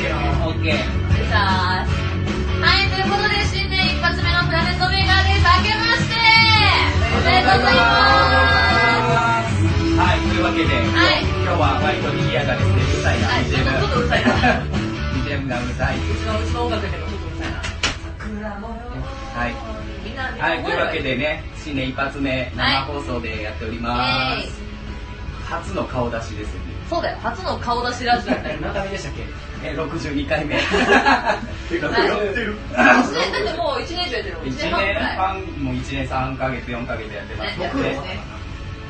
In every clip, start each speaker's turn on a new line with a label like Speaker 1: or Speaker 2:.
Speaker 1: ケー。さあ。はい、ということで、新年一発目のプラネットメーカーです。明けましておめでとうございます
Speaker 2: はい、というわけで、
Speaker 1: はい
Speaker 2: 今日は割と賑やかですね、うるさいな、
Speaker 1: はいちょっとちょっとうるさいな
Speaker 2: BGM がうるさい。
Speaker 1: うちの、うちの音楽やけど、ちょっとうるさいな。桜もよ
Speaker 2: はい。
Speaker 1: みんな、みんな
Speaker 2: はい、というわけ
Speaker 1: で。
Speaker 2: でね、新年一発目、生放送でやっております。初の顔出しですよね。
Speaker 1: そうだよ、初の顔出しラジオ だよ。
Speaker 3: 何回目でしたっけ
Speaker 2: え、62回目。
Speaker 3: ていうか
Speaker 1: はい
Speaker 3: やってる
Speaker 1: 一年、だってもう一年以上やってるもん。
Speaker 2: 1
Speaker 1: 一年
Speaker 2: 年
Speaker 1: 半くらい。
Speaker 2: 半、もう1年3ヶ月、4ヶ月やってます
Speaker 1: ね
Speaker 2: ね
Speaker 1: やってますね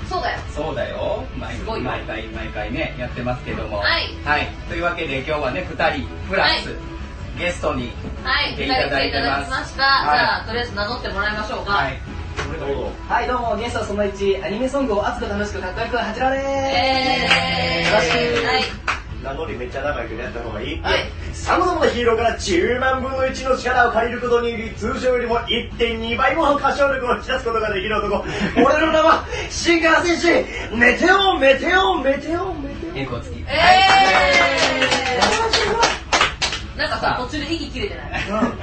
Speaker 1: そうだよ。
Speaker 2: そうだよ毎
Speaker 1: すごいよ
Speaker 2: 毎回毎回ねやってますけども
Speaker 1: はい
Speaker 2: というわけで今日はね2人プラス、
Speaker 1: は
Speaker 2: ゲストに
Speaker 1: はい、二
Speaker 2: 来てい
Speaker 1: 人来
Speaker 2: ただ
Speaker 1: て
Speaker 2: い
Speaker 1: い
Speaker 2: て
Speaker 1: ただ
Speaker 2: ます
Speaker 1: きました。じ
Speaker 2: はい
Speaker 1: ゃあ、とりあえず名乗ってもらいましょうか。
Speaker 2: はい
Speaker 3: はいどうもゲストその1アニメソングを熱く楽しくかっこよくはちらで
Speaker 1: えー、
Speaker 3: ーす
Speaker 1: はい。
Speaker 4: 名乗りめっちゃ長いけどやった方がいい、
Speaker 1: はい
Speaker 4: さまざまなヒーローから10万分の1の力を借りることにより通常よりも1.2倍もの歌唱力を引き出すことができる男俺の名はシンガー選手メテオメテオメテオメテオ
Speaker 2: 栄光付き
Speaker 1: えー、なんかさ、途中で息切れてな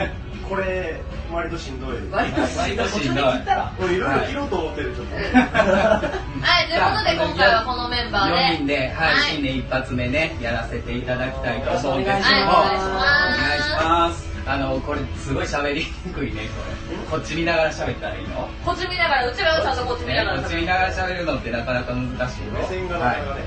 Speaker 1: い
Speaker 4: うんこれ割としんどい
Speaker 1: 割と
Speaker 2: 割とし
Speaker 1: 途中
Speaker 2: んどい
Speaker 1: で切ったら
Speaker 4: 俺いろいろ切ろうと思ってるちょっと、
Speaker 1: はい、ということで今回はこのメンバーで。
Speaker 2: 4人で、はい
Speaker 1: はい
Speaker 2: 新年一発目ねやらせていただきたいと思うんですけども
Speaker 1: はいお願いします
Speaker 2: お願いしますあのこれすごい喋りにくいねこれこっち見ながら喋ったらいいの
Speaker 1: こっち見ながら、うちらはちゃんとこっち見なが
Speaker 2: ね
Speaker 1: ら
Speaker 2: こっち見ながら喋るのってなかなか難しいよ
Speaker 4: 目線がなかなかね、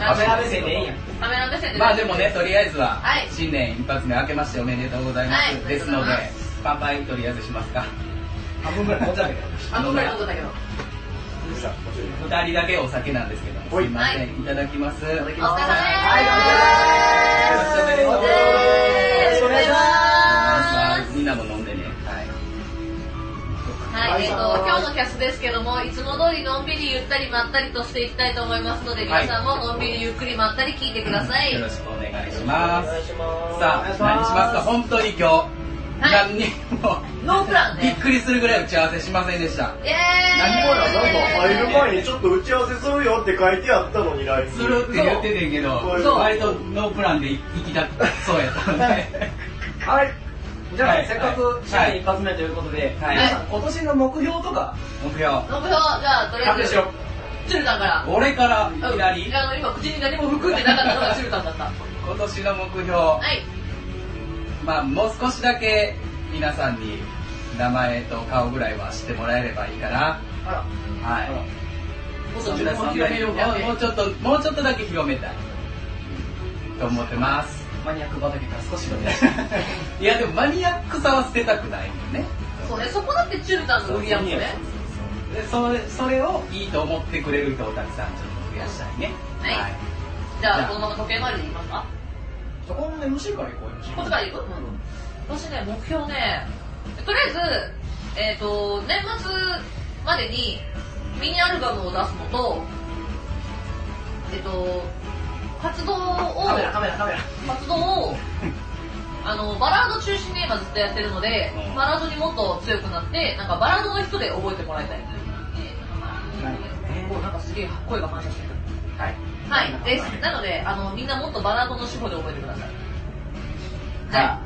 Speaker 1: カメラ
Speaker 2: 目線でいいや
Speaker 1: カメラ目線で。
Speaker 2: まあでもね、とりあえずは
Speaker 1: はい、
Speaker 2: 新年一発目明けましておめでとうございま
Speaker 1: はい
Speaker 2: す。ですので
Speaker 1: ありがとうございま、
Speaker 2: 乾杯とりあえずしますか。半分ぐらい飲んじゃうよ。
Speaker 1: あのぐらいのことだけど。
Speaker 4: さあこっちに
Speaker 2: 二人だけお酒なんですけども、
Speaker 4: はい
Speaker 2: すいません、いただきます。いただき
Speaker 1: お疲れ様です。
Speaker 2: はい、お疲れ様です。
Speaker 1: お疲れ様です
Speaker 2: みんなも飲んでね。はい。
Speaker 1: はい、えっ、と、今日のキャスですけども、いつも通りのんびりゆったりまったりとしていきたいと思いますので、皆さんものんびりゆっくりまったり聞いてください。
Speaker 2: よろしくお願いします。さあ、
Speaker 4: お願い
Speaker 2: 何
Speaker 4: します
Speaker 2: しますか本当に今日、
Speaker 1: は
Speaker 2: 何にも、
Speaker 1: ノープラン
Speaker 2: び
Speaker 1: で
Speaker 2: っ。くりするぐらい打ち合わせしませんでした。
Speaker 1: イエーイ
Speaker 4: 何もやなんか入る前にちょっと打ち合わせするよって書いてあったのに LINE
Speaker 2: するって言っててんけど、
Speaker 4: そう
Speaker 2: 割とノープランで行きたそうやったんで。
Speaker 3: はいじゃ
Speaker 2: は
Speaker 3: あ
Speaker 2: い
Speaker 3: せっかく新年一発目ということで
Speaker 2: はい
Speaker 3: 皆さん今年の目標とか
Speaker 2: 目標。
Speaker 1: 目標、じゃあとりあえず、チュルタンから。
Speaker 2: 俺からいきなり、
Speaker 1: あの今、口に何も含んでなかったのがチュルタンだった。は
Speaker 2: 今年の目標、
Speaker 1: い。
Speaker 2: まあもう少しだけ皆さんに名前と顔ぐらいは知ってもらえればいいかな。
Speaker 3: あら
Speaker 2: は
Speaker 1: も
Speaker 2: い。
Speaker 1: っと
Speaker 2: そ
Speaker 1: 自
Speaker 2: んな
Speaker 1: 分を
Speaker 2: そん
Speaker 1: 広
Speaker 2: な
Speaker 1: め
Speaker 2: に
Speaker 1: よう
Speaker 2: も
Speaker 1: か
Speaker 2: うもうちょっと、もうちょっとだけ広めたい。と思ってます。
Speaker 3: マニアック畑から少しのね
Speaker 2: いやでもマニアックさは捨てたくないもんね。
Speaker 1: そうね、そこだってチュルタンの売りやもんね。
Speaker 2: でそれそれをいいと思ってくれる人をたくさんちょっと増やしたいね。
Speaker 1: はいじゃあ、このまま時計回りでいきますか
Speaker 3: そこの MC から行こう
Speaker 1: こっ
Speaker 3: MC
Speaker 1: ちから行くうん。私ね、目標ね、とりあえず、えっ、と、年末までにミニアルバムを出すのと、えっ、と、活動を、
Speaker 3: カメラカメラカメラ
Speaker 1: 活動をあのバラード中心に今ずっとやってるので、
Speaker 2: うん
Speaker 1: バラードにもっと強くなってなんかバラードの人で覚えてもらいたい、おなんかすげえ声が反射してる
Speaker 2: はい。
Speaker 1: はいですなのであのみんなもっとバラードの手法で覚えてください
Speaker 2: じゃ
Speaker 1: は
Speaker 2: あ、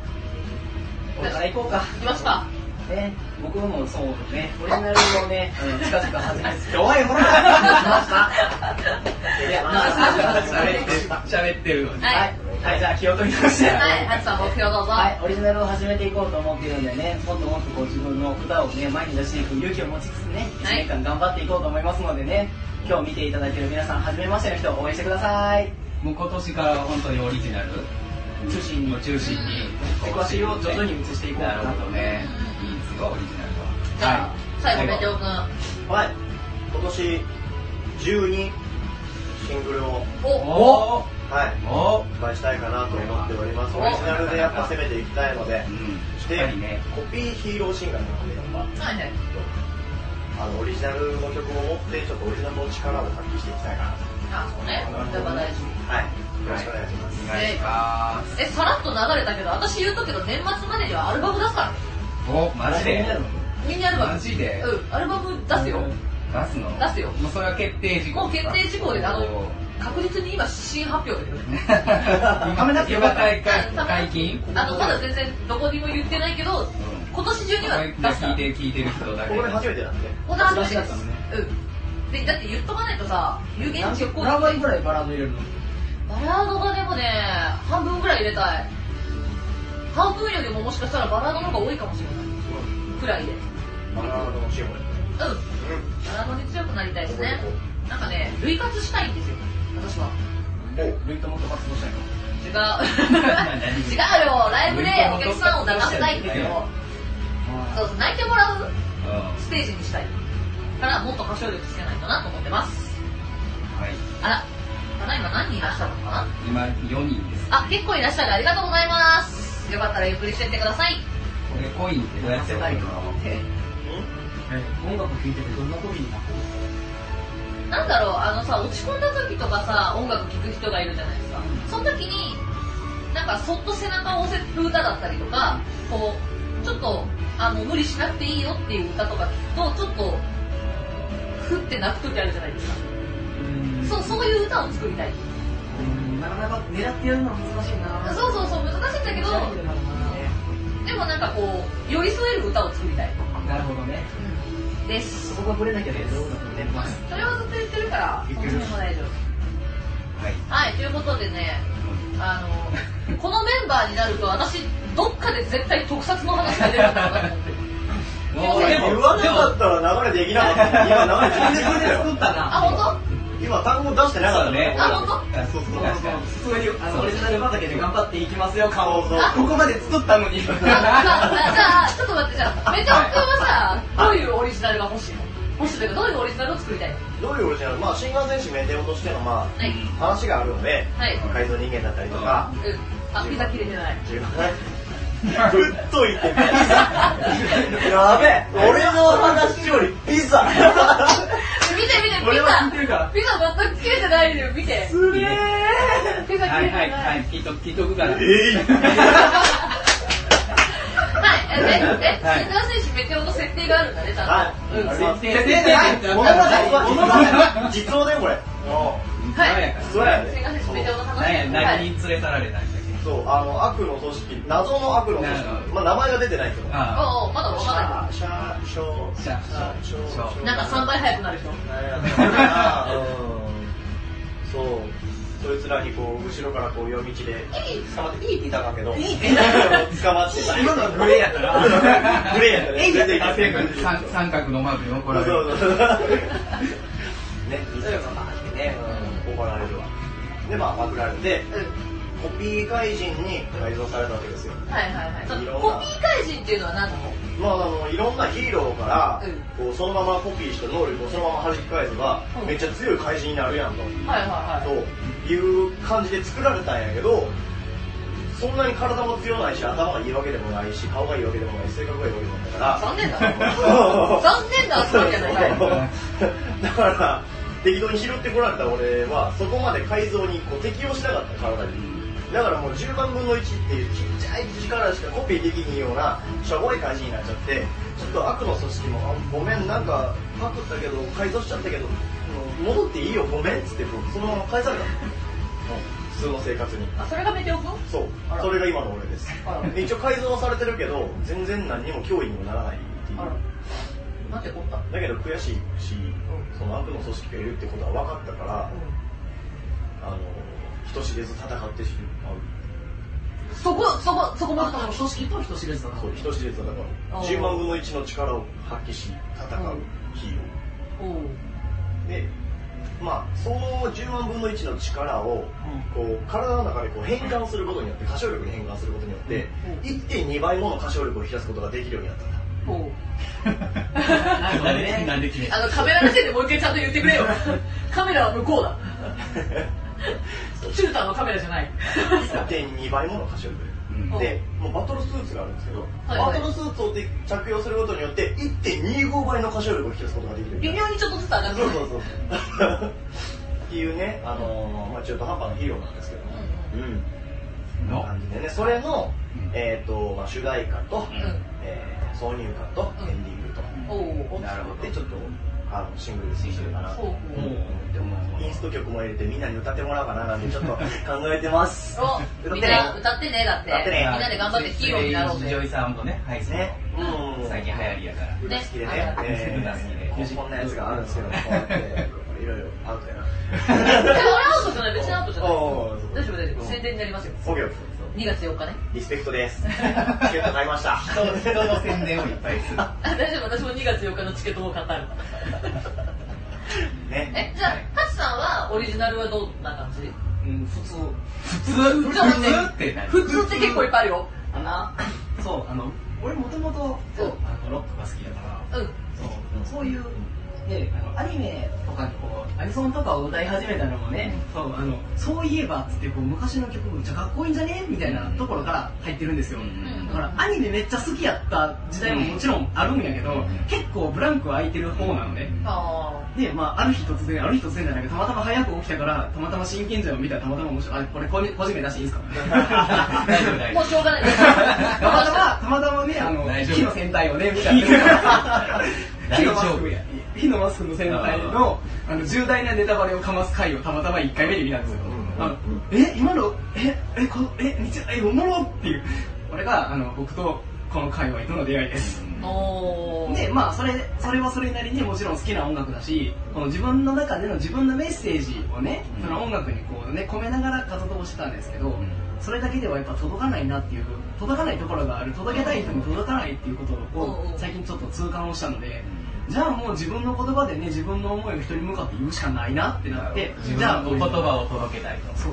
Speaker 3: 俺から行こうか
Speaker 1: い行きますか
Speaker 3: ね僕もそうねオリジナルをねうん近々始 めますおいほらい やまあ
Speaker 2: 喋ってる、喋ってるのに。
Speaker 1: は
Speaker 3: はいい、はい、じゃあ気を取り直して。
Speaker 1: はいハチさん目標どうぞ、
Speaker 3: はい、オリジナルを始めていこうと思っているんでね、もっともっとこう自分の歌をね、前に出していく勇気を持ちつつね、
Speaker 1: はい
Speaker 3: 1年間頑張っていこうと思いますのでね、今日見ていただいている皆さん、初めましての人、応援してください。
Speaker 2: もう今年から本当にオリジナル
Speaker 3: 中心に
Speaker 2: を、中心に。
Speaker 3: 手こしを徐々に移していこう
Speaker 2: な
Speaker 3: か
Speaker 2: る
Speaker 3: な
Speaker 2: ほ
Speaker 3: と
Speaker 2: ど。ね。いいですか、オリジナルは。
Speaker 1: じゃあ、
Speaker 2: はい
Speaker 1: 最後メテオくん
Speaker 4: はい今年12シングルを
Speaker 1: お
Speaker 2: お
Speaker 4: はい
Speaker 2: お
Speaker 4: 発売したいかなと思っておりますオリジナルでやっぱ攻めていきたいので
Speaker 2: うん。
Speaker 4: し
Speaker 2: してっかりね。
Speaker 4: コピーヒーローシンガーなのでやっ
Speaker 1: はいはい
Speaker 4: ぱあのオリジナルの曲を持ってちょっとオリジナルの力を発揮していきたいかなと
Speaker 1: あそうね歌が大事
Speaker 4: はいよろしくお願いします
Speaker 2: お願いします。
Speaker 1: えさらっと流れたけど私言うとくけど年末までにはアルバム出すからね
Speaker 2: おマジで
Speaker 1: ミニアルバム
Speaker 2: マジで
Speaker 1: うんアルバム出すよ
Speaker 2: 出すの
Speaker 1: 出すよ
Speaker 2: もうそれは決定事項
Speaker 1: もう決定事項であの
Speaker 2: おー
Speaker 1: 確実に今新発表だけど ね
Speaker 2: 今めなきゃよかった解
Speaker 1: あの
Speaker 2: 解禁
Speaker 1: あのまだ全然どこにも言ってないけど今年中には出した
Speaker 2: 聞いて聞いてる人だけ
Speaker 4: ここで初めてなんでね。
Speaker 1: 小田初めてですうんでだって言っとかないとさ有言実行
Speaker 3: 何倍ぐらいバラード入れるの
Speaker 1: バラードがでもね半分ぐらい入れたい半分よりももしかしたらバラードの方が多いかもしれないくらいでうん
Speaker 4: バラードのシンボル。
Speaker 1: バラードに強くなりたいですねなんかね類活したいんですよ私は
Speaker 3: おルイともっと活動したいの
Speaker 1: 違う違うよライブでお客さんを泣かせたいんですよそうそう泣いてもらう
Speaker 2: うんは
Speaker 1: ステージにしたいからもっと歌唱力つけないとなと思ってます
Speaker 2: い
Speaker 1: あらただいま何人いらっしゃるのかな
Speaker 2: 今4人です
Speaker 1: あ結構いらっしゃるありがとうございますよかったらゆっくりしてってください
Speaker 2: これコインってどうやって
Speaker 3: せ
Speaker 2: 入るの
Speaker 3: 音楽聴いててどんな時に泣く
Speaker 1: なんだろうあのさ落ち込んだ時とかさ音楽聴く人がいるじゃないですかその時になんかそっと背中を押せる歌だったりとかこうちょっとあの無理しなくていいよっていう歌とか聞くとちょっとふって泣く時あるじゃないですか
Speaker 3: うん
Speaker 1: そうそういう歌を作りたい
Speaker 3: うんなかなか狙ってやるのは難しいな
Speaker 1: そうそうそう難しいんだけどでもなんかこう寄り添える歌を作りたい
Speaker 3: なるほどね
Speaker 1: です
Speaker 3: そこがブレなきゃです音楽ね
Speaker 1: それはずっと言ってるから
Speaker 3: 言
Speaker 1: そ
Speaker 3: って
Speaker 1: の
Speaker 3: る
Speaker 1: 辺も大丈夫
Speaker 2: はい
Speaker 1: はいということでねあのこのメンバーになると私どっかで絶対特撮の話が出るんだろうなと思 って
Speaker 2: もう
Speaker 4: 俺
Speaker 2: で
Speaker 4: 言
Speaker 2: も
Speaker 4: わなかったら流れできなかった。今流れ全然
Speaker 3: 自分
Speaker 4: 出
Speaker 3: で
Speaker 4: てた
Speaker 3: 作
Speaker 4: よ
Speaker 3: っ。たな
Speaker 1: あ本
Speaker 4: 今単語出してなかったね。
Speaker 1: あ本
Speaker 2: 当
Speaker 4: そうそう。
Speaker 2: 確かに
Speaker 3: そういうあのオリジナル畑で頑張っていきますよ顔をこ
Speaker 4: そうそう
Speaker 3: こまで作ったのに
Speaker 1: 当じゃあじゃあちょっと待ってじゃあめちゃおくんはさどういうオリジナルが欲しいの欲しいというかどういうオリジナルを作りたいの
Speaker 4: どういうオリジナルまあ、新幹線士メンテオとしての、ま
Speaker 1: はい
Speaker 4: あ、話があるので、
Speaker 1: はい
Speaker 4: 改造人間だったりとか、
Speaker 1: うんあピザ切れてない
Speaker 4: 自分ねぶっといてピザ。やべえ、俺の話よりピザ。
Speaker 1: 見て見てピ
Speaker 3: 俺は聞いてるか
Speaker 1: ザ
Speaker 3: ら
Speaker 1: ピザ全く切れてないのよ見て
Speaker 4: すげえ。
Speaker 1: ピザ切
Speaker 2: は
Speaker 1: れ
Speaker 2: い
Speaker 1: て
Speaker 2: は
Speaker 1: ない
Speaker 2: いはい聞いと聞いとくから
Speaker 4: えい。
Speaker 1: はいええ新幹線士メテオの設定があるんだねちゃんと
Speaker 4: はい
Speaker 1: うん
Speaker 4: あり
Speaker 1: は
Speaker 4: ま
Speaker 1: い
Speaker 4: す
Speaker 2: 設定設定
Speaker 4: 物
Speaker 3: 物語
Speaker 4: 語、
Speaker 3: 物
Speaker 4: 物
Speaker 3: 語
Speaker 4: 語。実話だよ、これ。
Speaker 2: 何やから
Speaker 4: そうや
Speaker 1: 新幹線士メテオの話
Speaker 2: 何や
Speaker 1: は
Speaker 2: 何
Speaker 1: い
Speaker 2: に連れ去られたんだっけ
Speaker 4: そう、あの、悪の組織、謎の悪の組
Speaker 2: なる
Speaker 4: 織。
Speaker 2: ほ
Speaker 4: まあ、名前が出てないけど。
Speaker 2: あ
Speaker 1: おうおうまだ分かんない
Speaker 4: シャー、ショー、
Speaker 2: シャー
Speaker 4: ショ
Speaker 2: ショー
Speaker 4: ー、
Speaker 1: なんか3倍速くなる人。
Speaker 4: なんやったかなうんそう、そいつらにこう、後ろからこう、夜道で、捕まって、いいピザだけど、捕まってた。
Speaker 3: 今のはグレーやった な
Speaker 4: グレーやったね。
Speaker 3: えい
Speaker 4: 全
Speaker 3: や
Speaker 4: 然
Speaker 2: 三
Speaker 4: いけた
Speaker 2: 角三角のマークに怒ら
Speaker 4: そう
Speaker 2: れ
Speaker 4: そう
Speaker 2: る
Speaker 4: そう。ね、ミスがまってね、うん怒られるわ。で、まあ、まくられて、
Speaker 1: うん
Speaker 4: コピー怪人に改造されたわけですよ。
Speaker 1: はいはいはい。コピ
Speaker 4: いろんな
Speaker 1: ー怪人っていうのは何なの
Speaker 4: まあ、あのいろんなヒーローから、
Speaker 1: うん
Speaker 4: こうそのままコピーした能力をそのままはじき返せば、
Speaker 1: うん
Speaker 4: めっちゃ強い怪人になるやんと、
Speaker 1: はいはいはい。
Speaker 4: そういう感じで作られたんやけどそんなに体も強ないし頭がいいわけでもないし顔がいいわけでもないし性格がいいわけでもないから
Speaker 1: 残念だな。残念な集まりじゃないか
Speaker 4: そう
Speaker 1: よ。
Speaker 4: だから適当に拾ってこられた俺はそこまで改造にこう適応しなかった体にだからもう10万分の1っていうちっちゃい力しかコピーできんようなしょぼい感じになっちゃってちょっと悪の組織もあごめんなんかパクったけど改造しちゃったけどもう戻っていいよごめんっつってこうそのまま返されたのもう普通の生活に
Speaker 1: あ、それがメテオ君
Speaker 4: そう
Speaker 1: あら
Speaker 4: それが今の俺です
Speaker 1: あら
Speaker 4: 一応改造はされてるけど全然何にも脅威にもならないっていう
Speaker 1: あら。なんてこった。
Speaker 4: だけど悔しいし、その悪の組織がいるってことは分かったから、あの人知れず戦ってしまう
Speaker 1: そこ、そこ、そこまで
Speaker 3: あの組織と人知れずだな
Speaker 4: そう人知れず戦う
Speaker 1: あー
Speaker 4: 10万分の1の力を発揮し戦うヒーロ
Speaker 1: おう
Speaker 4: ーでまあその10万分の1の力を
Speaker 3: う
Speaker 4: こう体の中でこう変換することによって歌唱力に変換することによって
Speaker 1: うん
Speaker 4: 1.2倍もの歌唱力を引き出すことができるよう になったんだ
Speaker 1: おう
Speaker 3: なるほどね
Speaker 2: なんで決めた
Speaker 1: あの、カメラ目線でもう一回ちゃんと言ってくれよ。カメラは向こうだ。チューターのカメラじゃない。
Speaker 4: 1.2倍もの歌唱力
Speaker 2: うん
Speaker 4: で、もうバトルスーツがあるんですけど、
Speaker 1: いはい
Speaker 4: バトルスーツをで着用することによって、1.25倍の歌唱力を引き出すことができる。
Speaker 1: 微妙にちょっとずつ上がる。
Speaker 4: そうそうそう。っていうね、あのーまあ中途半端なヒーローなんですけども、うん。こんな
Speaker 2: の
Speaker 4: 感じでね、それの
Speaker 2: うん、
Speaker 4: えっと、まあ主題歌と、
Speaker 1: うん
Speaker 4: えー挿入歌と
Speaker 1: うん
Speaker 4: エンディングと、
Speaker 1: うん。おう
Speaker 4: を
Speaker 2: なるほ
Speaker 4: 作
Speaker 2: ど
Speaker 4: って、ちょっと
Speaker 5: あのシングルにしてるかな
Speaker 1: ほうほう
Speaker 2: でも
Speaker 5: インスト曲も入れてみんなに歌ってもらおうかななんてちょっ と考えてます
Speaker 1: お、みんな歌ってね、だって。
Speaker 5: 歌ってね
Speaker 1: みんなで頑張ってヒーローになろう
Speaker 2: ジョイ
Speaker 1: ぜ。
Speaker 2: さんもね、はい、
Speaker 5: ねうん
Speaker 2: 最近流行りやから。
Speaker 5: 歌好きでね
Speaker 1: ね
Speaker 5: えー
Speaker 2: 歌好きで
Speaker 5: こうこんなやつがあるんですけどこうやっていろいろアウトやな
Speaker 1: え、俺アウトじゃない、別にアウトじゃない。
Speaker 5: おー
Speaker 1: 大丈夫、大丈夫。宣伝になりますよ。
Speaker 5: オッケーオッケ
Speaker 1: 2月4日ね。
Speaker 5: ーリスペクト ですチケット買いました
Speaker 2: 人の人の宣伝をいっぱいする。
Speaker 1: あ大丈夫、私も2月4日のチケットを買ったる。
Speaker 5: ね
Speaker 1: え、じゃあ、カチさんはオリジナルはどんな感じ
Speaker 3: うん、普通
Speaker 2: 普通
Speaker 1: じゃあ
Speaker 2: 普通って何
Speaker 1: 普通って結構いっぱいあるよ。
Speaker 3: あなそうあの俺もともと
Speaker 1: そう
Speaker 3: あのロックが好きだから
Speaker 1: うん。
Speaker 3: そうそういう、ね、あのアニメとかこうアニソンとかを歌い始めたのもね、そうあのそういえばっつってこう昔の曲めっちゃかっこいいんじゃねみたいなところから入ってるんですよ、
Speaker 2: ん
Speaker 3: だからアニメめっちゃ好きやった時代ももちろんあるんやけど、結構ブランクは空いてる方なのね、
Speaker 1: あ
Speaker 3: で、まあ、ある日突然、ある日突然じゃないけど、たまたま早く起きたから、たまたま真剣じゃん見たらたまたま面白い。あ、これ、個人個人名出していいですか
Speaker 2: 大丈夫
Speaker 1: あ。
Speaker 2: 大丈
Speaker 1: も
Speaker 2: 夫
Speaker 1: う。しょう がない。
Speaker 3: たまたま、たまたまね、あの
Speaker 2: 大、丈夫
Speaker 3: 火の戦隊をね、見たんですよ火の マス
Speaker 2: 大丈夫
Speaker 3: クや。火のマスクの戦隊の、あの、重大なネタバレをかます回をたまたま1回目で見たんですよ。
Speaker 2: うん
Speaker 3: あのえ、今の、え、え、こえ、日え、おもろっていう。俺が、あの、僕とこの界隈との出会いです。
Speaker 1: おー。
Speaker 3: で、まあ、それ、それはそれなりにもちろん好きな音楽だし、この自分の中での自分のメッセージをね、
Speaker 2: うん
Speaker 3: その音楽にこうね、込めながら活動してたんですけど、それだけではやっぱ届かないなっていう、届かないところがある、届けたい人も届かないっていうことを
Speaker 1: うんうん
Speaker 3: 最近ちょっと痛感をしたので、じゃあもう自分の言葉でね、自分の思いを人に向かって言うしかないなってなって、
Speaker 2: 自
Speaker 3: じゃあ
Speaker 2: 分の言葉を届けたいと。
Speaker 3: そう。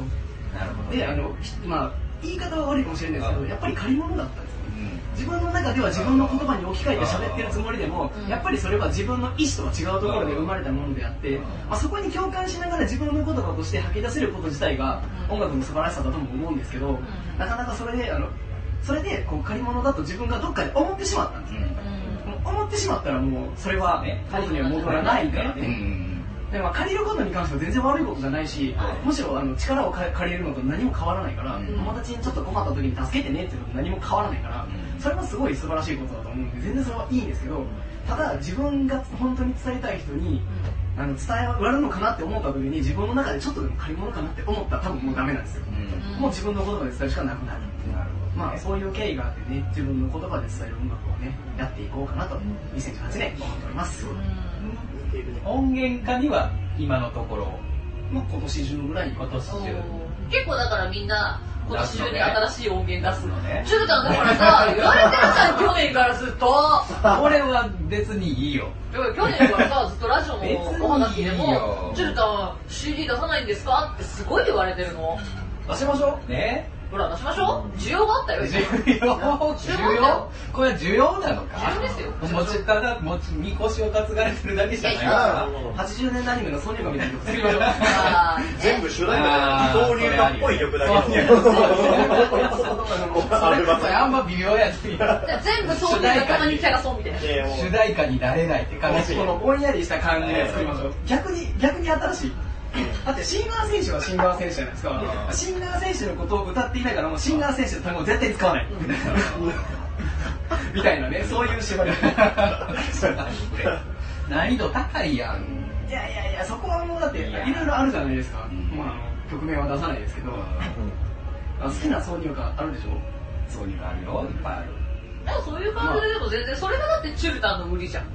Speaker 2: なるほど。
Speaker 3: で、あの、ひまあ、言い方は悪いかもしれないですけど、やっぱり借り物だったんですよ。
Speaker 2: うん、
Speaker 3: 自分の中では自分の言葉に置き換えて喋ってるつもりでも
Speaker 1: うん
Speaker 3: やっぱりそれは自分の意思とは違うところで生まれたものであって、まあ、そこに共感しながら自分の言葉として吐き出せること自体が
Speaker 1: うん
Speaker 3: 音楽の素晴らしさだとも思うんですけど
Speaker 1: ん
Speaker 3: なかなかそれであのそれでこう借り物だと自分がどっかで思ってしまったんですね、
Speaker 1: うん
Speaker 3: もう思ってしまったらもうそれは
Speaker 2: ね
Speaker 3: 元には戻らないから
Speaker 2: うんう
Speaker 3: ね、
Speaker 2: ん
Speaker 3: でまあ借りることに関しては全然悪いことじゃないし、
Speaker 2: はい
Speaker 3: むしろあの力を借借りるのと何も変わらないから、
Speaker 2: うん
Speaker 3: 友達にちょっと困った時に助けてねっていうのと何も変わらないから、
Speaker 2: うん
Speaker 3: それはすごい素晴らしいことだと思うんで全然それはいいんですけどただ自分が本当に伝えたい人にあの伝えられるのかなって思った時に自分の中でちょっとでも借り物かなって思ったら多分もうダメなんですよ、
Speaker 2: うん
Speaker 1: ん
Speaker 3: もう自分の言葉で伝えるしかなくなる、
Speaker 2: なるほどね
Speaker 3: まあそういう経緯があってね自分の言葉で伝える音楽をねやっていこうかなと2018年思っております、
Speaker 1: うん
Speaker 2: 音源化には今のところ
Speaker 3: まあ、今年中ぐらいに
Speaker 2: 今年
Speaker 1: そ
Speaker 2: 中
Speaker 1: う結構だからみんな今年中に新しい音源出すの
Speaker 2: 出
Speaker 1: ね。
Speaker 2: す
Speaker 1: ジュルタンだからさ、 言われてるじゃん、去年からずっと。
Speaker 2: 俺は別にいいよ
Speaker 1: だから去年からさ、ずっとラジオのお話で
Speaker 2: 別にいいよ
Speaker 1: も、ジュルタンは CD 出さないんですかってすごい言われてるの。
Speaker 3: 出しましょ
Speaker 2: ね
Speaker 1: ほら、出しましょう。需要があったよ。
Speaker 2: 需要需要これは需要なのか
Speaker 1: 需要ですよ
Speaker 2: 持ちただ持ちみこしを担がれてるだけじゃないのか
Speaker 3: う80年代アニメのソニーバみたいな曲作りましょう
Speaker 1: あー
Speaker 5: 全部主題歌だから二刀流がっぽい曲だけ
Speaker 2: あーそれあ
Speaker 5: アルバ
Speaker 2: それあんま微妙やし
Speaker 1: じゃあ全部そうで仲間にキャラソンみたいな。
Speaker 5: えーもう
Speaker 2: 主題歌になれないって悲しい
Speaker 3: このぼんやりした感じで作りましょう
Speaker 2: は
Speaker 3: 逆に逆に新しいだってシンガー選手はシンガー選手じゃないですか
Speaker 2: うん
Speaker 3: シンガー選手のことを歌っていながらもシンガー選手の単語を絶対使わないみたいなねそういう縛りい
Speaker 2: 難易度高いやん
Speaker 3: やいやいやそこはもうだっていろいろあるじゃないですか
Speaker 2: うん
Speaker 3: まああの曲名は出さないですけどあ好きな挿入歌あるでしょ
Speaker 2: そういうのあるよいっぱいある
Speaker 1: でもそういう感じででも全然、それがだってジュルタンの売りじゃん。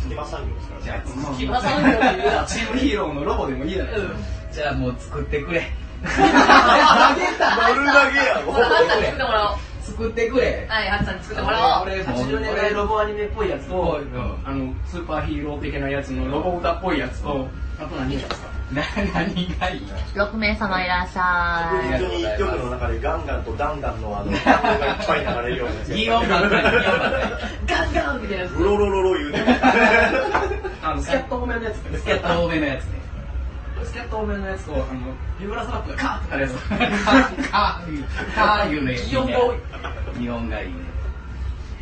Speaker 5: 隙間産業ですから
Speaker 2: じゃあ
Speaker 3: まあ
Speaker 1: 木村さんのこと言うな
Speaker 3: チームヒーローのロボでもいいじゃないですか
Speaker 2: じゃあもう作ってくれ
Speaker 5: 丸投げや
Speaker 1: ほ
Speaker 5: ろ
Speaker 1: ら、ハッさんに作ってもらおう。
Speaker 2: 作ってくれ
Speaker 1: はい、ハッさんに作ってもらおう。
Speaker 2: 俺も
Speaker 3: 80年代ロボアニメっぽいやつと、
Speaker 2: うん
Speaker 3: あのスーパーヒーロー的なやつのロボ歌っぽいやつと、あと何やですか
Speaker 2: な何がいい
Speaker 1: 6名様いらっしゃ
Speaker 5: 本当に一曲の中でガンガンとダンダンのあの音楽がいっぱい流れるようなやつ
Speaker 2: 擬音版だよ擬音版だよ
Speaker 1: ガンガンみたいなやつ。
Speaker 5: うろろろろ言うてる
Speaker 3: あのスキャット多めのやつとか
Speaker 2: スキャット多めのやつね
Speaker 3: スキャット多めのやつとあのビブラスラップがカーッとかるやつ
Speaker 2: カ ーカーいうのいいね
Speaker 1: 擬音が多い
Speaker 2: 擬音がいいね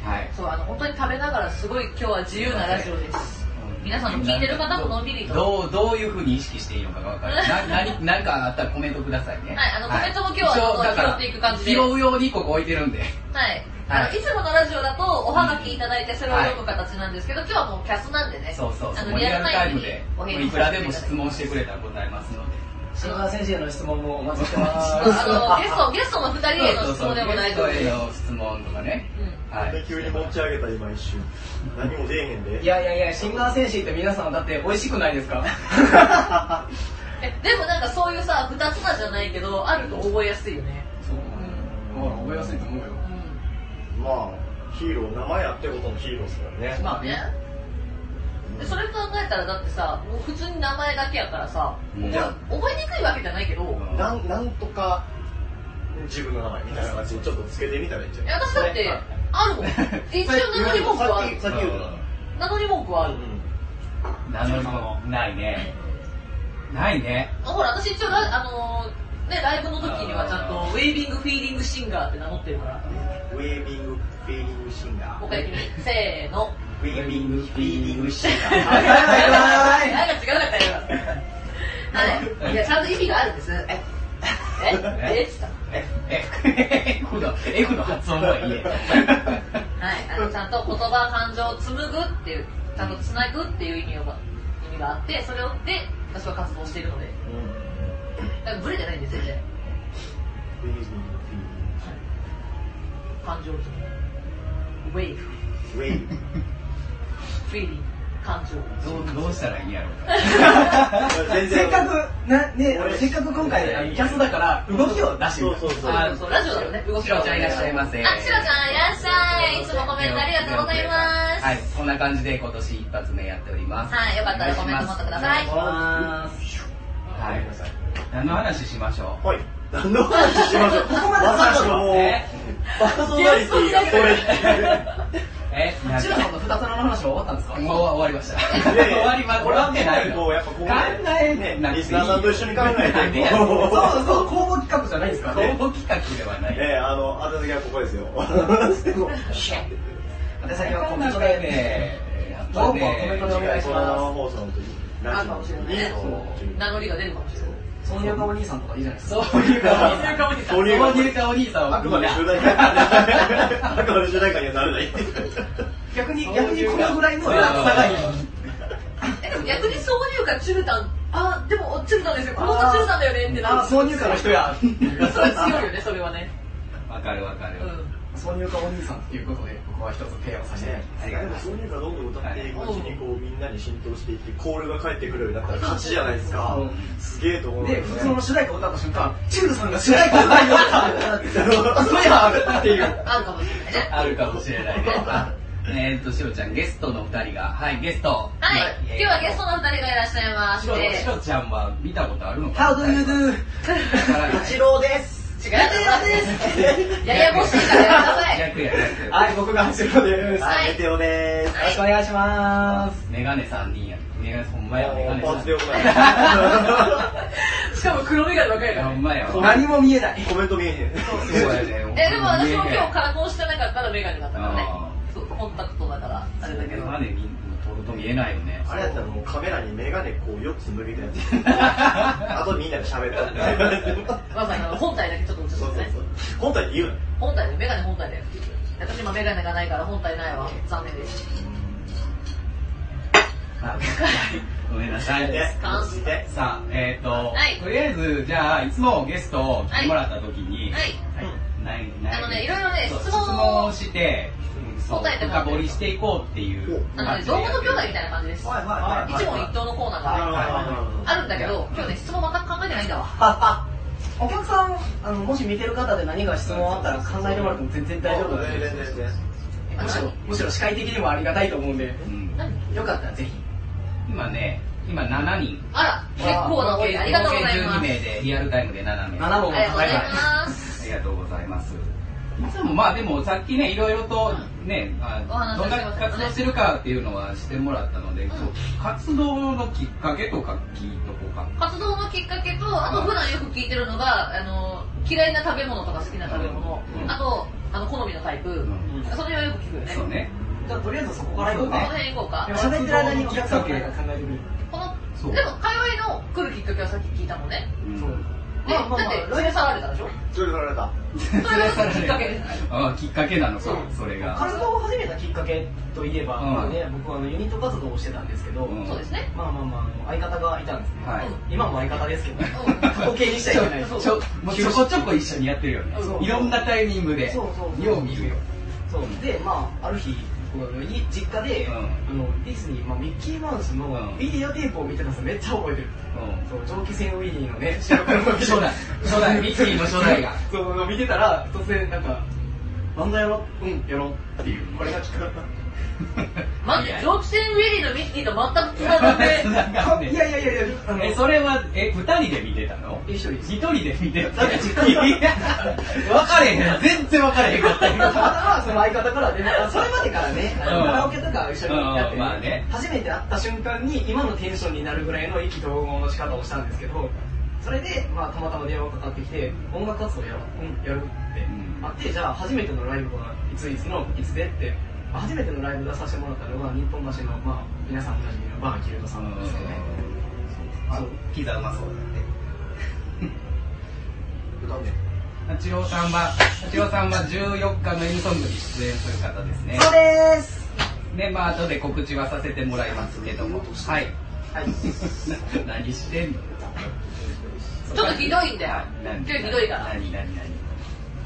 Speaker 2: はい
Speaker 1: そう、あの、本当に食べながらすごい今日は自由なラジオです。
Speaker 2: 本
Speaker 1: 皆さんの聞いてる方ものんびりと。は
Speaker 2: どうどういうふうに意識していいのかが分かる な何何かあったらコメントくださいね
Speaker 1: はいあのコメントも今日は
Speaker 2: 一応だから
Speaker 1: 拾っていく感じで
Speaker 2: 拾うようにここ置いてるんで
Speaker 1: い。
Speaker 2: はい
Speaker 1: あのいつものラジオだとおはがきいただいてそれを読む形なんですけど、今日はもうキャスなんでね。
Speaker 2: そうそうそ
Speaker 1: あ
Speaker 2: う
Speaker 1: の
Speaker 2: もうリアルタイムで
Speaker 1: お返事
Speaker 2: いくらでも質問してくれたら答えますので
Speaker 5: 篠川先生の質問もお待ちして ます。
Speaker 1: あのゲスト、ゲストの二人への質問でも大丈夫です。
Speaker 2: の質問とかね
Speaker 1: うん
Speaker 2: はい
Speaker 4: 急に持ち上げた今一瞬何も出えへんで
Speaker 3: いやいやいや、シンガー戦士って皆さんだって美味しくないですか
Speaker 1: えでもなんかそういうさ、二つなんじゃないけど、あると覚えやすいよね。
Speaker 3: そう。ほら、覚えやすいと思うよ。
Speaker 1: う
Speaker 4: まあヒーロー名前あってことのヒーローですからね
Speaker 3: まあ
Speaker 1: ん。ね
Speaker 3: ね。。
Speaker 1: でそれ考えたらだってさ、もう普通に名前だけやからさ、
Speaker 2: うん
Speaker 1: 覚え覚えにくいわけじゃないけど、
Speaker 2: うん
Speaker 4: なんなんとか自分の名前みたいな感じでちょっとつけてみたらいいんじゃ
Speaker 1: え
Speaker 4: ない
Speaker 1: 私だって、あるもん。一応名乗り文句はある。
Speaker 4: さっき言う
Speaker 1: 名乗り文句はある。
Speaker 2: 名乗りもないねないね
Speaker 1: ほら、私一応ラ、あのーね、ライブの時にはちゃんと、ウェービングフィーリングシンガーって名乗ってるから。
Speaker 4: ウェービングフィーリングシンガ
Speaker 1: もう一回君、せーの。
Speaker 4: ウェービングフィーリングシンガ
Speaker 1: なんか
Speaker 4: ー
Speaker 1: 違うかったよ。はい。いや、ちゃんと意味があるんです。えええっつった。
Speaker 2: ええ F の F の発音はいいね
Speaker 1: はい。あの、ちゃんと言葉、感情を紡ぐっていう、ちゃんと繋ぐっていう意味を意味があって、それをで、私は活動しているので。だからブレてないんですよ、全然。
Speaker 4: ウェービングフ
Speaker 1: 感情を紡ぐ。ウェイフ、
Speaker 4: ィーリングウェービング
Speaker 1: フィーリング、感情。
Speaker 2: どうどうしたらいいんやろうか
Speaker 4: 全然
Speaker 3: せっかく、な、ね、あのせっかく今回、あのキャスだから、動きを出してみ
Speaker 4: そうそ
Speaker 3: る
Speaker 4: うそう
Speaker 2: あ
Speaker 1: そう、ラジオだもんね、動
Speaker 2: シ
Speaker 1: き
Speaker 2: ロちゃんいらっしゃいませ
Speaker 1: あ、シロちゃん、いらっしゃい。いつもコメントありがとうございます。
Speaker 2: はい、こんな感じで今年一発目やっております。
Speaker 1: はいよかったらコメント持ってください
Speaker 2: お願しますは
Speaker 4: はいい、
Speaker 2: 何の話しましょう。
Speaker 4: はい何の話しましょうここまでまさかの
Speaker 2: え
Speaker 4: パーソナリティがこれっていう
Speaker 2: え、なん
Speaker 3: シロさんの二つの話は終わったんですか
Speaker 2: もう終わりました。
Speaker 4: いやい
Speaker 2: 終
Speaker 4: や
Speaker 2: わりま、終わってない
Speaker 4: こうやっぱこう
Speaker 2: 考えね、なくていい
Speaker 4: リスナーさんと一緒に考えて
Speaker 2: なんでやねん
Speaker 4: こう
Speaker 3: そうそう、公募企画じゃないですか
Speaker 2: 公募企画ではない。
Speaker 4: ええあの、あたはここですよ。
Speaker 2: 先ほどねやっぱね、
Speaker 3: で、先ほどコメントで、どうもコメントでお願いし
Speaker 4: こ
Speaker 3: ま
Speaker 4: の生放送の時に、ラジオの時に
Speaker 1: あ
Speaker 2: かもし
Speaker 4: そう
Speaker 1: 名乗りが出るかもしれない。
Speaker 3: ソニアカお兄さんとかいいじゃないですか。
Speaker 2: そういう顔、そういう顔にさん、そう
Speaker 4: そうい
Speaker 2: いう
Speaker 4: う顔
Speaker 2: 顔にさんは
Speaker 4: あくまで集大会あくまで集大会にはならないっていう。
Speaker 3: 逆に、
Speaker 2: そう
Speaker 3: 逆に
Speaker 2: いう
Speaker 3: こ
Speaker 2: 顔
Speaker 3: のぐらいの落差がいい。
Speaker 1: え、でも逆に挿入歌、チュルタン、あ、でもチュルタンですよ、この子チュルタンだよねってなる。
Speaker 3: あ、挿入歌の人や。
Speaker 1: それ強いよね、それはね。
Speaker 2: わかるわかる。
Speaker 1: うん。
Speaker 3: 挿入歌お兄さんっていうことで、僕は一つ提案させていただきます。
Speaker 2: ありがとうございます
Speaker 4: そういうのがどんどん歌っていくうちに、こう、みんなに浸透していって、コールが返ってくるようになったら勝ちじゃないですか
Speaker 3: うん。
Speaker 4: すげえと思うんだ
Speaker 3: で、
Speaker 4: よね
Speaker 3: 普通の主題歌を歌った瞬間、チュールさんが主題歌を歌いよった。それやっていう。
Speaker 1: あるかもしれないね。
Speaker 2: あるかもしれない ね。えーっと、しろちゃん、ゲストの二人が、はい、ゲスト。
Speaker 1: はい。今日はゲストのお二人がいらっしゃいまし。
Speaker 2: してろ
Speaker 1: 違う
Speaker 2: しろちゃんは見たことあるのか
Speaker 3: How do you do?
Speaker 2: ど
Speaker 5: 郎です。
Speaker 1: です。ややこしいからやめなさい。
Speaker 2: 逆や逆
Speaker 3: はい、僕が走るです。よ
Speaker 1: はい
Speaker 4: はい、メテオでーす。
Speaker 1: は
Speaker 3: ろしくお願いします。
Speaker 2: メガネ三人やメガネほんまやメガ
Speaker 4: もう
Speaker 2: ネ
Speaker 4: パー
Speaker 2: 三
Speaker 4: ツで
Speaker 2: 人
Speaker 4: よくない。
Speaker 1: しかも黒目が若いか
Speaker 2: ほ
Speaker 1: ら。
Speaker 2: んまやわ
Speaker 3: 何も見えない。
Speaker 4: コメント見えへん。
Speaker 2: そうやね
Speaker 1: え、でも私も今日カラコンしてなかったらメガネだったからね。そう、コンタクトだから、あれだけ
Speaker 2: メ
Speaker 1: ど。
Speaker 2: ガネ見取ると見えないよね
Speaker 4: あれやったらもうカメラにメガネこう4つ抜けたやつ。あとみんなで喋った。
Speaker 1: まさにあの本体だけちょっと映し
Speaker 4: そう
Speaker 1: て
Speaker 4: そう
Speaker 1: ね。
Speaker 4: そう。本体に言う
Speaker 1: 本体で、メガネ本体だよ。私今メガネがないから本体ないわ。残念です。
Speaker 2: あごめんなさい
Speaker 4: な。ね。
Speaker 1: 関
Speaker 4: して。はい。
Speaker 2: さあえっと
Speaker 1: はい
Speaker 2: とりあえずじゃあいつもゲストを来てもらった時に
Speaker 1: はい
Speaker 2: ない
Speaker 1: あのねいろいろね
Speaker 2: そう
Speaker 1: 質問を
Speaker 2: 質問をしてそう
Speaker 1: 答えてもらっ
Speaker 2: 深
Speaker 1: てる
Speaker 2: 掘りしていこうっていう
Speaker 1: なので、道具の兄弟みたいな感じです。
Speaker 4: はいはい
Speaker 1: 一問一答のコーナーがねあるんだけど、今日ね、質問全く考えてないんだわ。
Speaker 3: ああお客さんあのもし見てる方で何が質問あったら考えてもらっても全然大丈夫だ
Speaker 4: 全然全然。
Speaker 3: むしろむしろ視界的にもありがたいと思うんで
Speaker 2: うん
Speaker 1: 何
Speaker 3: よかったらぜひ
Speaker 2: 今ね今7人
Speaker 1: あら、結構なお礼ありがとうございます。あ
Speaker 2: 合計
Speaker 1: り
Speaker 2: 12名でリアルタイムで7名
Speaker 3: 7本
Speaker 1: がとうござい
Speaker 3: は
Speaker 1: ます。
Speaker 2: ありがとうございます。いつもまあでもさっきねいろいろとね、
Speaker 1: お
Speaker 2: あ
Speaker 1: 話し
Speaker 2: どんな
Speaker 1: してましたね
Speaker 2: 活動してるかっていうのはしてもらったので、
Speaker 1: ん
Speaker 2: そう活動のきっかけとか聞いとこうか。
Speaker 1: 活動のきっかけと、あと普段よく聞いてるのが、あの、嫌いな食べ物とか好きな食べ物
Speaker 2: う、ん
Speaker 1: あと、あの、好みのタイプ
Speaker 2: ん、
Speaker 1: その辺はよく聞くよね。
Speaker 2: そうね。
Speaker 3: じゃあとりあえずそこから行こう
Speaker 1: この
Speaker 3: か
Speaker 1: 辺行こうか。
Speaker 3: 喋ってる間にお客さんが考えてくれる
Speaker 1: この、
Speaker 2: そう
Speaker 1: でも、界隈の来るきっかけはさっき聞いたもんね。
Speaker 3: そう
Speaker 1: で
Speaker 3: まあまあ
Speaker 1: だって、
Speaker 3: まあ
Speaker 1: 連れ去られたでしょ
Speaker 4: それ取られた。
Speaker 1: それがきっかけです。
Speaker 2: あきっかけなのか、それが。
Speaker 3: 活動を始めたきっかけといえば、
Speaker 2: うん
Speaker 3: まあね、僕はあのユニット活動をしてたんですけど、
Speaker 2: うん
Speaker 1: そうです ね。
Speaker 3: まあまあまああの、相方がいたんですね。
Speaker 2: はい。
Speaker 3: 今も相方ですけど、
Speaker 1: うん
Speaker 3: 過去形にしちゃいけ ない。
Speaker 2: ちょちょもうちょこちょこ一緒にやってるよね
Speaker 3: そ。う
Speaker 2: いろんなタイミングで
Speaker 3: そうそう、そう
Speaker 2: よう見るよ。
Speaker 3: そうで、まあ、ある日、こうい実家で、
Speaker 2: うん
Speaker 3: あのディズニー、まあ、ミッキーマウス
Speaker 2: う
Speaker 3: の
Speaker 2: ん
Speaker 3: ビデオテープを見てたんですよめっちゃ覚えてる。
Speaker 2: う
Speaker 3: そう蒸気船ウィリーのね、収録の時
Speaker 2: 初代初代ミッキーの初代が。
Speaker 3: そう、見てたら、突然、なんか、漫才やろううん、やろうっていう、これがきっかけだった。
Speaker 2: ん。
Speaker 1: 待って、蒸気船ウェリーのミッキーと全くつながっ て、
Speaker 2: なんかね
Speaker 3: いやいやいやいや、あの
Speaker 2: え、それは、え、二人で見てたの
Speaker 3: 一緒です
Speaker 2: 一人で見てた
Speaker 3: だ
Speaker 2: の
Speaker 3: って
Speaker 2: 分かれへん。全然分かれへんかった
Speaker 3: たまた
Speaker 2: よ。
Speaker 3: まその相方からでもそれまでからねあの
Speaker 2: うん
Speaker 3: カラオケとか一緒にやって
Speaker 2: うんまあね
Speaker 3: 初めて会った瞬間に今のテンションになるぐらいの意気投合の仕方をしたんですけどそれで、まあ、たまたま電話がかかってきて音楽活動やろう、うん、やるって、
Speaker 2: うん
Speaker 3: あってじゃあ初めてのライブはいついつのいつでって初めてのライブ出させてもらったのが日本橋の、まあ、皆さんおなじみのバーキルドさんなんですけどねそう
Speaker 4: ピザうまそうだって。歌うね。
Speaker 2: 八郎さんは、八郎さんは14日の M ソングに出演する方ですね。
Speaker 3: そうです
Speaker 2: で、まあ後で告知はさせてもらいますけども。はい。
Speaker 3: はい
Speaker 2: な何してん の
Speaker 1: ちょっとひどいんだよ。
Speaker 2: 何
Speaker 1: ちょっとひどいから。
Speaker 2: 何何何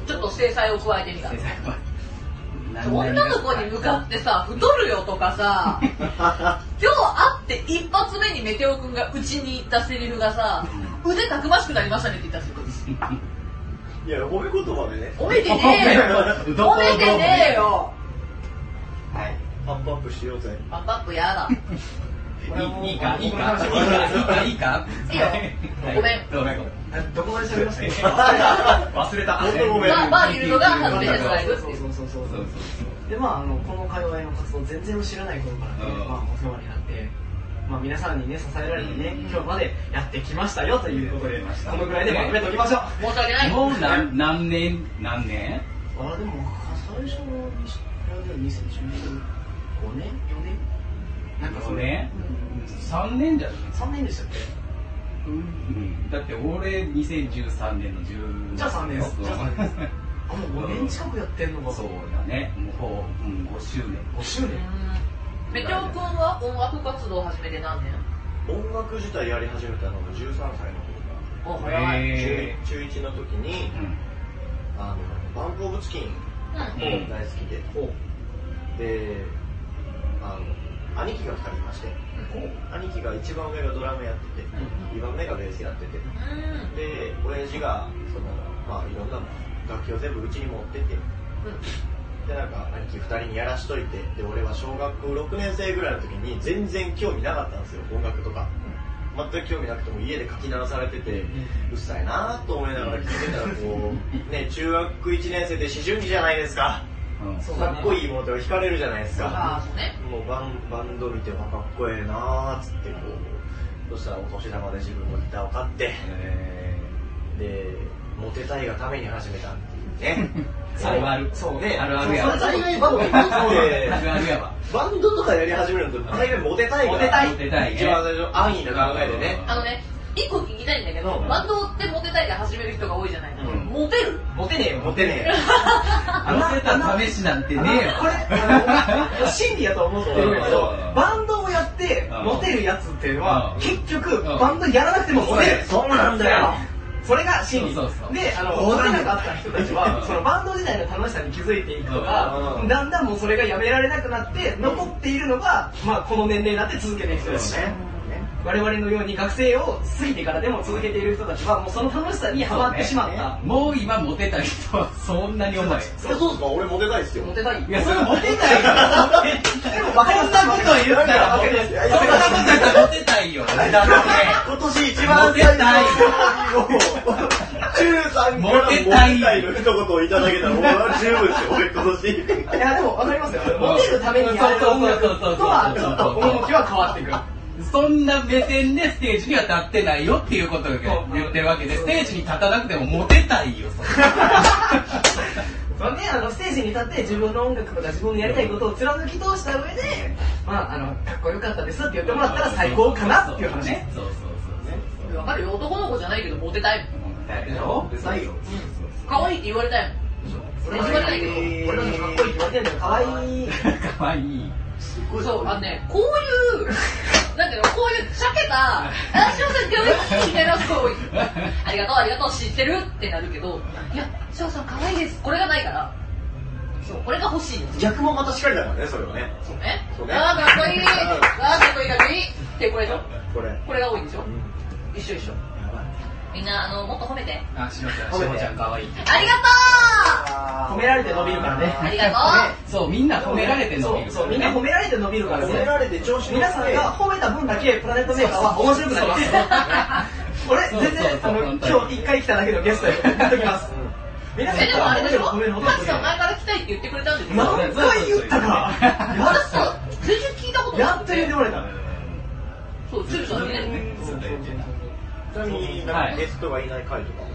Speaker 1: ちょっと制裁を加えてみた。
Speaker 2: 制裁は何々が
Speaker 1: 女の子に向かってさ、太るよとか さ、今日会って一発目にメテオくんがうちに行ったセリフがさ、腕たくましくなりましたねって言ったんですよ。
Speaker 4: いや、褒め言葉でね。
Speaker 1: 褒めてねえ よ
Speaker 2: どこ
Speaker 1: 褒めてねえよ
Speaker 2: はい
Speaker 4: アップアップしようぜ。
Speaker 1: パンパップやだ。
Speaker 2: いいいいかいいかいいかいいか
Speaker 1: いいよ
Speaker 2: はい
Speaker 1: ごめん
Speaker 2: ごめんごめん
Speaker 3: あどこまで喋りました
Speaker 2: 忘れた
Speaker 4: 本当ごめん
Speaker 1: まあバーニルドが初めてのライ
Speaker 2: そ
Speaker 1: ブ
Speaker 2: う
Speaker 1: っ
Speaker 3: そ
Speaker 1: て
Speaker 3: う
Speaker 1: いう
Speaker 3: そうそうそ
Speaker 2: そう
Speaker 3: う
Speaker 2: そ
Speaker 3: そううでまああのこの界隈の活動全然知らない頃からね、
Speaker 2: うん
Speaker 3: まあ、お世話になって、まあ、皆さんにね支えられてね、
Speaker 2: うん
Speaker 3: 今日までやってきましたよということで、
Speaker 2: やってきました
Speaker 3: このぐらいでまとめておきましょう、
Speaker 1: 申し訳ない。
Speaker 2: もう何何年何年
Speaker 3: あでも最初の2015年4年なんかそれ、
Speaker 2: ね三年じゃない
Speaker 3: 3年でしたっけ
Speaker 2: うんだって俺2013年の10
Speaker 3: じゃあ3年ですじゃあ3年ですあもう5
Speaker 2: う
Speaker 3: 年
Speaker 2: ん
Speaker 3: 近くやってんのか
Speaker 2: そうだねもう、うん、5周年
Speaker 3: 5周年
Speaker 1: うんメテオくんは音楽活動を始めて何年
Speaker 4: 音楽自体やり始めたのが13歳の
Speaker 1: お、早い。
Speaker 4: 時
Speaker 2: へ
Speaker 4: か。中1の時に、あの、バンプオブチキン
Speaker 1: うん。
Speaker 4: も大好きで、で、あの、兄貴が2人いまして、兄貴が一番上がドラムやってて、2番目がベースやってて、
Speaker 1: うん
Speaker 4: で、親父が、その、まあいろんな楽器を全部うちに持ってて、で、なんか、兄貴2人にやらしといて、で、俺は小学6年生ぐらいの時に全然興味なかったんですよ、音楽とか。全く興味なくても家で書き鳴らされてて、うっさいなと思いながら聞いてたら、こう、ね、中学1年生で思春期じゃないですか。
Speaker 2: うんうん
Speaker 3: そうだね
Speaker 4: かっこいいものとか惹かれるじゃないです
Speaker 1: あ
Speaker 4: か。
Speaker 1: あ、そうね。
Speaker 4: もうバンバンド見てわかっこええなーっつってこう、そしたらお年玉で自分のギターを買って、
Speaker 2: え
Speaker 4: で、モテたいがために始めたっていう ね。
Speaker 2: ーあるある
Speaker 3: そう
Speaker 4: ね
Speaker 2: あるあるや
Speaker 4: そ
Speaker 2: わ
Speaker 4: れ
Speaker 2: あ
Speaker 4: 大概バンドに
Speaker 2: るあるやわ
Speaker 4: バンドとかやり始めるのと大概モテたいから。
Speaker 2: モテたいモテたいね
Speaker 4: 一番最初、安易な考えでね。
Speaker 1: あのね、一個聞きたいんだけど、
Speaker 4: うん
Speaker 1: バンドってモテたいで始める人が多いじゃない、
Speaker 4: うん
Speaker 1: モテる
Speaker 3: モテねえよ
Speaker 4: モテね
Speaker 2: 乗せた試しなんてねえよ
Speaker 3: これ、あ の、真理やと思ってるけど
Speaker 2: うん、
Speaker 3: バンドをやって
Speaker 2: うん
Speaker 3: モテるやつっていうのは
Speaker 2: うん、
Speaker 3: 結
Speaker 2: う
Speaker 3: 局、
Speaker 2: ん
Speaker 3: バンドやらなくてもモテる。
Speaker 4: そうなんだよ
Speaker 3: それが真理。
Speaker 2: そうそうそう
Speaker 3: で、あの、
Speaker 4: そ
Speaker 3: モ
Speaker 4: うな
Speaker 3: テ
Speaker 4: んだ
Speaker 3: な
Speaker 4: よ
Speaker 3: かった人たち
Speaker 2: う
Speaker 3: は、
Speaker 2: ん
Speaker 3: そのバンド時代の楽しさに気づいていくとか
Speaker 4: う、ん
Speaker 3: だんだんもうそれがやめられなくなって、残っているのが、まあ、この年齢になって続けていく
Speaker 4: え。
Speaker 3: 人たち。
Speaker 4: ね。
Speaker 3: 我々のように学生を過ぎてからでも続けている人たちは、もうその楽しさにハマってしまった。
Speaker 2: もう今モテた人はそんなに重い
Speaker 4: それそうですか俺モテたいっすよ。
Speaker 3: モテたい
Speaker 2: いやそれモテないよ
Speaker 3: でも、
Speaker 2: そん
Speaker 3: かります
Speaker 2: なこと言ったらモテないそんなこと言ったらモテないよ
Speaker 4: 今年一番最後に、中3からモテたいの一言をいただけたら、俺は十分ですよ、俺今年。
Speaker 3: いやでも分かりますよ、モテるためにやる音楽とはちょっと趣は変わってくる。
Speaker 2: そんな目線でステージには立ってないよっていうことを言ってるわけでステージに立たなくてもモテたいよそんな
Speaker 3: まあね、あのステージに立って自分の音楽とか自分のやりたいことを貫き通した上で、まあ、あのかっこよかったですって言ってもらったら最高かなっていう話ね
Speaker 2: そうそうそうそう
Speaker 1: わかるよ、男の子じゃないけどモテたいもん。
Speaker 2: でしょ
Speaker 4: で最後
Speaker 1: 可愛いって言われたいもん。俺も言われないけど、
Speaker 3: 俺らもかっこいいって言われてるんだよかわいい
Speaker 2: かわいい
Speaker 1: そう、あのね、こう いう、なんていうの、こういう、しゃけた、あ、しょうさん、今日いいみたいな、そういう、ありがとう、ありがとう、知ってるってなるけど、いや、しょうさん、可愛いです。これがないから、そう、これが欲しいんです
Speaker 4: 逆もまたしかりだからねそれはね
Speaker 1: よね
Speaker 4: そう。ね
Speaker 1: あー、かっこいい、あー、かっこいい、かっこいいって、これでしょ
Speaker 4: これや
Speaker 1: これが多いんでしょ一緒一緒。
Speaker 4: ばい
Speaker 1: みんな、あの、もっと褒めて。
Speaker 2: あしろちゃんしろちゃんかわいいって
Speaker 1: ありがと
Speaker 3: 褒められて伸びるからね
Speaker 1: うありがとう
Speaker 2: そうみんな褒められてんの
Speaker 3: そうそうみんな褒められて伸びるからね
Speaker 4: 褒められて調子に乗
Speaker 3: 皆
Speaker 4: って
Speaker 3: さんが褒めた分だけプラネットメーカーは面白くなります俺
Speaker 2: そう
Speaker 3: 全然
Speaker 2: そう
Speaker 3: あの今日一回来ただけのゲストや言っときます皆さ
Speaker 1: え、
Speaker 3: ん
Speaker 1: でもあれでしょ
Speaker 3: 褒める
Speaker 1: マ
Speaker 3: 褒
Speaker 1: キさん前から来たいって言ってくれたんですよ。
Speaker 3: 何回言ったかや
Speaker 1: 私さ、全然聞いたこと
Speaker 3: っ
Speaker 1: な
Speaker 3: や
Speaker 1: く
Speaker 3: ってと。言ってもらえた
Speaker 1: そう、鶴さんね。
Speaker 4: ちなみになんかゲストがいない回とかも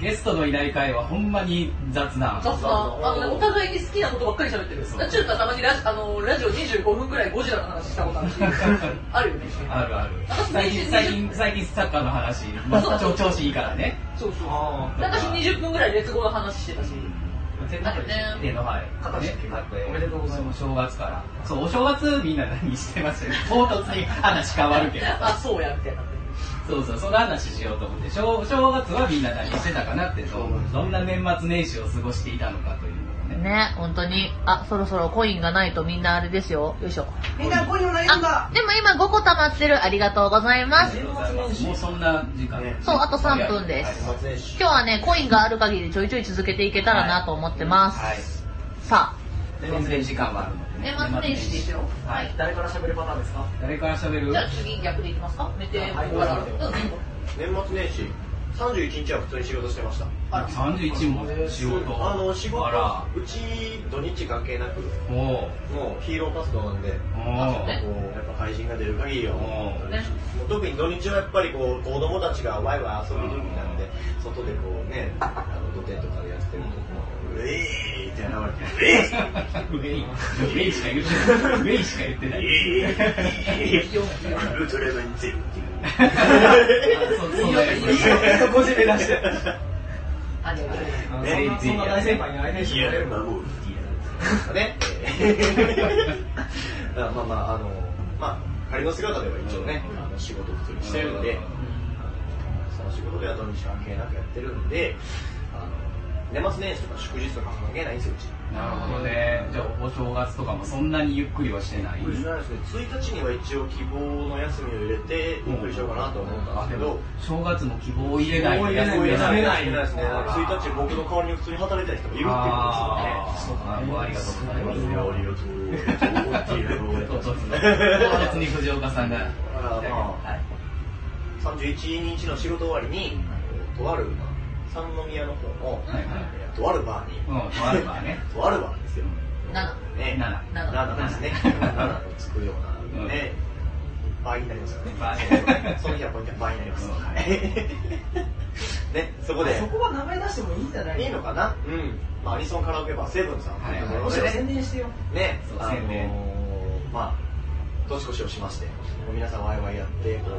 Speaker 2: ゲストの依頼会はほんまに雑な
Speaker 1: 雑談。あのね、お互いに好きなことばっかり喋ってる。チュータたまにラジあのラジオ25分くらいゴジラの話したことあるし。あるよね。
Speaker 2: あるある
Speaker 1: 私
Speaker 2: 最近
Speaker 1: 20
Speaker 2: 最近最近サッカーの話、まあ、調調子いいからね
Speaker 1: そうそう。私20分くらい劣後の話してたし。
Speaker 3: 手
Speaker 1: あるね。
Speaker 2: 手のはい
Speaker 3: 片足
Speaker 2: ね片手
Speaker 3: おめでとうございます
Speaker 2: そうお正月からそうお正月みんな何してました唐突に話変わるけど
Speaker 1: あ、そうや、みたいな。
Speaker 2: そうそうその話しようと思って正正月はみんな何してたかなってそうどんな年末年始を過ごしていたのかというのをね
Speaker 1: ね、本当に。あ、そろそろコインがないとみんなあれですよ。よいしょ。
Speaker 3: みんなこういうのないんだ
Speaker 1: あ、でも今5個溜まってる。ありがとうございます。
Speaker 2: もうそんな時間、
Speaker 4: ね
Speaker 1: そう、あと3分です。
Speaker 4: 年末年始
Speaker 1: 今日はね、コインがある限りちょいちょい続けていけたらなと思ってます。
Speaker 2: はい
Speaker 1: さ
Speaker 2: で年末時間はあるの
Speaker 1: あ、
Speaker 2: で、
Speaker 1: 年末
Speaker 2: ね、
Speaker 1: 年始ですよ。
Speaker 2: は
Speaker 1: はいい。
Speaker 3: 誰から喋るパターンですか
Speaker 2: 誰から喋る
Speaker 1: じゃあ次逆でいきますか寝て、
Speaker 3: はい
Speaker 1: ここから。
Speaker 3: はい
Speaker 1: うん
Speaker 4: 年末年始31日は普通に仕事してました
Speaker 1: あら
Speaker 2: 31も仕事
Speaker 4: あの仕事
Speaker 2: あら
Speaker 4: うち土日関係なく
Speaker 2: も
Speaker 4: もうヒーロー活動なんで
Speaker 2: う
Speaker 1: そう
Speaker 2: も
Speaker 1: ね
Speaker 4: こうやっぱ怪人が出る限りはも
Speaker 2: う
Speaker 4: う
Speaker 2: ね
Speaker 4: もう特に土日はやっぱりこう子供たちがワイワイ遊びるみたいなんで外でこうねあの土手とかでやってるともううえーって現れて うえー
Speaker 2: うウェイウェイしか言ってないウェイしか言ってない
Speaker 4: ウルトラマンゼロっていう
Speaker 2: そうそうだよ
Speaker 3: そこじめ出して
Speaker 1: ありがとうございます。
Speaker 3: そんなそんな大先輩に会えないし
Speaker 4: やる守るね まあまああのまあ仮の姿では一応ねあの仕事を普通にしてるのでその仕事では土日関係なくやってるんであの年末年始とか祝日とか関係ないんですようち
Speaker 2: なるほどねじゃあお正月とかもそんなにゆっくりはしてない
Speaker 4: 無事なんですね1日には一応希望の休みを入れてゆっくりしようかなと思ったんですけど、
Speaker 2: 正月も希望を入れないと休
Speaker 4: 入
Speaker 2: め
Speaker 4: れ
Speaker 2: ない
Speaker 4: ないですね。1日僕の代わりに普通に働いてる人がいるっていうことですよね。
Speaker 2: あーそうかねありがとうございます
Speaker 4: ありがとうっていう
Speaker 2: 唐
Speaker 4: こと
Speaker 2: 突
Speaker 4: で
Speaker 2: に唐突に藤岡さんが
Speaker 4: あーまあ
Speaker 2: はい
Speaker 4: 31日の仕事終わりに、とある、まあ三宮の方の、
Speaker 2: はいはい
Speaker 4: とあるバーに、
Speaker 2: うんとあるバーね
Speaker 4: とあるバーですよ。
Speaker 1: 7。
Speaker 4: ね、
Speaker 2: 七
Speaker 1: 七
Speaker 4: 7ですね。7をつくような、ね、倍になりますよね。
Speaker 2: 倍になります
Speaker 4: その日はポイントが倍になります。
Speaker 2: うん
Speaker 4: はい ね、そこで
Speaker 3: そ、こは名前出してもいいんじゃない
Speaker 4: いいのかなうん。まあ、アニソンカラオケバーセブンさんというとこ
Speaker 2: は
Speaker 4: ろ
Speaker 3: む
Speaker 4: で
Speaker 3: しろ宣伝してよ
Speaker 4: ね
Speaker 2: そう、
Speaker 4: あの
Speaker 2: 宣伝
Speaker 4: ー、まあ、年越しをしまして、皆さんワイワイやって、こう、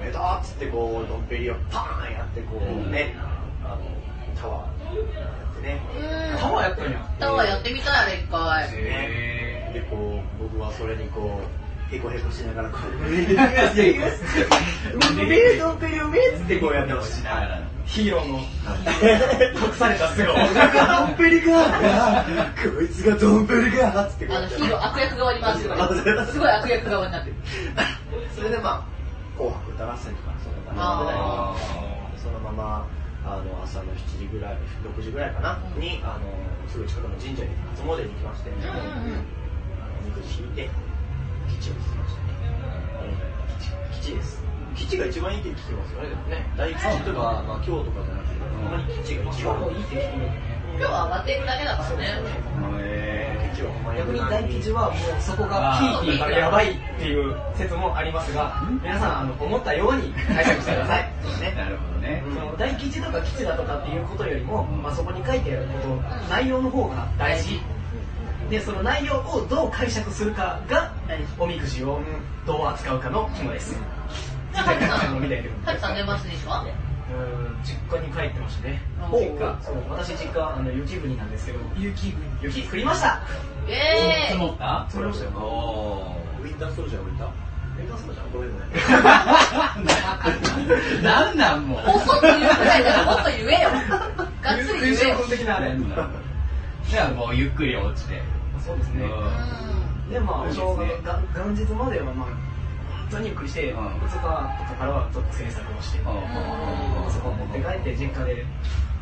Speaker 4: おめでとうっつって、こう、ドンペリをパーンやって、こう、ね、あの、タワーやってね。
Speaker 3: タワーやったんや
Speaker 1: タワーやってみたい、あれ一回。
Speaker 2: へ
Speaker 4: で、こう、僕はそれにこう、へこへこしながら、こう、
Speaker 2: ー
Speaker 4: ドンペリおめえっつって、こうやってまし
Speaker 2: しな
Speaker 4: た。
Speaker 2: がら
Speaker 3: ヒーローの
Speaker 4: 隠された すごい。俺がドンペ リかこいつがドンペリかっつって、こう
Speaker 1: あの、
Speaker 4: やって
Speaker 1: ヒーロー悪役側に回してるから。すごい悪役側になってる。
Speaker 4: それでまあ「紅白歌合戦」とかそんな感じで
Speaker 1: あ
Speaker 4: そのままあの朝の7時ぐらい6時ぐらいかな、
Speaker 1: うん
Speaker 4: にあのすぐ近くの神社に初詣に行きまして、
Speaker 1: うんうんうん。
Speaker 4: あのおみくじ引いて吉を引きましたねうん吉吉です吉が一番いいって聞きますよねでもね大吉とか、まあ、今日とかじゃなくてほんまに吉が一番いいって聞きます
Speaker 1: 今日は慌てるだけだからね。
Speaker 2: へ
Speaker 4: 吉はほんまに
Speaker 3: 逆に大吉はもうそこが
Speaker 2: あー
Speaker 3: ピークだからやばいっていう説もありますが
Speaker 2: うん
Speaker 3: 皆さんあの思ったように対策してくだ さい
Speaker 2: なるほどね
Speaker 3: その大吉とか吉だとかっていうことよりも、まあ、そこに書いてあること内容の方が大事でその内容をどう解釈するかがおみくじをどう扱うかの肝 です
Speaker 1: じゃあ、ハチさ
Speaker 3: みたい
Speaker 1: ん、ハチさん年末にしは
Speaker 3: うん実家に帰ってましたね
Speaker 1: お
Speaker 3: 実家そう私実家あの雪国なんですけど雪国雪降りました
Speaker 1: え
Speaker 2: 積もった
Speaker 3: 積もりましたよ
Speaker 2: お
Speaker 4: ウィンターソルジャーウィンターウィンターソルジャーごめんなさい
Speaker 2: ーなんなんもう
Speaker 1: ー、細く言うくらいならもっと言えよ。がっつり言えよ。
Speaker 3: 君的なあれ
Speaker 2: なんなんじゃあもうゆっくり落ちて
Speaker 3: そうですね
Speaker 1: う
Speaker 3: でまあお正月が元日まではまあ本当にゆっくりして、
Speaker 2: うん
Speaker 3: 2日とかからはちょっと制作をして、
Speaker 2: うん
Speaker 3: そこを持って帰って実家で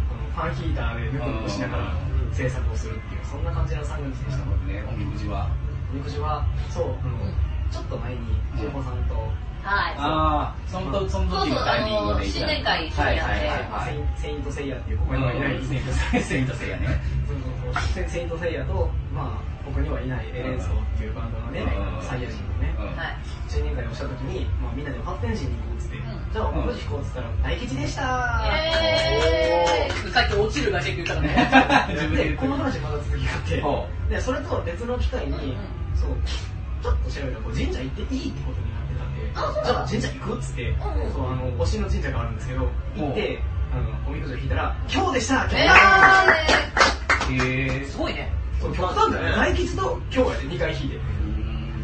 Speaker 3: このファンヒーターでぬくぬくしながら
Speaker 2: う
Speaker 3: 制作をするっていうそんな感じの三が日でした
Speaker 2: うんねおみくじは
Speaker 3: 肉汁はそう、あのちょっと前に十五さんと
Speaker 1: ん。は
Speaker 2: ああそのとその時のタイミングで
Speaker 1: そうそうあ
Speaker 2: 行った
Speaker 1: の新年会一緒にやって
Speaker 2: はいはい
Speaker 3: セ
Speaker 2: はい
Speaker 3: イ
Speaker 2: は
Speaker 3: ンセイントセイヤっていうここにはいない
Speaker 2: い
Speaker 3: です
Speaker 2: セイ
Speaker 3: ね
Speaker 2: ントセイセイントセイヤね
Speaker 3: セセイントセイヤとまあここにはいないエレンソーっていうバンドのね
Speaker 2: うん
Speaker 3: サイヤ人のね
Speaker 2: うん
Speaker 1: い。はい。
Speaker 3: 新年会をした時に、まあ、みんなで発展陣に行こうっつって、
Speaker 1: ん
Speaker 3: じゃあ僕時行こうっつったら大吉でした
Speaker 1: え
Speaker 3: さっき落ちるだけ言った
Speaker 2: らね
Speaker 3: でこの話まだ続きがあって
Speaker 2: ほ
Speaker 3: でそれとは別の機会に、
Speaker 1: うんうん
Speaker 3: そうちょっと調べたらこう神社行っていいってことになってたんで
Speaker 1: あそう
Speaker 3: じ
Speaker 1: な
Speaker 3: ゃ
Speaker 1: の
Speaker 3: あ神社行くっつって、
Speaker 1: んうん
Speaker 3: そうあの推しの神社があるんですけど行ってあのおみくじを引いたら「今日でした今日
Speaker 1: え
Speaker 3: だ!」
Speaker 2: へえ
Speaker 1: ー、すごいね。
Speaker 3: そう極端だね大吉と今日やで2回引いて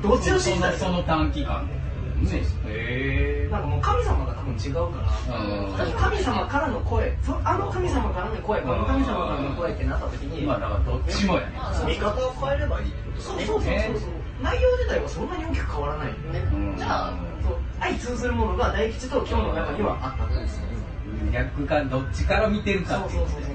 Speaker 3: どっちを信じたい
Speaker 2: そのその短期間でねへえ
Speaker 3: なんかもう神様が多分違うから、
Speaker 2: うん
Speaker 3: その神様からの声そあの神様からの声この神様からの声ってなった時に、
Speaker 2: 今だからどっちもやね
Speaker 1: まあ
Speaker 4: 見方を変えればいいってこと
Speaker 3: そうそうそうそう、
Speaker 2: ね
Speaker 3: 内容自体はそんなに大きく変わらない、
Speaker 2: うん
Speaker 1: じゃあ
Speaker 3: そう相通ずるものが大吉と今日の中にはあったんですよ、
Speaker 2: 逆かどっちから見てるかっていうことだよね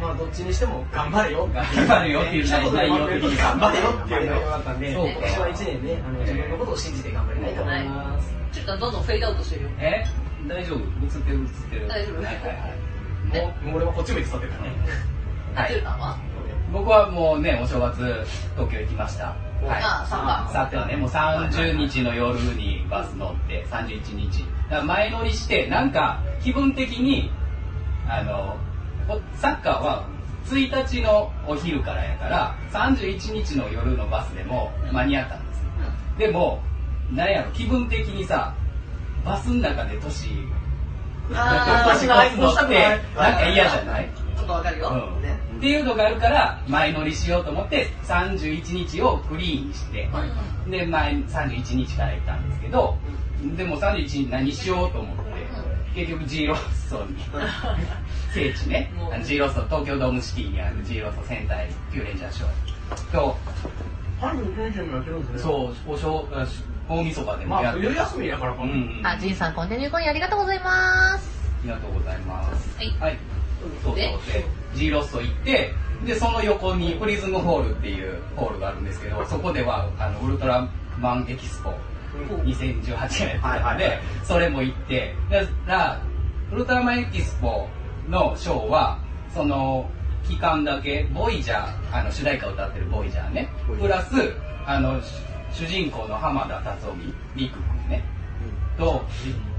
Speaker 3: まあどっちにしても頑張れよ
Speaker 2: 頑張れよっていう
Speaker 3: 一言で
Speaker 2: 内容的に
Speaker 3: 頑張れよっていう内容だったんで
Speaker 2: そう
Speaker 1: か
Speaker 3: 私は1年ねあの自分のことを信じて頑張りたいと思います、
Speaker 1: ちょっとどんどんフェイドアウトしてるよ。
Speaker 2: え大丈夫映ってる映ってる
Speaker 1: 大丈夫
Speaker 2: はいはいはい
Speaker 1: え
Speaker 3: もうもう俺はこっち向いて立ってるからね
Speaker 2: は
Speaker 1: てる
Speaker 2: い
Speaker 1: かは
Speaker 2: 僕はもうねお正月東京行きましたはい
Speaker 1: あ、3番。
Speaker 2: さてね、もう30日の夜にバス乗って、31日。だから前乗りして、なんか気分的に、あの、こサッカーは1日のお昼からやから、31日の夜のバスでも間に合ったんです。でも、なんやろ、気分的にさ、バスの中で年、
Speaker 1: あー
Speaker 2: 年越すのって、なんか嫌じゃない
Speaker 1: ちょっとわかるよ。
Speaker 2: うん
Speaker 1: ね。
Speaker 2: っていうのがあるから前乗りしようと思って31日をフリーにして、で前31日から行ったんですけど、でも31日何しようと思って、結局 G ロッソに聖地ね
Speaker 1: もう
Speaker 2: あの G ロッソ東京ドームシティにある G ロッソ戦隊ピューレンジャーショー今
Speaker 3: ファンにテンションになってるんです
Speaker 2: 日
Speaker 3: ね
Speaker 2: そうお正あし大晦日で
Speaker 3: ま
Speaker 2: もや
Speaker 3: あ
Speaker 2: っ
Speaker 3: 冬休みだからか
Speaker 2: う
Speaker 3: な、
Speaker 2: ん、あ
Speaker 1: あ、ジンさん、コンテンツ購入ありがとうございます。
Speaker 2: りがとうございます
Speaker 1: はい
Speaker 2: はい、そうそう
Speaker 1: で
Speaker 2: で G ロスト行ってでその横にプリズムホールっていうホールがあるんですけどそこではあのウルトラマンエキスポ2018年やってたので、
Speaker 4: はいはいはい
Speaker 2: それも行ってだからウルトラマンエキスポのショーはその期間だけボイジャーあの主題歌歌ってるボイジャーね
Speaker 4: ボイジャー
Speaker 2: プラスあの主主人公の浜田達臣陸君ねと、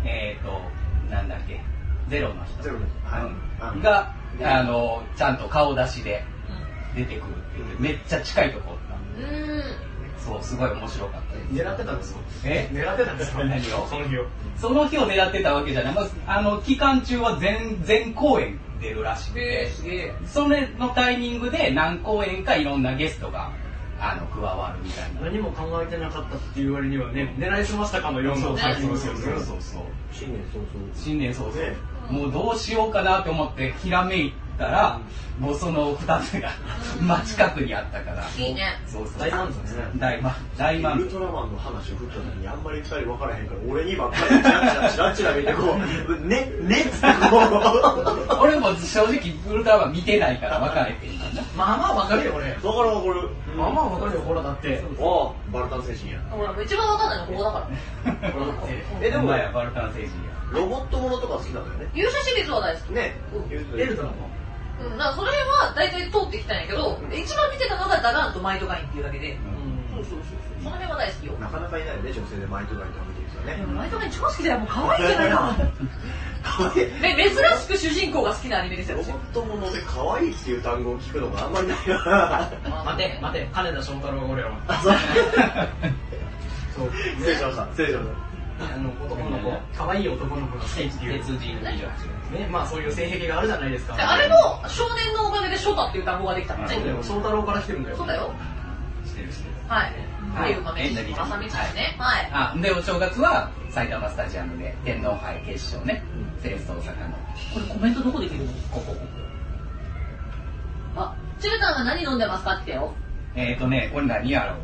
Speaker 2: えっ、と、なんだっけ、ゼロの人。
Speaker 4: ゼロの人はい
Speaker 2: うんが、あの、ちゃんと顔出しで出てくるっていう、めっちゃ近いとこおったんで
Speaker 1: うん。うん。
Speaker 2: そう、すごい面白かったです。
Speaker 3: 狙ってたんですよ
Speaker 2: え
Speaker 3: 狙ってたんです よ
Speaker 2: 何を
Speaker 3: その日を
Speaker 2: その日を狙ってたわけじゃない。まず、あの、期間中は全、全公演出るらしく
Speaker 1: えー、
Speaker 2: て、
Speaker 1: すげえ。
Speaker 2: それのタイミングで何公演かいろんなゲストが、あの、加わるみたいな。
Speaker 3: 何も考えてなかったっていう割にはね狙いすましたかのような
Speaker 2: そう
Speaker 1: そうそう
Speaker 2: そうそうそうそう。
Speaker 4: 新年早々
Speaker 2: 新年早々、
Speaker 4: ね
Speaker 2: もうどうしようかなと思ってひらめいたら、もうその2つが真近くにあったから
Speaker 1: いいね
Speaker 2: そうそう
Speaker 3: 大満足ですね
Speaker 2: 大満大
Speaker 4: ウル
Speaker 2: 満
Speaker 4: トラマンの話を振った時にあんまり二人分からへんから俺にばっかりチラチラチラチラ見てこう「ねね」っつってこう
Speaker 2: 足俺も正直ウルトラマン見てないから分かれてんだな
Speaker 3: まあまあわかるよ俺
Speaker 4: だからこれ
Speaker 3: まあまあわかるよほらだっ
Speaker 4: あ
Speaker 3: て
Speaker 4: あバルタン精神や
Speaker 1: ほら、一番わかんないのここだから。
Speaker 2: えでも前はバルタン星人や
Speaker 4: ロボットものとか好きなんだよね
Speaker 1: 勇者シリーズは大好き。
Speaker 4: ね
Speaker 1: うん
Speaker 4: 言うと
Speaker 3: エルトラも
Speaker 1: うん、なんかその辺は大体通ってきたんやけど、一番見てたのがダガンとマイトガインっていうだけで、そうそうそうそうその辺は大好きよ
Speaker 4: なかなかいないよね女性でマイトガイとか見てる人
Speaker 1: で
Speaker 4: ね
Speaker 1: もマイトガイン超好きだよもう可愛いじゃない か
Speaker 4: 可愛い
Speaker 1: め珍しく主人公が好きなアニメですよ
Speaker 4: ロ
Speaker 1: 私
Speaker 4: ボットもので可愛いっていう単語を聞くのがあんまりないから
Speaker 3: 待て待て金田正太郎が俺らは
Speaker 4: そう
Speaker 3: そう
Speaker 4: 失礼しました失礼しました
Speaker 3: あの男の子可愛い男の子の聖地っていう
Speaker 2: 鉄人以上
Speaker 3: ねまあそういう性癖があるじゃないですか
Speaker 1: であれも少年のおかげでショタっていう単語ができたからね
Speaker 3: そうだよ翔太郎から来てるんだよ
Speaker 1: そうだよ
Speaker 2: してるしてる
Speaker 1: はい
Speaker 2: は
Speaker 1: はいい、っていう豆知識正道ですねはい、
Speaker 2: あでお正月は埼玉スタジアムで天皇杯決勝ね清掃大阪の
Speaker 1: これコメントどこできるの
Speaker 2: ここここ
Speaker 1: あチルタンが何飲んでますかってよ
Speaker 2: えっ、ー、とねこれ何やろ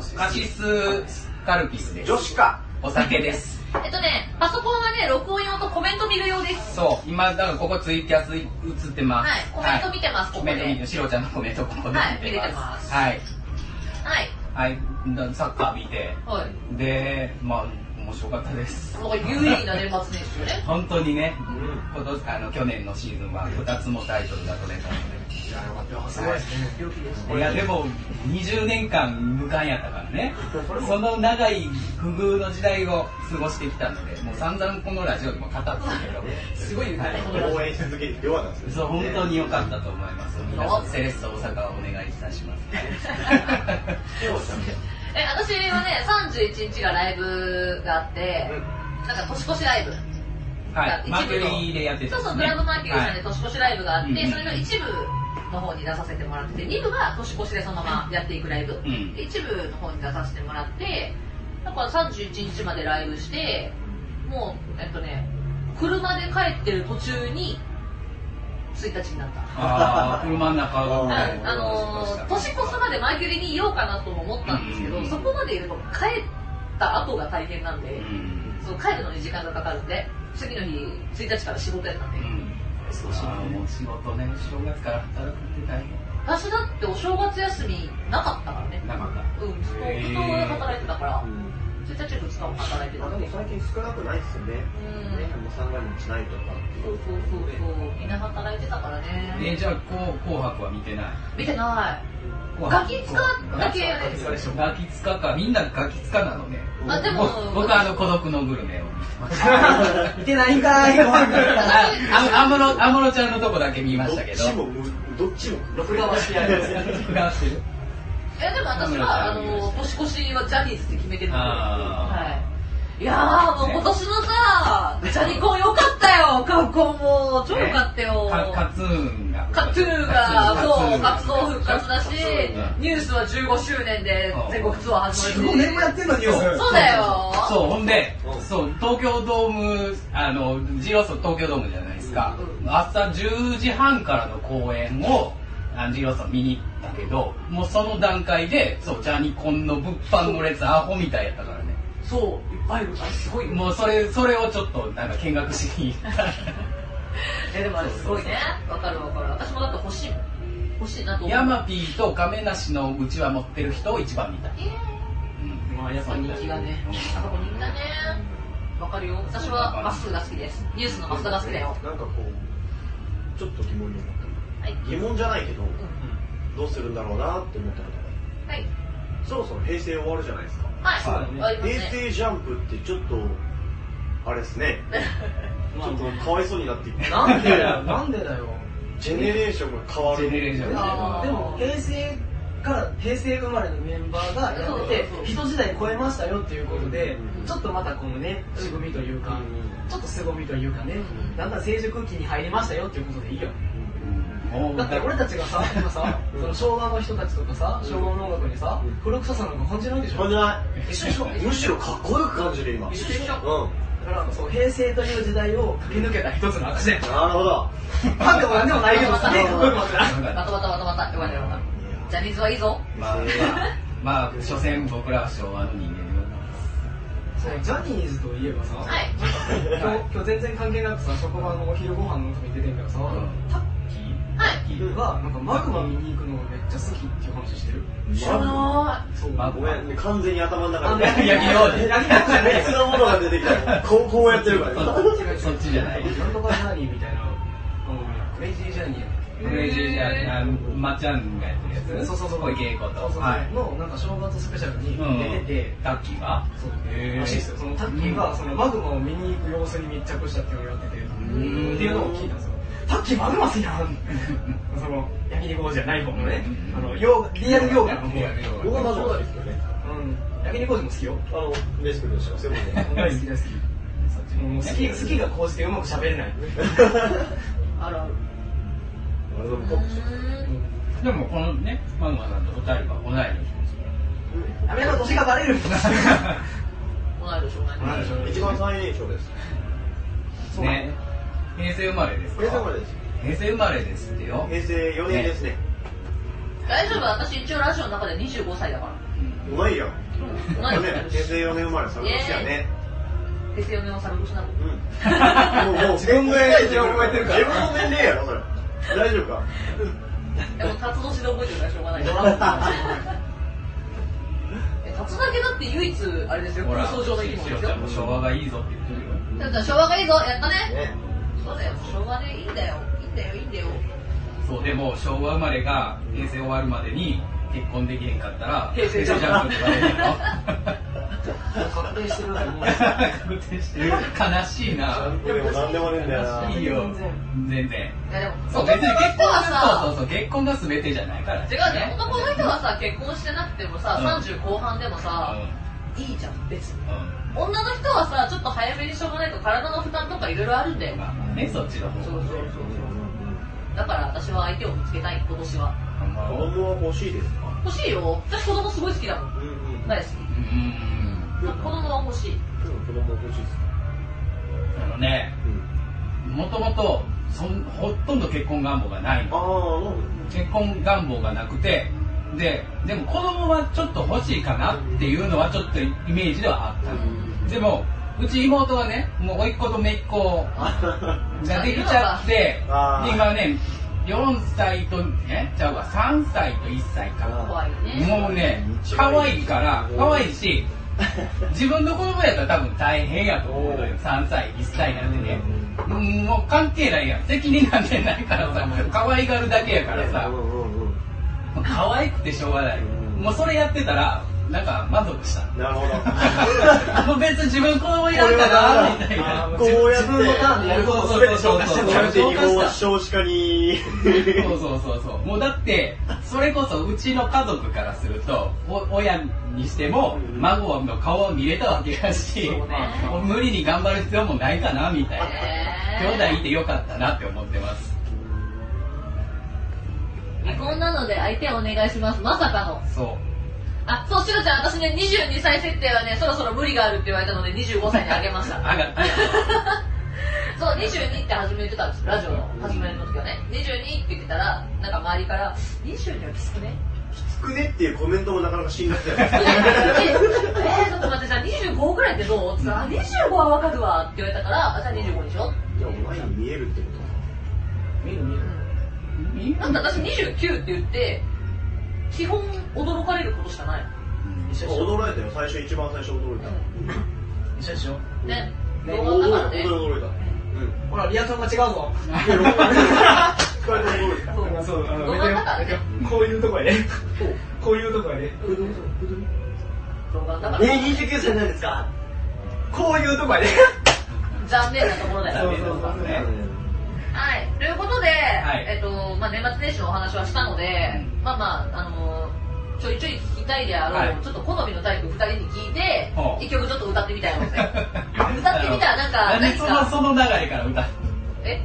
Speaker 2: うカシスカルピスです
Speaker 5: 女子か。
Speaker 2: お酒です
Speaker 1: えっとねパソコンはね録音用とコメント見る用です
Speaker 2: そう今だからここツイキャス映ってます
Speaker 1: はいコメント見てます
Speaker 2: は
Speaker 1: こ
Speaker 2: い
Speaker 1: こ
Speaker 2: コ
Speaker 1: で
Speaker 2: メント見てしろちゃんのコメントここで
Speaker 1: はい
Speaker 2: 見てます,、
Speaker 1: 見
Speaker 2: はい
Speaker 1: はい
Speaker 2: はいだサッカー見て
Speaker 1: はい
Speaker 2: でまあ面白かったです
Speaker 1: なんか有意義な年末年始よね
Speaker 2: 本当にね、今年あの去年のシーズンは2つもタイトルが取れたの
Speaker 4: いやよかったよ
Speaker 3: すごいですね
Speaker 2: で、いやでも20年間無冠やったからね、その長い不遇の時代を過ごしてきたので、もう散々このラジオでも語ったけど、すごい、はい、
Speaker 4: 応援し続けてよかったですね
Speaker 2: そう本当に良かったと思います。皆さんセレッソ大阪をお願いいたします。
Speaker 1: え私はね31日がライブがあって、なんか年越しライブ
Speaker 2: はい、マーケリーでやってた
Speaker 1: そうそうクラブマーケリーさんで
Speaker 2: はい
Speaker 1: 年越しライブがあって、
Speaker 2: うんうん
Speaker 1: それの一部の方に出させてもらってて2部が年越しでそのままやっていくライブ、
Speaker 2: ん
Speaker 1: で一部の方に出させてもらってだから31日までライブしてもうえっとね車で帰ってる途中に1日になった
Speaker 2: ああ、車の中を
Speaker 4: うん
Speaker 1: ああのー年越すまでマーキュリーにいようかなとも思ったんですけど、
Speaker 2: うん
Speaker 1: そこまでいると帰った後が大変なんで、
Speaker 2: うん
Speaker 1: その帰るのに時間がかかるんで次の日1日から仕事やったんで、
Speaker 2: うん
Speaker 3: 少し
Speaker 2: あーもう仕事ね、正月から働くって大変
Speaker 1: 私だってお正月休みなかったからね
Speaker 2: なかった。
Speaker 1: うんずっと
Speaker 2: へー
Speaker 1: ずっと働いてたから
Speaker 4: うん
Speaker 1: 1日2日も働いてた
Speaker 4: まあ
Speaker 1: ん
Speaker 4: で
Speaker 1: で
Speaker 4: も最近少なくないですよね。ね
Speaker 1: うん、
Speaker 4: もう三が日ないとか。
Speaker 1: そうそうそうそうみんな働いてたから
Speaker 2: え
Speaker 1: ね
Speaker 2: ー、じゃあ、こう紅白は見てない
Speaker 1: 見てない
Speaker 2: 紅
Speaker 1: ガ
Speaker 2: 白
Speaker 1: キ使だけやね
Speaker 3: そうでしょ
Speaker 2: ガキつかか、みんなガキつかなのね。
Speaker 1: あでも
Speaker 2: 僕僕はあの孤独のグルメを見てました。
Speaker 3: 見てないんかい怖い
Speaker 2: あ、あ安室安室ちゃんのとこだけ見ましたけど。
Speaker 4: どっちもむ、どっちも。
Speaker 3: 録画はしてありますね
Speaker 2: 録画してる。
Speaker 1: いやでも私はあの年越しはジャニーズって決めてるんで、
Speaker 2: あ
Speaker 1: はい、いやーもう今年のさジャニコンよかったよ学校も超よかったよ、
Speaker 2: かカツーンが。
Speaker 1: カトゥーがそう
Speaker 2: カ
Speaker 1: 活
Speaker 2: ツ
Speaker 1: 動
Speaker 2: ーン
Speaker 1: 復活だしニュースは15周年で全国ツアー始ま
Speaker 3: 15
Speaker 1: るし
Speaker 3: 年もやってんのニュース
Speaker 1: そうだよ
Speaker 2: そう、ほんで
Speaker 4: う、ん
Speaker 2: そう、東京ドーム、あの、ジロース東京ドームじゃないですか。朝10時半からの公演を、あのジロースを見に行ったけど、もうその段階で、そう、ジャニコンの物販の列、アホみたいやったからね。
Speaker 1: そういっぱいいるあれすごいよ
Speaker 2: もうそれ、それをちょっと、なんか見学しに行った。
Speaker 1: えでもあれすごいねわかるわかる私もだって欲しいもん欲しいなと思う
Speaker 2: ヤマピーと亀梨のうちは持ってる人を一番見た。
Speaker 1: えー
Speaker 2: うん
Speaker 3: まあやっぱ
Speaker 1: 人気がねみんなねわかるよ私はまっすぐが好きですニュースのまっすぐが好きだよ
Speaker 4: なんかこう、ちょっと疑問に思っ
Speaker 1: はい
Speaker 4: た。疑問じゃないけど、
Speaker 3: うん
Speaker 4: どうするんだろうなって思ったことがある。
Speaker 1: はい
Speaker 4: そろそろ平成終わるじゃないですか。
Speaker 1: はい
Speaker 3: そうだね
Speaker 1: 終わります
Speaker 4: 平
Speaker 1: ね
Speaker 4: 成ジャンプってちょっと、あれですね。ち
Speaker 3: まあ
Speaker 4: ょっとかわいそうになっていく。
Speaker 3: なんでだよなんでだよ
Speaker 4: ジェネレーションが変わ
Speaker 2: ジェネレ
Speaker 4: る。
Speaker 2: ーション
Speaker 1: あー
Speaker 3: でも平成から平成生まれのメンバーがやって
Speaker 1: そうそうそう
Speaker 3: て人時代超えましたよっていうことで
Speaker 4: うん
Speaker 3: ちょっとまたこのね渋みというか
Speaker 4: うん
Speaker 3: ちょっと凄みというかね
Speaker 1: うん
Speaker 3: だんだん成熟期に入りましたよっていうことでいいよ
Speaker 2: もう
Speaker 3: だって俺たちがさ今さその昭和の人たちとかさ昭和の音楽にさ
Speaker 4: うん
Speaker 3: 古臭さなんか感じないでしょ
Speaker 4: 感じ
Speaker 3: だか
Speaker 4: ない。
Speaker 1: 一緒一緒
Speaker 4: むしろかっこよく感じる今。うん。
Speaker 1: 一緒一緒
Speaker 3: らそう平成という時代を駆け抜けた一つの証だよ
Speaker 4: なるほど。
Speaker 3: パッともなんでもないけどすげえかっこよかった
Speaker 2: よか
Speaker 1: ま
Speaker 2: った
Speaker 1: またまたまたよかったよかったジャニーズはいいぞ
Speaker 2: まあ、まあ、まあ、所詮僕らは昭和の人間でございます。
Speaker 3: そうジャニーズといえばさ、
Speaker 1: はい
Speaker 3: 今日今日全然関係なくさ職場のお昼ご飯の時に出てんけどさ、
Speaker 2: ん
Speaker 3: タッキ
Speaker 1: はい
Speaker 3: ーがなんかマグマ見に行くのめっちゃ好きっていう話してる
Speaker 1: 知らな
Speaker 3: そう
Speaker 2: マグ
Speaker 4: ごめん、完全に頭の中
Speaker 3: あ
Speaker 4: で。
Speaker 2: 焼きロール
Speaker 3: 焼きロールじゃない
Speaker 4: 別のものが出てきた。こう、こうやってるから。
Speaker 2: そっちじゃない
Speaker 3: なんとかジャーニーみたいなあのクレイジージャーニーやったっ
Speaker 2: クレイジージャーあのまっちゃんがやってるやつ
Speaker 3: そうそうそう
Speaker 2: 小池栄子と
Speaker 3: そうそうそう
Speaker 2: はい
Speaker 3: のなんか正月スペシャル
Speaker 2: う
Speaker 3: に
Speaker 2: ん
Speaker 3: 出てて、
Speaker 2: タッキーが
Speaker 3: そう
Speaker 2: へー
Speaker 3: らしいですよそのタッキーがそのマグマを見に行く様子に密着したっていうのをやっててって
Speaker 2: ん
Speaker 3: いうのを聞いたんですよタッキーマグマ好きなん その焼肉王子じゃない方のね
Speaker 2: うん
Speaker 3: あの洋リアルヨガの方
Speaker 2: リアル洋
Speaker 4: 僕もマグマですよね。
Speaker 3: うん焼肉王子も好きよ
Speaker 4: あの、レスクでしてますよ、僕も
Speaker 3: 大好き大好きもう好き好きが高じてうまく喋れ ない
Speaker 1: あら
Speaker 4: あれでも
Speaker 1: う
Speaker 4: トップしてます
Speaker 1: ーん
Speaker 2: でもこのねマグマさんと二人は同い年ですよ
Speaker 3: やめろ年が バレる
Speaker 1: 同い年同い年
Speaker 4: うん一番最年少です。
Speaker 3: そうなんだ
Speaker 2: ね平成生まれですか
Speaker 4: 平成までです。
Speaker 2: 平成生まれですってよ、
Speaker 4: 平成4年ですね。
Speaker 1: 大丈夫私一応ラジオの中で25歳だから
Speaker 4: うまいよ。
Speaker 1: 同い年だ
Speaker 4: ね平成4年生まれ、それですよね。
Speaker 1: ですよねおさぶしなの
Speaker 4: うん。もう、もう、全然
Speaker 2: 自分の年齢超えてるから
Speaker 4: 自分の年齢やろ、それ。大丈夫か
Speaker 1: でも辰年で覚えてるからしょう がないえ辰だけだって唯一あれですよ
Speaker 2: ほら
Speaker 1: 空想上の生き物です
Speaker 2: ち
Speaker 1: よ
Speaker 2: ゃんも昭和がいいぞって言ってるよ
Speaker 1: だから昭和がいいぞやったね
Speaker 4: ね。
Speaker 1: そうだよ昭和でいいんだよいいんだよいいんだよ
Speaker 2: そうでも昭和生まれが平成終わるまでに結婚できへんかったら
Speaker 3: 平成ジャンプ
Speaker 2: ンプって言われるよ
Speaker 3: 確定してるわけも う
Speaker 2: 確定してる悲しいな
Speaker 4: でも何でもねえんだよな。
Speaker 2: いいよ全然
Speaker 1: いやでも
Speaker 2: そう
Speaker 1: 男
Speaker 2: 別
Speaker 1: の
Speaker 2: に結
Speaker 1: 人
Speaker 2: 婚
Speaker 1: は
Speaker 2: がそう
Speaker 1: さ
Speaker 2: そうそう結婚が全てじゃないから
Speaker 1: 違うね男の人はさ結婚してなくてもさ
Speaker 2: うん
Speaker 1: 30後半でもさ
Speaker 2: う
Speaker 1: いいじゃん別に
Speaker 2: んうん
Speaker 1: 女の人はさちょっと早めにしょうがないと体の負担とかいろいろあるんだよ
Speaker 2: まあまあねそっちの
Speaker 1: そうそ
Speaker 2: 方
Speaker 1: うそうだから私は相手を見つけたい今年は
Speaker 2: あんま
Speaker 4: 子供は欲しいですか
Speaker 1: 欲しいよ私子供すごい好きだもん
Speaker 4: うんうん。
Speaker 1: 大好
Speaker 2: うん
Speaker 1: き子供は欲しい
Speaker 4: 子供欲しいですか
Speaker 2: あのね
Speaker 4: うん。
Speaker 2: もともとそんほとんど結婚願望がないの
Speaker 4: ああ、なんで
Speaker 2: 結婚願望がなくてででも子供はちょっと欲しいかなっていうのはちょっとイメージではあったの、でもうち妹はねもう甥っ子と姪っ子ができちゃってで
Speaker 4: あー
Speaker 2: 今ね4歳とねちゃうわ3歳と1歳か
Speaker 1: 怖いね
Speaker 2: もうね可愛いから可愛いし自分の子供やったら多分大変やと思うのよ3歳1歳なんてねうんもう関係ないやん責任なんてないからさ可愛がるだけやからさ
Speaker 4: うんうんうん。
Speaker 2: 可愛くてしょうがないもうそれやってたらなんか満足した
Speaker 4: なるほど。
Speaker 2: もう別に自分子供いらんかなみたいな
Speaker 3: あーも
Speaker 4: こうやって
Speaker 3: 自分のターンでやることを全て消化しちゃった
Speaker 4: 勝手に
Speaker 3: 消
Speaker 4: こ
Speaker 3: 化
Speaker 4: う
Speaker 3: した
Speaker 4: 少子化に。
Speaker 2: そうそうそうそうもうだってそれこそうちの家族からするとお親にしても孫の顔を見れたわけだし、
Speaker 3: そうね
Speaker 2: もう無理に頑張る必要もないかなみたいな
Speaker 1: ね
Speaker 2: 兄弟いてよかったなって思ってます
Speaker 1: 離婚なので相手をお願いしますまさかの
Speaker 2: そう
Speaker 1: あそうしろちゃん私ね22歳設定はねそろそろ無理があるって言われたので25歳にあげました
Speaker 2: あがった
Speaker 1: そう22って初め言ってたんですラジオの初めの時はね22って言ってたらなんか周りから22はきつくね
Speaker 4: つくねっていうコメントもなかなか辛辣だよ
Speaker 1: え
Speaker 4: ね。
Speaker 1: ー、ちょっと待って、じゃあ25ぐらいってどうって言ったら、あ25はわかるわって言われたから、あじゃあ25にしよ
Speaker 4: いや、お前に見えるってこと
Speaker 3: 見る見
Speaker 1: う。
Speaker 3: る
Speaker 1: だって私29って言って、基本驚かれることしかない。
Speaker 3: 一緒一緒
Speaker 4: 驚いたよ、最初、一番最初驚いた。
Speaker 3: 一緒一緒
Speaker 1: ね。
Speaker 4: うん
Speaker 1: 動画だから
Speaker 4: 驚い
Speaker 1: ね
Speaker 4: た、。驚いた。うん。
Speaker 3: ほらリアクションが違うぞ
Speaker 4: いや驚いた二人とも驚いた。
Speaker 1: そう
Speaker 3: そうあの
Speaker 1: 動画だからね。
Speaker 3: こういうとこやねこういうとこやね
Speaker 1: 動画だから
Speaker 3: え、29歳なんですかこういうとこ やね
Speaker 1: 残念なところだよ。
Speaker 2: そうそうそうそうね
Speaker 1: はい。ということで、
Speaker 2: はい
Speaker 1: えっと、まあ年末年始のお話はしたので、
Speaker 2: う
Speaker 1: まあまあ、あのちょいちょい聞きたいであろう、
Speaker 2: はい
Speaker 1: ちょっと好みのタイプ2人に聞いて
Speaker 2: ほ、う
Speaker 1: 一曲ちょっと歌ってみたいので。 歌ってみたらなんか
Speaker 2: あのなん
Speaker 1: 何
Speaker 2: で
Speaker 1: か
Speaker 2: そのその流れから歌う
Speaker 1: え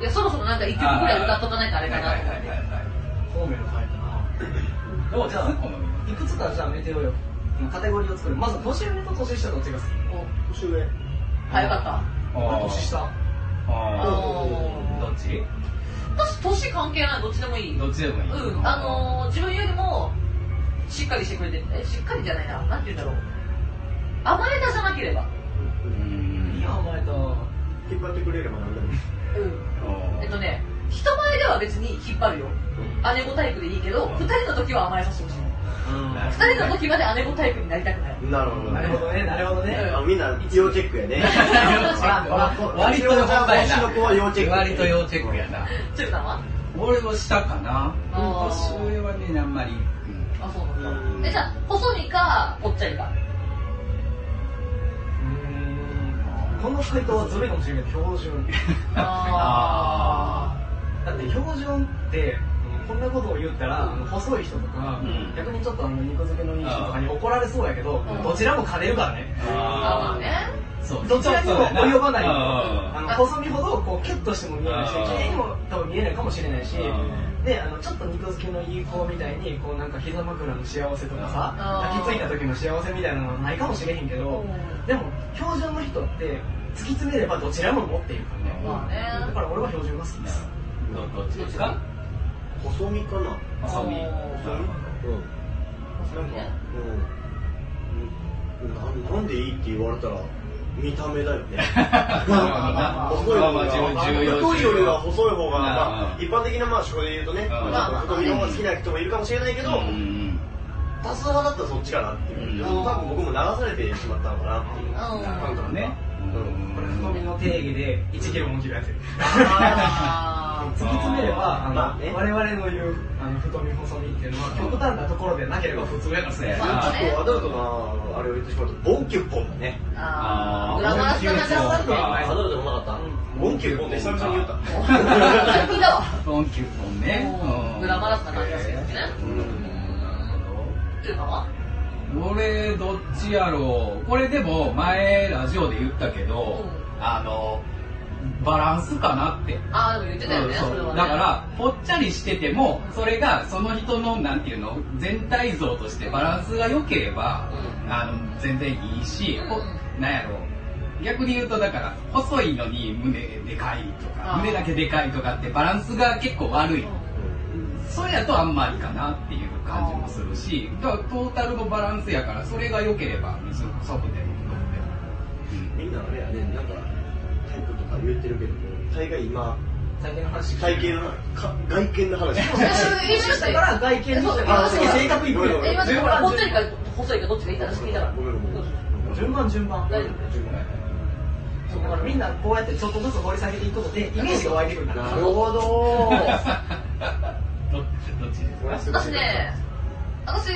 Speaker 1: いやそろそろなんか一曲ぐらい歌っとかないとあれかな
Speaker 2: は
Speaker 1: と
Speaker 2: い
Speaker 1: 思
Speaker 2: は
Speaker 1: っ
Speaker 2: い
Speaker 1: て
Speaker 2: はいはい
Speaker 3: 方面のタイプな
Speaker 2: どうです好み
Speaker 3: いくつかじゃあメテオよカテゴリーを作るまず年上と年下どっちが好き
Speaker 4: 年上。
Speaker 1: あよか
Speaker 2: あー
Speaker 3: 年下
Speaker 1: った
Speaker 2: あー
Speaker 1: お
Speaker 2: どっち
Speaker 1: 私年関係ないどっちでもいい
Speaker 2: どっちでもいい
Speaker 1: うんあのー自分よりもしっかりしてくれてるえしっかりじゃないななんて言うんだろう甘えたさなければ
Speaker 2: う
Speaker 3: い
Speaker 2: ん
Speaker 3: やお前と
Speaker 4: 引っ張ってくれれば何でも。
Speaker 1: うんえっとね人前では別に引っ張るよ姉子タイプでいいけど二人の時は甘えさせてほしい二人の時まで姉子タイプになりたくない
Speaker 4: なるほど
Speaker 3: なるほどねなるほどね
Speaker 4: あみんな要チェックやね。
Speaker 2: 割と本番やな
Speaker 4: うちの子は要チェック
Speaker 2: 割と要チェックやな
Speaker 1: 鶴さんは
Speaker 2: 俺もしたかな
Speaker 1: あー
Speaker 2: 年上はねあんまり、うん
Speaker 1: あそうなんだ、
Speaker 4: うん
Speaker 1: えじゃあ細身かぽっちゃりか
Speaker 3: この回答はずるいかもしれない標準
Speaker 1: あ
Speaker 3: だって標準ってこんなことを言ったら、あの細い人とか、
Speaker 2: うん
Speaker 3: 逆にちょっとあの肉付けのいい人とかに怒られそうやけど、
Speaker 1: ん
Speaker 3: どちらも兼ねるからね、
Speaker 1: あまあね
Speaker 2: そう
Speaker 3: どちらにも及ばない、
Speaker 2: うん
Speaker 3: あの細身ほどこうキュッとしても見えないし
Speaker 2: うん
Speaker 3: 綺麗にも多分見えないかもしれないし、
Speaker 2: うん
Speaker 3: であのちょっと肉付けのいい子みたいにこうなんか膝枕の幸せとか
Speaker 1: うん
Speaker 3: さ、抱きついた時の幸せみたいなのはないかもしれへんけ
Speaker 1: う
Speaker 3: ど、
Speaker 1: ん
Speaker 3: でも標準の人って突き詰めればどちらも持っているからね、
Speaker 1: まあね
Speaker 3: だから俺は標準が好きです、
Speaker 2: どどっちですか
Speaker 4: 細身かな
Speaker 2: 細身
Speaker 1: あー
Speaker 2: なるほ
Speaker 4: うん
Speaker 1: 細身ね
Speaker 4: うんななんでいいって言われたら見た目だよね
Speaker 2: まあ
Speaker 4: 細い方
Speaker 2: まあ
Speaker 4: が
Speaker 2: 自分重要
Speaker 4: 太いよりは細い方が、
Speaker 2: うん
Speaker 4: まあ、一般的なまあ職で言うとね、
Speaker 2: ん
Speaker 4: まあ、太身の方が好きな人もいるかもしれないけど、
Speaker 2: どうん
Speaker 4: 多数派だったらそっちかなっていう、
Speaker 2: うん
Speaker 4: 多分僕も流されてしまったのかなっていう感覚
Speaker 2: ね
Speaker 4: うん
Speaker 3: これ太めの定義で1キロも切るやつ
Speaker 1: あ
Speaker 3: 突き詰めればあの、
Speaker 4: まあね
Speaker 3: 我々の言うあの太身細身っていうのは極端なところでなければ普通やから
Speaker 2: そうや
Speaker 3: ね
Speaker 2: な
Speaker 4: あとアダルトなあれを言ってしまうとボンキュッポンだね
Speaker 1: ーあー
Speaker 2: あー
Speaker 1: グラマラスな感じはする
Speaker 3: は
Speaker 4: ア
Speaker 3: い
Speaker 4: ダルトもなかったボンキュッポンって久々に言った
Speaker 1: 最近だわ
Speaker 2: ポンキュッポンね
Speaker 1: もうグラマラスな感じがするんですね
Speaker 2: うんなるほど
Speaker 1: っていうかは
Speaker 2: 俺どっちやろうこれでも前ラジオで言ったけど、
Speaker 1: う
Speaker 2: あのバランスかなって
Speaker 1: ああでも言ってたよね
Speaker 2: そう
Speaker 1: それはね
Speaker 2: だからぽっちゃりしててもそれがその人のなんていうの全体像としてバランスが良ければ、あの全然いいし、ほなんやろう逆に言うとだから細いのに胸でかいと
Speaker 1: あ
Speaker 2: か
Speaker 1: ー
Speaker 2: 胸だけでかいとかってバランスが結構悪い、それやとあんまりかなっていう感じもするしだからトータルのバランスやからそれが良ければ別に細くても太くても
Speaker 4: みんなあれやねなんかタイプとか言ってるけども大概今
Speaker 3: 最近の話
Speaker 4: 体型のか外見の話
Speaker 1: え
Speaker 3: 年下から外見にして
Speaker 1: あ
Speaker 3: あ
Speaker 1: そう
Speaker 3: 次性格いくよ
Speaker 1: え今
Speaker 4: 順
Speaker 1: ほら
Speaker 3: 番
Speaker 1: ぽっちゃりか細いかどっちがいいか聞いたから
Speaker 4: ごめんごめんごめん
Speaker 3: 順番順番
Speaker 1: 大丈
Speaker 4: 順番
Speaker 3: そうだからみんなこうやってちょっとずつ掘り下げていくことでイメージが湧いてくるんだ
Speaker 4: なるほど
Speaker 2: どどっちです
Speaker 1: 夫
Speaker 2: か
Speaker 1: 私ね私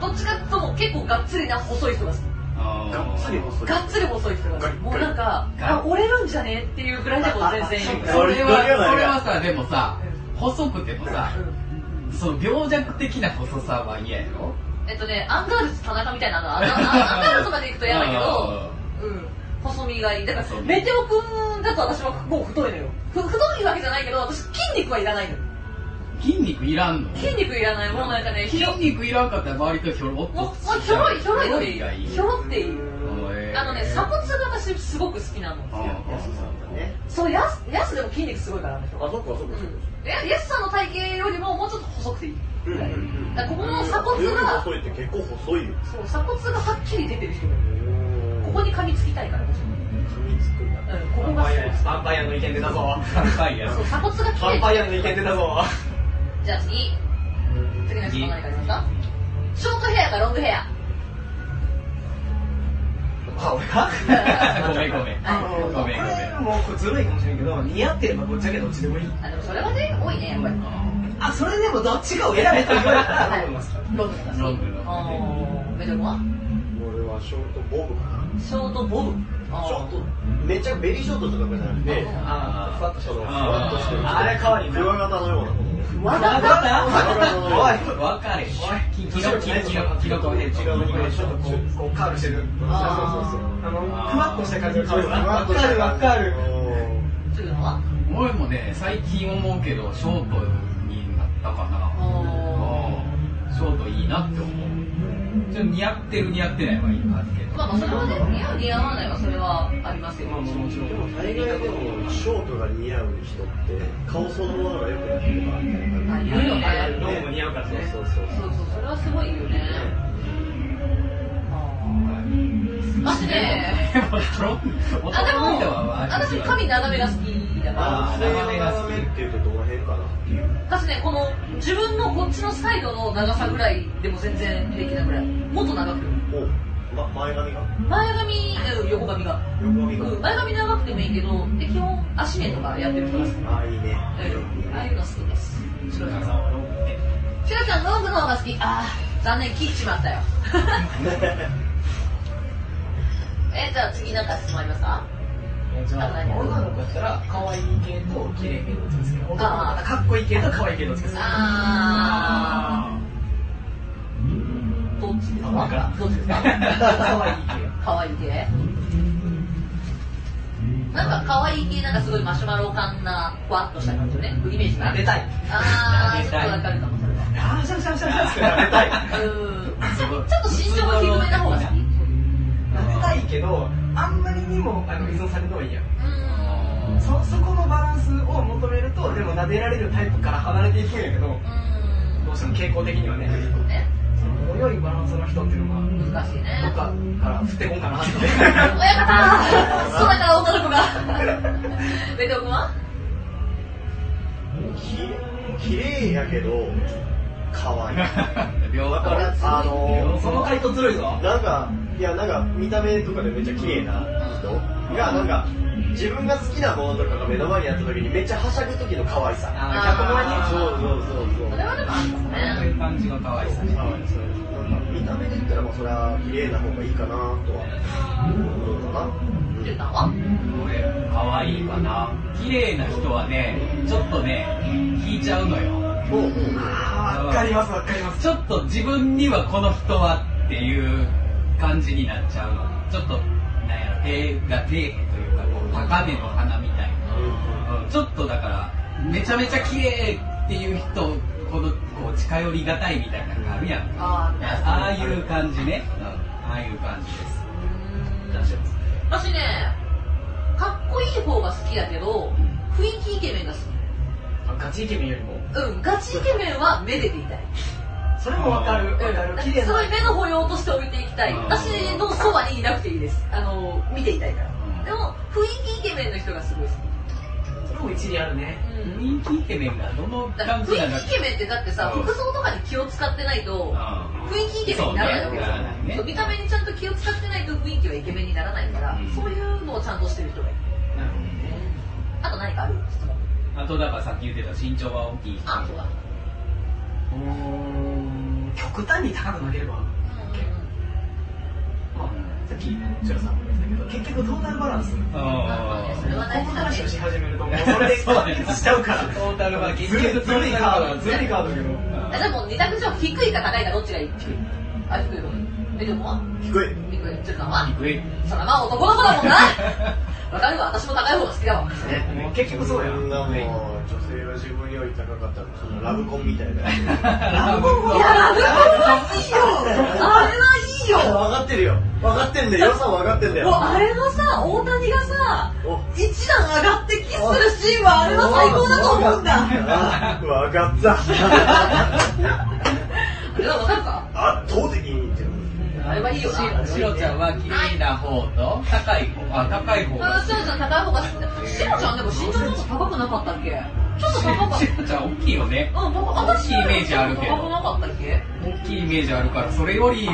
Speaker 1: どっちかとも結構がっつりな細い人が好き
Speaker 4: がっつり細い
Speaker 1: がっつり細い人が好きもうなんかあ折れるんじゃねっていうぐらいでも全然いい
Speaker 2: それは
Speaker 4: それは
Speaker 2: それはさでもさ細くてもさその病弱的な細さは嫌やろ
Speaker 1: えっとね、アンガールズ田中みたいなの、あのあアンガールズまで行くと嫌だけど、うん、細身がいい。だから、メテオくんだと私はもう太いのよ。ふ太いわけじゃないけど、私筋肉はいらないのよ。
Speaker 2: 筋肉いらんの
Speaker 1: 筋肉いらない。もうなんかね、ひ
Speaker 2: 筋
Speaker 1: ょ、もう、
Speaker 2: 肉いらんかったら割とひょろっと
Speaker 1: もうひょろい、ひょろいの
Speaker 2: ひょが
Speaker 1: い
Speaker 2: い
Speaker 1: い。
Speaker 2: い
Speaker 1: ひょろっていい。
Speaker 2: へー
Speaker 1: あのね、鎖骨が私すごく好きなの。
Speaker 2: うんうん
Speaker 4: 安さんだね
Speaker 1: そう、やす、やすでも筋肉すごいから、あの人
Speaker 4: あそっかそっかそっか
Speaker 1: うん。ややすさんの体型よりももうちょっと細くていい。
Speaker 4: うんうん
Speaker 1: だからここの鎖骨
Speaker 4: うん
Speaker 1: が、
Speaker 4: 細いって結構細いよ
Speaker 1: そう、鎖骨がはっきり出てる人がいる。ここに噛みつきたいから、私も。
Speaker 4: 噛みつくんだ
Speaker 1: うん、こ
Speaker 3: こ
Speaker 1: こ
Speaker 3: こ
Speaker 1: が
Speaker 3: が
Speaker 1: す
Speaker 3: す
Speaker 1: ごい
Speaker 3: ごいヴァンパイアの意見出たぞ
Speaker 2: 高いや
Speaker 1: そう、
Speaker 2: ろ
Speaker 1: 鎖骨が綺
Speaker 3: ヴァンパ
Speaker 1: 麗
Speaker 3: イアの意見出たぞ
Speaker 1: じゃあ次。次の質問何かありますかショートヘアかロング ヘア
Speaker 3: あ俺か
Speaker 2: ごめんごめん
Speaker 3: あの
Speaker 2: ごめんごめん
Speaker 3: これもうこれずるいかもしれんけど似合ってればぶっちゃけどっちでもいい
Speaker 1: あ、でもそれはね、多いね、やっぱり。
Speaker 3: あそれでもどっちかを選べと言われたらどう思いますか
Speaker 1: ロングだ
Speaker 2: ロングの
Speaker 1: あーメドルは
Speaker 4: 俺はショートボブかな
Speaker 1: ショートボブ。あー
Speaker 4: ショートめちゃベリーショートとかじゃなくて
Speaker 3: ああふわっとし
Speaker 4: その
Speaker 3: たの
Speaker 4: ふわっとしてる
Speaker 3: あれ可愛いな
Speaker 4: クワガタのようなもの
Speaker 3: わだわだおい
Speaker 2: 分かれキキロキロキロキロ
Speaker 3: こ
Speaker 2: コ
Speaker 3: う
Speaker 2: ヘッ
Speaker 3: ち
Speaker 2: ジ
Speaker 3: ょっとこうこうカールしてる
Speaker 1: あー
Speaker 4: そうそうそうそう
Speaker 3: あのふわっとした感じの顔だなわ
Speaker 4: ふわっとし
Speaker 3: か
Speaker 4: た
Speaker 3: るわかる
Speaker 1: 次のは
Speaker 2: 俺もね最近思うけどショートになったかな
Speaker 1: あ
Speaker 2: うんショートいいなって思うちょっと似合ってる似合ってないはいいあるけ
Speaker 1: ー
Speaker 2: ど
Speaker 1: まあまあ、それはね、似合う似合わないはそれはありますよ。
Speaker 3: まあもちろん
Speaker 4: でも大概でもショートが似合う人って顔そのものがよく似てるからみたいな
Speaker 1: あ
Speaker 4: 感じ
Speaker 1: 言うよ
Speaker 3: あ
Speaker 1: ね。
Speaker 3: ロング似合うからね
Speaker 4: そうそう
Speaker 1: そうそう、それはすごいよね。あー私ね、
Speaker 2: でもロング
Speaker 1: あ、で
Speaker 2: 男の人
Speaker 1: も、
Speaker 2: は
Speaker 1: 私髪斜めが好きだから。
Speaker 4: ああ斜めが好きっていうとどの辺かな
Speaker 1: 私ねこの自分のこっちのサイドの長さぐらいでも全然平気なぐらいもっと長くても
Speaker 4: おま、前髪が
Speaker 1: 前髪、うん横髪が。
Speaker 4: 横髪が、
Speaker 1: うん前髪長くてもいいけど、で基本足面とかやってる人です。うん
Speaker 4: ああいいね
Speaker 1: ああいうの好きです。
Speaker 2: 白川さんはロングって
Speaker 1: シロちゃん、ロングの方が好き。ああ、残念、切っちまったよ。 え、じゃあ次なんか質問ありますか
Speaker 3: えじゃあ女の子やったら可愛い系と綺麗系どっちですけど男
Speaker 1: あー
Speaker 3: はかっこいい系と可愛い系どっちですか
Speaker 1: あー、どっちです
Speaker 3: わから
Speaker 1: か
Speaker 3: ん
Speaker 1: どっちですか
Speaker 3: 可愛い系
Speaker 1: 可愛い系なんか可愛い系、なんかすごいマシュマロ感な、ふわっとした感じね。イメージが
Speaker 3: 撫でたい
Speaker 1: あー、
Speaker 2: 撫で
Speaker 1: ちょ
Speaker 2: た
Speaker 1: っと
Speaker 2: い
Speaker 1: わかるかも、それは。
Speaker 3: あーシャンシャンシャンシャンって
Speaker 4: や
Speaker 3: 撫
Speaker 4: め
Speaker 3: で
Speaker 4: た
Speaker 3: た
Speaker 4: い
Speaker 3: い
Speaker 1: うん。ちょちょっと身長が広めな方が好き。うん。
Speaker 3: 撫でたいけどあんまりにもあの依存されるのはいいやん
Speaker 2: あ
Speaker 3: そそこのバランスを求めるとでも撫でられるタイプから離れていくんやけどどうしても傾向的にはね
Speaker 1: うん。ね。
Speaker 3: その程よいバランスの人っていうのがど
Speaker 1: 難しいね。
Speaker 3: っかから振ってこんかなって
Speaker 1: 親方空から女の子がベト君は
Speaker 4: き綺麗やけど可愛い
Speaker 2: ー両
Speaker 4: だ
Speaker 2: 方
Speaker 4: からあの
Speaker 3: その回答ずるいぞ
Speaker 4: なんか、いや、なんか、見た目とかでめっちゃ綺麗な人が、なんか、自分が好きなものとかが目の前にあった時にめっちゃはしゃぐ時の可愛さ。
Speaker 3: あ
Speaker 1: あ
Speaker 4: そう
Speaker 3: ー
Speaker 4: そうそうそう。
Speaker 1: それはでもあります
Speaker 2: そう
Speaker 1: ね
Speaker 2: いう感じの可愛さね
Speaker 4: 可愛さなんか見た目で言ったら、まあ、それは綺麗な方がいいかなとは思うか
Speaker 1: ゆうたんは
Speaker 2: 俺可愛いかな綺麗な人はねちょっとね引いちゃうのよ
Speaker 4: な。もう、
Speaker 3: あーわかりますわかります
Speaker 2: ちょっと自分にはこの人はっていう感じになっちゃうのちょっとなんやろ手が出えへんというかこう高根の花みたいな、うんちょっとだからめちゃめちゃ綺麗っていう人このこう近寄りがたいみたいなのがあるやん
Speaker 1: あーね
Speaker 2: ああいう感じね、うんああいう感じです
Speaker 1: 私ねかっこいい方が好きだけど雰囲気イケメンが好
Speaker 3: ガチイケメンよりも
Speaker 1: きうんガチイケメンはめでていたい
Speaker 3: それもわかるわかる綺麗
Speaker 1: す
Speaker 3: な
Speaker 1: ごい目の保養として置いていきたい
Speaker 2: うん
Speaker 1: 私のそばにいなくていいですあの見ていたいからでも雰囲気イケメンの人がすごい好き
Speaker 3: それも一理あるね
Speaker 1: うん
Speaker 2: 人気イケメンがどの
Speaker 1: だから
Speaker 2: 感
Speaker 1: 雰
Speaker 2: じなんだ
Speaker 1: 囲
Speaker 2: っ
Speaker 1: 気イケメンってだってさ
Speaker 2: うん
Speaker 1: 服装とかに気を使ってないと
Speaker 2: うん
Speaker 1: 雰囲気イケメンにならないわけ
Speaker 2: そうねならない
Speaker 1: で
Speaker 2: ね
Speaker 1: すよ見た目にちゃんと気を使ってないと雰囲気はイケメンにならないから、
Speaker 2: うん
Speaker 1: そういうのをちゃんとしてる人がいる
Speaker 2: なるほどね
Speaker 1: あと何かある質問
Speaker 2: あとだからさっき言ってた身長が大きい人
Speaker 1: あそうだ
Speaker 3: うーん極端に高くなければまあさっき千代さんも言ってたけど結局トータルバランス
Speaker 2: う
Speaker 1: それ
Speaker 2: ん
Speaker 1: は
Speaker 3: この
Speaker 1: 大事だね
Speaker 3: 話をし始めるともうそれで完結しちゃうから
Speaker 2: トータルは結
Speaker 3: ずるい
Speaker 2: 局
Speaker 3: ずるいカードずるいカードだけど
Speaker 1: あでも二択上低いか高いかどっちがいい低いあ低いのえでも
Speaker 4: 低い。
Speaker 1: 低いちょっとは
Speaker 2: うん低い
Speaker 1: そらまあ男の子だ もんなわかるわ私も高い方が好きだわ
Speaker 3: もう結局そうや
Speaker 4: んなもう、女性は自分より高かったら、そのラブコンみたいな。
Speaker 3: ラブコン
Speaker 1: いやラブコンはいいよあれはいいよ
Speaker 4: 分かってるよ。分かってんだよ。良さ分かってんだ
Speaker 1: もう
Speaker 4: よ。
Speaker 1: あれのさ大谷がさ
Speaker 4: お
Speaker 1: 一段上がってキスするシーンはあれは最高だと思うんだ
Speaker 4: あ分かった。
Speaker 1: あれはわかるか
Speaker 4: 圧倒的に言ってる。
Speaker 1: あれはいいよな
Speaker 2: しろちゃんは綺麗な方と高い方あ高い方が
Speaker 1: シロちゃん高い方が好きシロちゃんでも身長ちょっと高くなかったっけちょっと高かった
Speaker 2: しろちゃん大きいよ
Speaker 1: う
Speaker 2: ね
Speaker 1: ん、なんか私よりちょっと高くなかったっけね
Speaker 2: 大きいイメージあるからそれより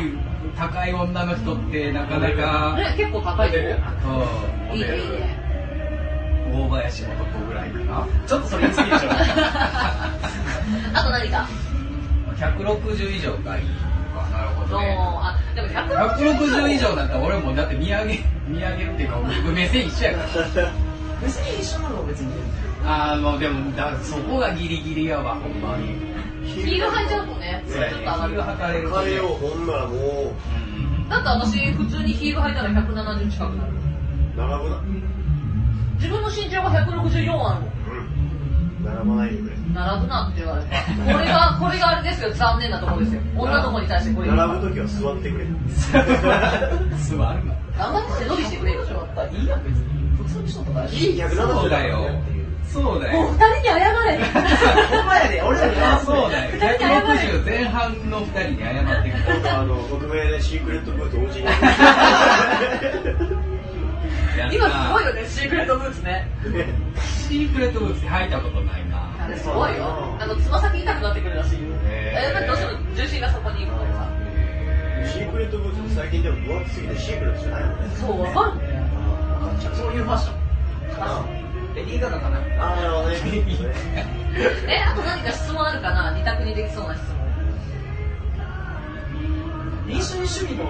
Speaker 2: 高い女の人ってなかなか
Speaker 1: 結構高いよ
Speaker 2: うん
Speaker 1: いいねいいね
Speaker 2: 大林素子ぐらいかな
Speaker 3: ちょっとそれ言い過ぎでしょ
Speaker 1: あと何か
Speaker 2: 160以上がいいあなるほ
Speaker 1: ど
Speaker 2: ど
Speaker 1: う
Speaker 2: ね
Speaker 1: あでも160
Speaker 2: 160
Speaker 1: 以
Speaker 2: 以
Speaker 1: 上
Speaker 2: 上だったら俺もだって見上げ 見上げるっていうか僕目線一緒やから
Speaker 3: 別に一緒なのは別に
Speaker 2: あのでもだそこがギリギリやわほんまに
Speaker 1: ヒール履いちゃうとねちょっと上がる
Speaker 2: はかれる
Speaker 4: 変えよう、ほんならも
Speaker 1: だって私普通にヒール履いたら170近くなる
Speaker 4: う、並ぶな。
Speaker 1: 自分の身長が164あるもん
Speaker 4: うん。並ばないでくれ。
Speaker 1: 並ぶなって言われた。これが、これがあれですよ、残念なところですよ。女の子に対してこれ。頑
Speaker 4: 並ぶ時は座ってくれ。
Speaker 2: 座るの
Speaker 1: 張って背伸びしてくれよ。
Speaker 3: いいや別に普通にしとったからいい
Speaker 4: いい170
Speaker 2: そうだよ
Speaker 4: っていう。
Speaker 2: そうだ
Speaker 1: もう
Speaker 2: よ
Speaker 1: 二人に謝れ。
Speaker 3: ほんまやで俺らに合わせて
Speaker 2: そうだよ160前半の2人に謝ってく
Speaker 4: なん
Speaker 2: る
Speaker 4: かあの、匿名でシークレットブーツおうちに。
Speaker 2: やった
Speaker 1: 今すごいよね、シークレットブーツね。
Speaker 2: シークレットブーツって履いたことないな
Speaker 1: あれすごいよ。なんかつま先痛くなってくるらしいよ。
Speaker 2: へー
Speaker 1: やっぱりどうしても重心がそこに行くからさ。
Speaker 2: え
Speaker 4: シークレットブーツって最近でも分厚すぎてシークレットじゃないもんね
Speaker 1: そう、わかる
Speaker 3: そういうファッショ
Speaker 4: かな
Speaker 3: ンレディー・ガガかな
Speaker 4: ああなるほど ね
Speaker 1: え、あと何か質問あるかな二択にできそうな質問。
Speaker 3: 民主主義の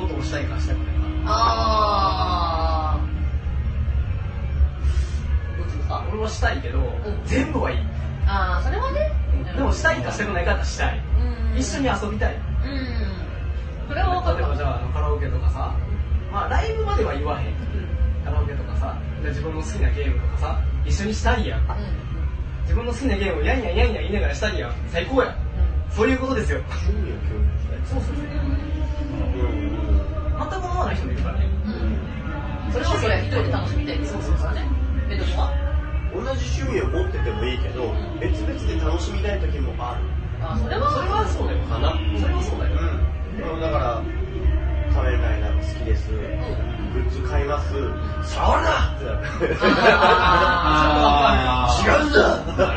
Speaker 3: ことをしたいかしたくないか
Speaker 1: あー。どっちですか
Speaker 3: 俺もしたいけど、
Speaker 1: ん
Speaker 3: 全部はいい、
Speaker 1: あー、それはね。
Speaker 3: でもしたいかしたくないかはしたい、
Speaker 1: うん
Speaker 3: 一緒に遊びたい
Speaker 1: うん。それは分かっ
Speaker 3: 例えばじ
Speaker 1: た。
Speaker 3: ゃああのカラオケとかさまあライブまでは言わへんカラオケとかさ自分の好きなゲームとかさ一緒にしたいやん
Speaker 1: うん。うん
Speaker 3: 自分の好きなゲームをやんやんやんやん言いながらしたいやん最高やんそういうことですよ
Speaker 4: 趣味を共有したい
Speaker 3: そうそう全く思わない人もいるからね
Speaker 1: うん。うん。それはそれ、一人で楽しみたいってことですからね。え、どこは
Speaker 4: 同じ趣味を持っててもいいけど別々で楽しみたい時もある
Speaker 1: あー、それ
Speaker 3: それ
Speaker 1: は、
Speaker 3: はそうだよ
Speaker 4: かな
Speaker 3: それはそうだよ
Speaker 4: うんだから食べたいな好きですグッズ買います触るなってなる
Speaker 2: あー
Speaker 4: 違うん だ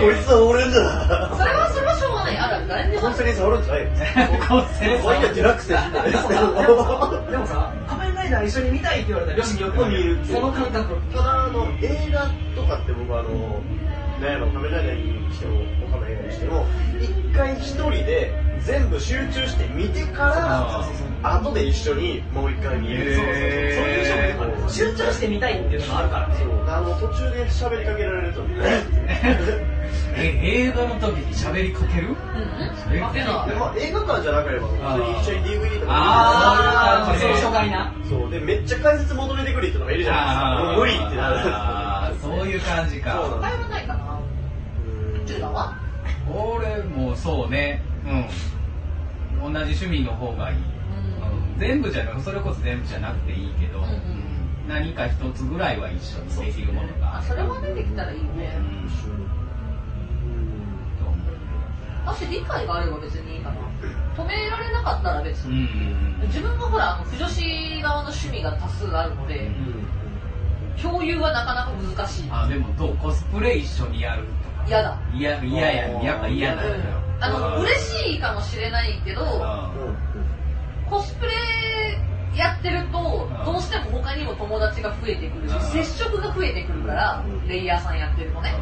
Speaker 4: こいつは俺だ
Speaker 1: それはそれはしょうがない。あるある、誰にでも
Speaker 4: コ
Speaker 1: あ
Speaker 4: ン
Speaker 1: る。
Speaker 4: セリ触るんじゃないよ
Speaker 2: こうせ
Speaker 4: ワインはデラックスです
Speaker 3: でもさ、でも さ、でもさ仮面ライダー一緒に見たいって言われたら、よし、横にいる。その感覚。
Speaker 4: ただあの映画とかって僕はあの何やろ仮面ライダーにしても他の映画にしても一回一人で全部集中して見てから後で一緒にもう一回見
Speaker 3: そう
Speaker 4: る
Speaker 3: そうそうそういう人もいるからね集中して見たいっていうのがあるからね。
Speaker 4: そうあの途中で喋りかけられると ね
Speaker 2: え映画の時に喋りかける
Speaker 1: うん。
Speaker 2: え
Speaker 1: わけない。
Speaker 4: でまあ映画館じゃなければ普通に一緒に DVD とか
Speaker 2: あー
Speaker 4: 見て
Speaker 3: その
Speaker 4: る
Speaker 3: 初回な。
Speaker 4: そうでめっちゃ解説求めてくる人とかいるじゃないですかもう無理ってなる
Speaker 2: あーそういう感じ
Speaker 4: そうな
Speaker 2: か
Speaker 4: の
Speaker 1: 答えはないかな。ジューダは
Speaker 2: 俺もそうねうん同じ趣味の方がいい、うん全部じゃなくそれこそ全部じゃなくていいけど、
Speaker 1: うんうん
Speaker 2: うん何か一つぐらいは一緒にできるもの
Speaker 1: あ、
Speaker 2: がある
Speaker 1: それは出てきたらいいよね。
Speaker 2: と思
Speaker 1: もし理解があれば別にいいかな。止められなかったら別
Speaker 2: うう
Speaker 1: に。
Speaker 2: んうん
Speaker 1: 自分もほら、あの腐女子側の趣味が多数あるの
Speaker 2: う
Speaker 1: で、
Speaker 2: ん
Speaker 1: 共有はなかなか難しい。
Speaker 2: あでもどうコスプレ一緒にやる
Speaker 1: 嫌だ。
Speaker 2: いやいやややっぱ嫌
Speaker 1: う
Speaker 2: なんだよ
Speaker 1: ん。あの、嬉しいかもしれないけど、コスプレやってると、どうしても他にも友達が増えてくるし
Speaker 2: うん、
Speaker 1: 接触が増えてくるから、レイヤーさんやってるとね。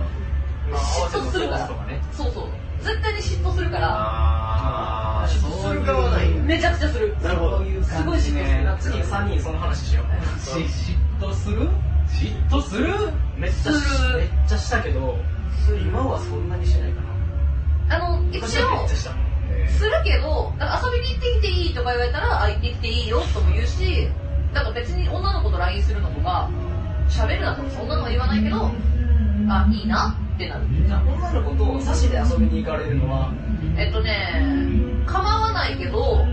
Speaker 1: 嫉妬するから
Speaker 3: とかね。
Speaker 1: そうそう。絶対に嫉妬するから、
Speaker 2: ああそういう
Speaker 4: 側ない
Speaker 1: めちゃくちゃする。
Speaker 4: なるほど
Speaker 2: そういう
Speaker 1: すごい
Speaker 2: 感じ
Speaker 1: 嫉妬する
Speaker 2: ね
Speaker 1: な
Speaker 3: 次3人その話しよう。
Speaker 2: し嫉妬する嫉妬する
Speaker 3: めっちゃ
Speaker 1: する
Speaker 3: めっちゃしたけど、今はそんなにしてないかな。
Speaker 1: あの、一
Speaker 3: 昔はめ
Speaker 1: 応
Speaker 3: っちゃ、した。
Speaker 1: するけど、だから遊びに行ってきていいとか言われたら、あ、行ってきていいよとも言うし、だから別に女の子と LINE するのとか、喋るなとかそんなのは言わないけど、あ、いいなってなる。
Speaker 3: じゃあ女の子とサシで遊びに行かれるのは、
Speaker 1: えっとね、構わないけど、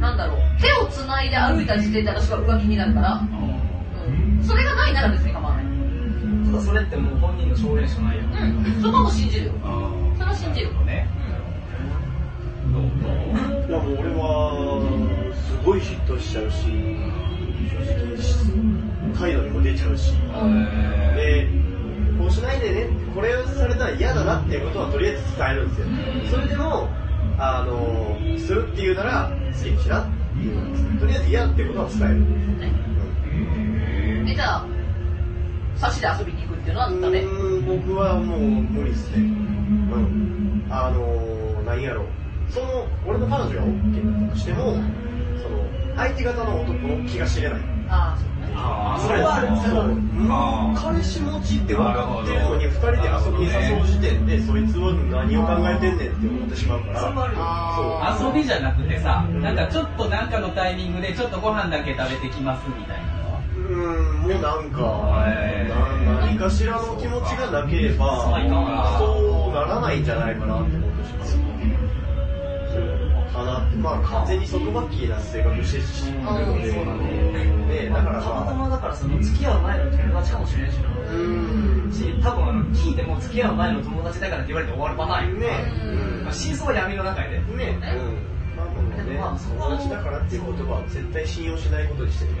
Speaker 1: なんだろう、手を繋いで歩いた時点で私が浮気になるから、うん。それがないなら別に構わない。う
Speaker 3: ただそれってもう本人の証言しかないよ。
Speaker 1: ん。そこはもう信じるよ。それは信じる。
Speaker 2: ねどうど
Speaker 4: いやもう俺はすごい嫉妬しちゃうし正直態度にも出ちゃうし
Speaker 2: うえ
Speaker 4: でこうしないでねこれをされたら嫌だなっていうことはとりあえず伝えるんですよそれでもあのするっていうならすりしなっていうのですとりあえず嫌っていうことは伝える
Speaker 1: ね。え、じゃあ、差しで遊びに行くっていうのはダメ。
Speaker 4: うーん僕はもう無理ですねうんあの何やろその俺の彼女が OK だったとしてもその相手方の男の気が知れない
Speaker 1: ああ、そうね。
Speaker 2: あ
Speaker 4: それはあるそれはある
Speaker 2: あー
Speaker 4: 彼氏持ちって分かってるのに2人で遊びに誘う時点でそいつは何を考えてんねんって思ってしまうから
Speaker 3: それもあるよ。
Speaker 1: あ
Speaker 2: 遊びじゃなくてさなんかちょっとなんかのタイミングでちょっとご飯だけ食べてきますみ たいなのは
Speaker 4: うーんもうなんか
Speaker 2: はい
Speaker 4: な何かしらの気持ちがなければ
Speaker 2: そうか
Speaker 4: そうならないんじゃないかなって思ってしまうかなってまあ完全に束縛期な性格してしまうので
Speaker 3: そうだ
Speaker 4: ねだから
Speaker 3: たまた
Speaker 4: まあ
Speaker 3: まだからその付き合う前の友達かもしれんしな。
Speaker 4: うーん
Speaker 3: し、多分あの、聞いても付き合う前の友達だからって言われて終わるパターンよ
Speaker 4: ね
Speaker 3: まあ真相は闇の中やで。
Speaker 4: ねうんまあでもね友達だからっていう言葉は絶対信用しないことにしてる ね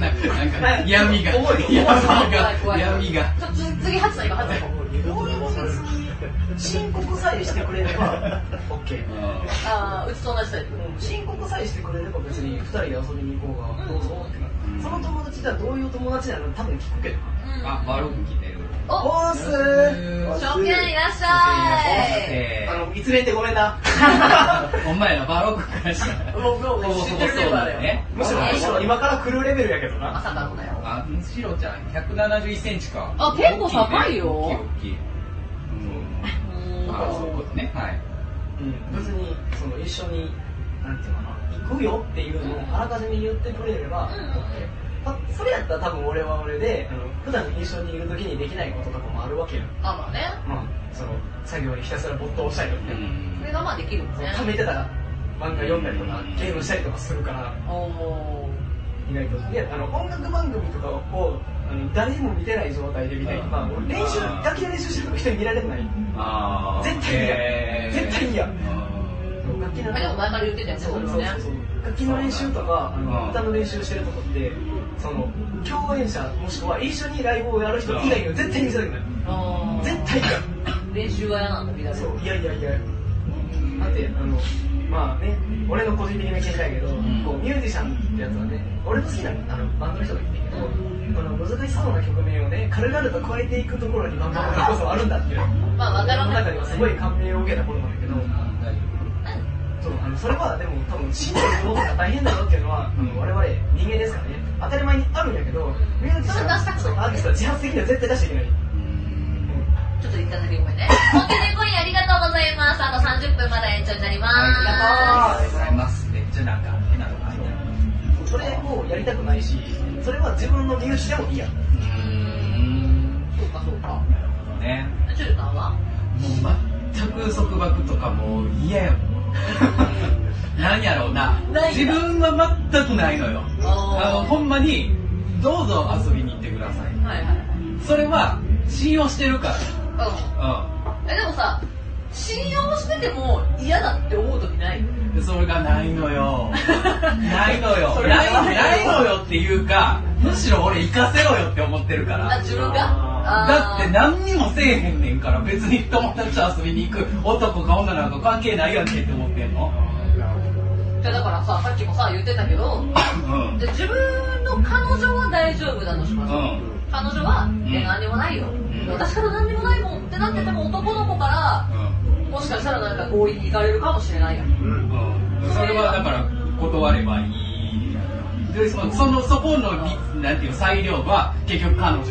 Speaker 2: なんかなんか闇が闇が闇が
Speaker 1: ちょっと次、初の今、初の
Speaker 4: もう二度と飲まない
Speaker 3: 申告さえしてくれれば OK
Speaker 1: ああうちと同じタイプ
Speaker 3: うん申告さえしてくれれば別に2人で遊びに行こうがどうぞってなる
Speaker 2: うん
Speaker 3: その友達がどういう友達なの多分聞くけど
Speaker 1: うん
Speaker 2: あ、バロック来てる。
Speaker 1: お
Speaker 3: おーすー
Speaker 1: 証券いらっしゃい
Speaker 3: あの、いつれてごめん な。
Speaker 2: お前らバロックからしか。
Speaker 3: もう、もう、知ってるメンバーだよ。むしろ、むしろ今から来るレベルやけど
Speaker 1: ま
Speaker 3: な。
Speaker 1: さかのだよ
Speaker 2: あ、むしろちゃん、171センチか。
Speaker 1: あ結構高いよ
Speaker 2: 大きいね大きい大きい。うん。まあ、そういうことね。はい。
Speaker 3: うん、別に、その、一緒に、なんていうのかな、行くよっていうのをあらかじめ言ってくれれば、まそれやったら多分俺は俺で、あの普段一緒にいる時にできないこととかもあるわけよ。
Speaker 1: あまあね
Speaker 3: まあ、その、作業にひたすら没頭したりとか
Speaker 2: う
Speaker 3: ね。
Speaker 1: そ
Speaker 2: ん。
Speaker 1: れがまあできるもん
Speaker 3: その
Speaker 1: ね
Speaker 3: 溜めてたら、漫画読んだりとか、ゲームしたりとかするから、
Speaker 1: おお
Speaker 3: 意外とであの音楽番組とかをあの誰も見てない状態で見て、
Speaker 2: うん
Speaker 3: まあ、俺練習
Speaker 2: うん
Speaker 3: 楽器の練習してると人に見られてない
Speaker 2: あー
Speaker 3: 絶対嫌
Speaker 2: へー
Speaker 3: 絶対嫌
Speaker 2: うん
Speaker 3: 楽器
Speaker 1: でも前から言ってたよね
Speaker 3: そうそう
Speaker 1: そ
Speaker 3: そう
Speaker 1: れね
Speaker 3: そう楽器の練習とかあ
Speaker 2: うん
Speaker 3: の歌の練習してるとこってその共演者もしくは一緒にライブをやる人以外には絶対見せたくない
Speaker 1: あー
Speaker 3: 絶対嫌
Speaker 1: 練習は嫌なんだ見られる
Speaker 3: そういやいやいやだってあのまあね俺の個人的な見解だけど、
Speaker 2: ん
Speaker 3: こうミュージシャンってやつはね俺の好きなあのバンドの人がいてんけど、この難しそうな曲名をね軽々と加えていくところにバンドの要素はあるんだっていう
Speaker 1: まあわから
Speaker 3: の
Speaker 1: ない
Speaker 3: 中ではすごい感銘を受けたことなんだけど、そうあのそれはでも多分信じることが大変だよっていうのは、あの我々人間ですからね当たり前にあるんやけどミュージシャン
Speaker 1: それ出したくない
Speaker 3: アーティストは自発的には絶対出しちゃいけない、
Speaker 1: ちょっと一旦だけごめんね。本当に今夜ありがとうございます。あと30分まだ延長になります。
Speaker 2: ありがとうございます。めっちゃなんか変なのが入った。
Speaker 3: それをやりたくないしそれは自分の身内でもいいや
Speaker 2: うーん。
Speaker 1: そうかそうか。
Speaker 2: なるほどね。
Speaker 1: チュルタンは
Speaker 2: もう全く束縛とかもう嫌やもん。なんやろうな。
Speaker 1: ない
Speaker 2: 自分は全くないのよ。あの、
Speaker 1: あ
Speaker 2: ほんまに、どうぞ遊びに行ってください。
Speaker 1: ーはいはいはい。
Speaker 2: それは、信用してるか
Speaker 1: う
Speaker 2: ら。
Speaker 1: ん。え、でもさ、信用してても嫌だって思う時ない
Speaker 2: うん。でそれがないのよ。ないのよ。
Speaker 3: それ
Speaker 2: ない、
Speaker 3: は
Speaker 2: ないのよっていうか、むしろ俺行かせろよって思ってるから
Speaker 1: あ、。自分があ
Speaker 2: だって
Speaker 1: ー
Speaker 2: 何にもせえへんねんから別に友達と遊びに行く男か女なんか関係ないやんけって思ってん の
Speaker 1: いやだからさ、さっきもさ、言ってたけど、
Speaker 2: うん
Speaker 1: で自分の彼女は大丈夫だとします。
Speaker 2: うん
Speaker 1: 彼女は、
Speaker 2: ん
Speaker 1: いや何にもないよ。私から何にもないもんってなってても男の子から、もしかしたらなんか強引に行かれるかもしれないやん。
Speaker 2: うんうんそれはだから断ればいいでそのそのそこのりなんていうの裁量は結局彼女やんか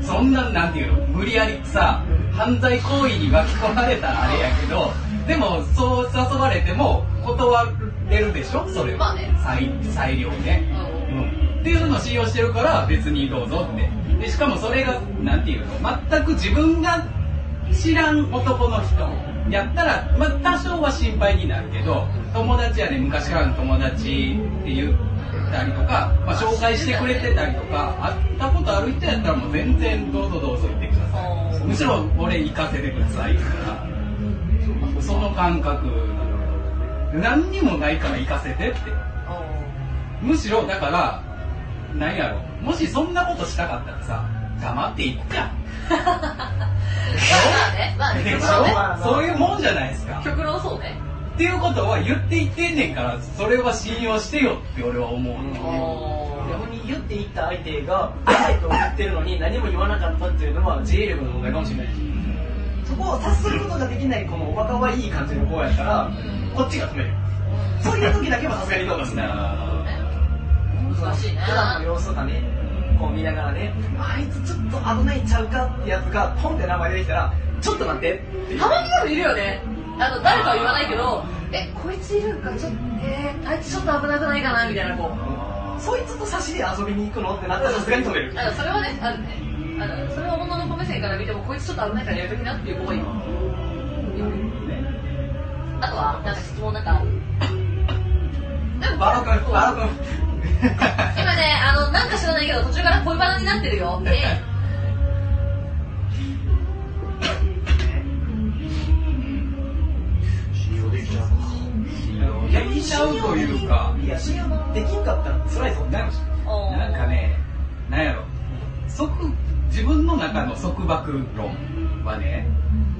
Speaker 2: そんなんなんていうの無理やりさ犯罪行為に巻き込まれたらあれやけどでもそう誘われても断れるでしょそれは、
Speaker 1: まあね
Speaker 2: 裁裁量ね、
Speaker 1: うん
Speaker 2: うんっていうのを信用してるから別にどうぞってでしかもそれがなんていうの全く自分が知らん男の人やったら、まあ、多少は心配になるけど友達やね昔からの友達って言ったりとか、まあ、紹介してくれてたりとか会ったことある人やったらもう全然どうぞどうぞ言ってくださいむしろ俺行かせてくださいからその感覚何にもないから行かせてってむしろだから何やろもしそんなことしたかったらさ黙っていくか
Speaker 1: まあね、まあね、
Speaker 2: でし
Speaker 1: 極
Speaker 2: ょ
Speaker 1: 論ね。
Speaker 2: そういうもんじゃないですか
Speaker 1: 極論そうね。
Speaker 2: っていうことは言っていってんねんからそれは信用してよって俺は思う
Speaker 3: 逆に言って言った相手が「はい」と思ってるのに何も言わなかったっていうのは自衛力の問題かもしれないそこを察することができないこのおバカはいい感じの子やったらこっちが止めるそういう時だけはさすがにどうかしない
Speaker 2: な
Speaker 1: 難しいね。
Speaker 3: 普段の様子とかねこう見ながらねあいつちょっと危ないんちゃうかってやつがポンって名前出てきたらちょっと待ってって
Speaker 1: たまにでもいるよね。あの、誰かは言わないけど、え、こいついるんか、ちょっと、えー、あいつちょっと危なくないかな、みたいな子。
Speaker 3: そいつと差しで遊びに行くのってなったらさすがに止める
Speaker 1: あの、それはね、あるね。あの、それは女の子目線から見ても、こいつちょっと危ないからやめときなっていう子がいる。あとは、なんか質問なんか。でも、
Speaker 3: バロ君バロ君
Speaker 1: 今ね、あの、なんか知らないけど、途中から恋バナになってるよ。ね。
Speaker 4: 信用できちゃう
Speaker 2: やりちゃうというか
Speaker 3: いや信用できんかったら辛いぞ
Speaker 2: なんか
Speaker 1: おー
Speaker 2: なんかねなんやろ束自分の中の束縛論はね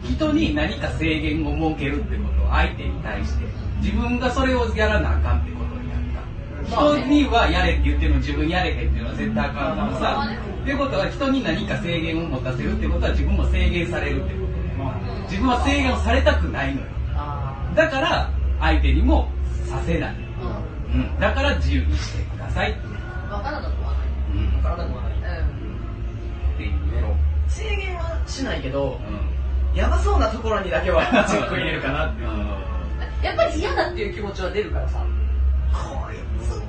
Speaker 2: 人に何か制限を設けるってこと相手に対して自分がそれをやらなあかんってことになった
Speaker 1: まあ
Speaker 2: 人
Speaker 1: ね
Speaker 2: にはやれって言っても自分やれへんっていうのは絶対あかんから
Speaker 1: まあ
Speaker 2: さ
Speaker 1: ね
Speaker 2: っていうことは人に何か制限を持たせるってことは自分も制限されるってことね
Speaker 1: うん
Speaker 2: 自分は制限をされたくないのよ
Speaker 1: あ
Speaker 2: だから相手にもさせない、
Speaker 1: ーうん
Speaker 2: うん、だから自由にしてください、
Speaker 1: わからなくは
Speaker 2: うん、っ
Speaker 3: 体もない
Speaker 1: ないうん
Speaker 2: ていうね、
Speaker 3: 制限はしないけど
Speaker 2: う
Speaker 3: やばそうなところにだけは チェック入れるかなって
Speaker 2: んうん
Speaker 1: やっぱり嫌だっていう気持ちは出るからさ
Speaker 3: こいつ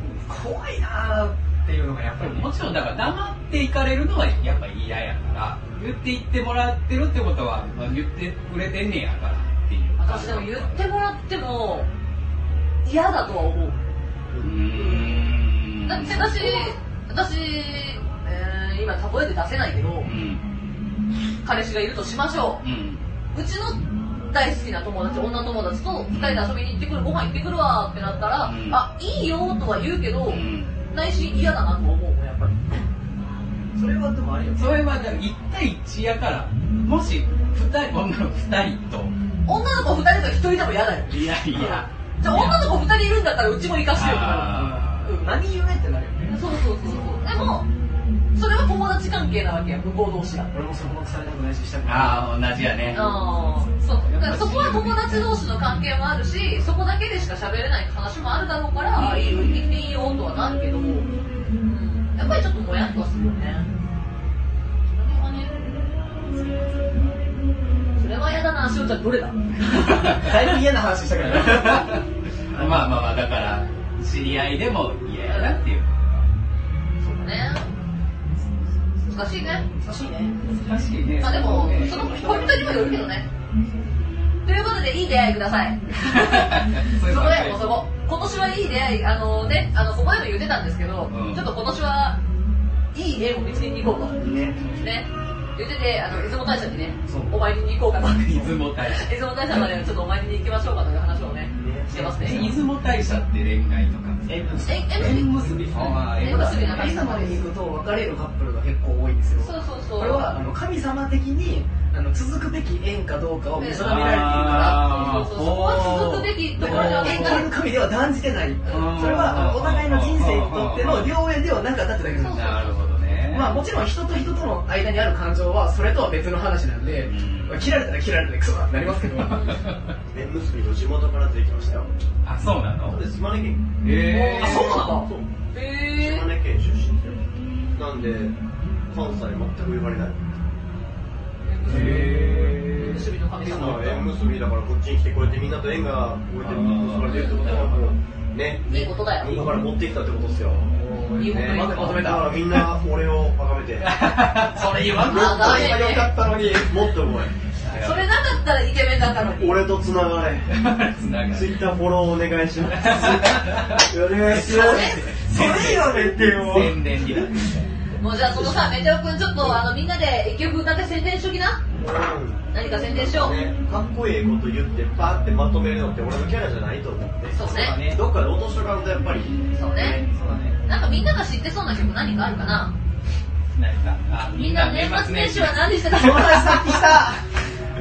Speaker 3: 怖いなーっていうのがやっぱりね
Speaker 2: もちろんだから黙っていかれるのはやっぱ嫌やから言っていってもらってるってことは、まあ、言ってくれてんねやからっていう
Speaker 1: 私でも言ってもらっても嫌だとは思う
Speaker 2: うーん
Speaker 1: だって私私、えー、今例えで出せないけど
Speaker 2: うん
Speaker 1: 彼氏がいるとしましょ
Speaker 2: うん
Speaker 1: ううちの大好きな友達女友達と2人で遊びに行ってくるご飯行ってくるわーってなったら、
Speaker 2: うん
Speaker 1: あいいよとは言うけど、
Speaker 2: うん
Speaker 1: 内心嫌だなとは思うやっぱり
Speaker 3: それはでもあれよ
Speaker 2: それはだから1対1やからもし2人女の子2人と
Speaker 1: 女の子2人と1人でも嫌だよ
Speaker 2: いやいや
Speaker 1: じゃあ女の子2人いるんだったらうちも行かしてよってな
Speaker 2: あー
Speaker 3: 何夢ってなるよね
Speaker 1: るそうそうそうそうでもそれは友達関係なわけや向こう同士が
Speaker 3: 俺も束縛されたくないししたくない
Speaker 2: あー同じやね
Speaker 1: うんそうだからそこは友達同士の関係もあるしそこだけでしか喋れない話もあるだろうからあいいよ行っていいよとはなるけど、うん、やっぱりちょっともやっとはするよねそれはねそれは嫌だなしおちゃんどれだ
Speaker 3: だいぶ嫌な話したからね
Speaker 2: まあまあまあだから知り合いでも嫌やなっていう
Speaker 1: そうだね難しいね
Speaker 3: 難しいね
Speaker 2: 難しいね
Speaker 1: まあでもそのポイントにもよるけどねということでいい出会いください
Speaker 2: そういう
Speaker 1: そこ
Speaker 2: こ
Speaker 1: とだよもうそこ今年はいい出会いあのねあのここでも言ってたんですけど、
Speaker 2: うん
Speaker 1: ちょっと今年はいい縁を見つけに行こうと
Speaker 3: ね
Speaker 1: ね言っててあの出雲大社にね
Speaker 2: そう
Speaker 1: お参りに行こうかと
Speaker 2: 出
Speaker 1: 出
Speaker 2: 雲大社
Speaker 1: 雲大社までちょっとお参りに行きましょうかという話をねしてますね
Speaker 2: 出雲大社って恋愛とか
Speaker 3: えっと
Speaker 1: ええ
Speaker 2: 縁結びああ
Speaker 1: 縁結びの話
Speaker 3: 神様に行くと別れるカップルが結構多いんですよ
Speaker 1: そうそうそう
Speaker 3: これはあの神様的にあの続くべき縁かどうかを見定められている
Speaker 2: あ
Speaker 3: か
Speaker 1: そうそうそうそこは続くべきところ
Speaker 3: ら
Speaker 1: が
Speaker 3: だ
Speaker 1: 縁
Speaker 3: から
Speaker 1: が
Speaker 3: 縁の神では断じてないそれはあのお互いの人生にとっての良縁ではなかったってだけなんです
Speaker 2: なるほどね
Speaker 3: まあもちろん人と人との間にある感情はそれとは別の話なんで、
Speaker 2: うん
Speaker 3: 切られたら切られたでクソだってなりますけど
Speaker 4: 縁結びの地元から出てきましたよ
Speaker 2: あそうなの
Speaker 4: そうです島根県
Speaker 2: え
Speaker 1: あそうな
Speaker 4: そう
Speaker 1: へ
Speaker 4: 島根県出身でなんで関西全く呼ばれない
Speaker 1: え
Speaker 2: え
Speaker 1: 結びの神
Speaker 4: 今
Speaker 1: 様
Speaker 4: の縁結びだからこっちに来てこうやってみんなと縁がこうやって結ばれてるってことはもうね
Speaker 1: いいことだよ
Speaker 4: 日本から持ってきたってことですよ
Speaker 1: いいことだよ
Speaker 3: まとめ
Speaker 4: だか
Speaker 3: た
Speaker 4: らみんな俺を崇 めて
Speaker 3: それ言わん
Speaker 1: な
Speaker 3: な
Speaker 1: あダメね
Speaker 4: よかったのにもっと重い
Speaker 1: それなかったらイケメンだったのに
Speaker 4: 俺とつながれ
Speaker 2: つなが
Speaker 4: ツイ
Speaker 2: る
Speaker 4: ッターフォローお願いし ます。お願いします。それよ、めてよ。
Speaker 2: 宣伝になって
Speaker 1: もうじゃあそのさメテオくんちょっとあのみんなで一曲歌って宣伝しときな何か宣伝しよう、
Speaker 4: ねかっこいいこと言って、パーってまとめるのって俺のキャラじゃないと思って。
Speaker 1: そうね
Speaker 4: どっかで落としとかんとやっぱり。
Speaker 1: そうね
Speaker 2: そうだね
Speaker 1: なんかみんなが知ってそうな曲何かあるかな
Speaker 2: 何かあ
Speaker 1: みんな年末年始は何してた
Speaker 3: その話さっきした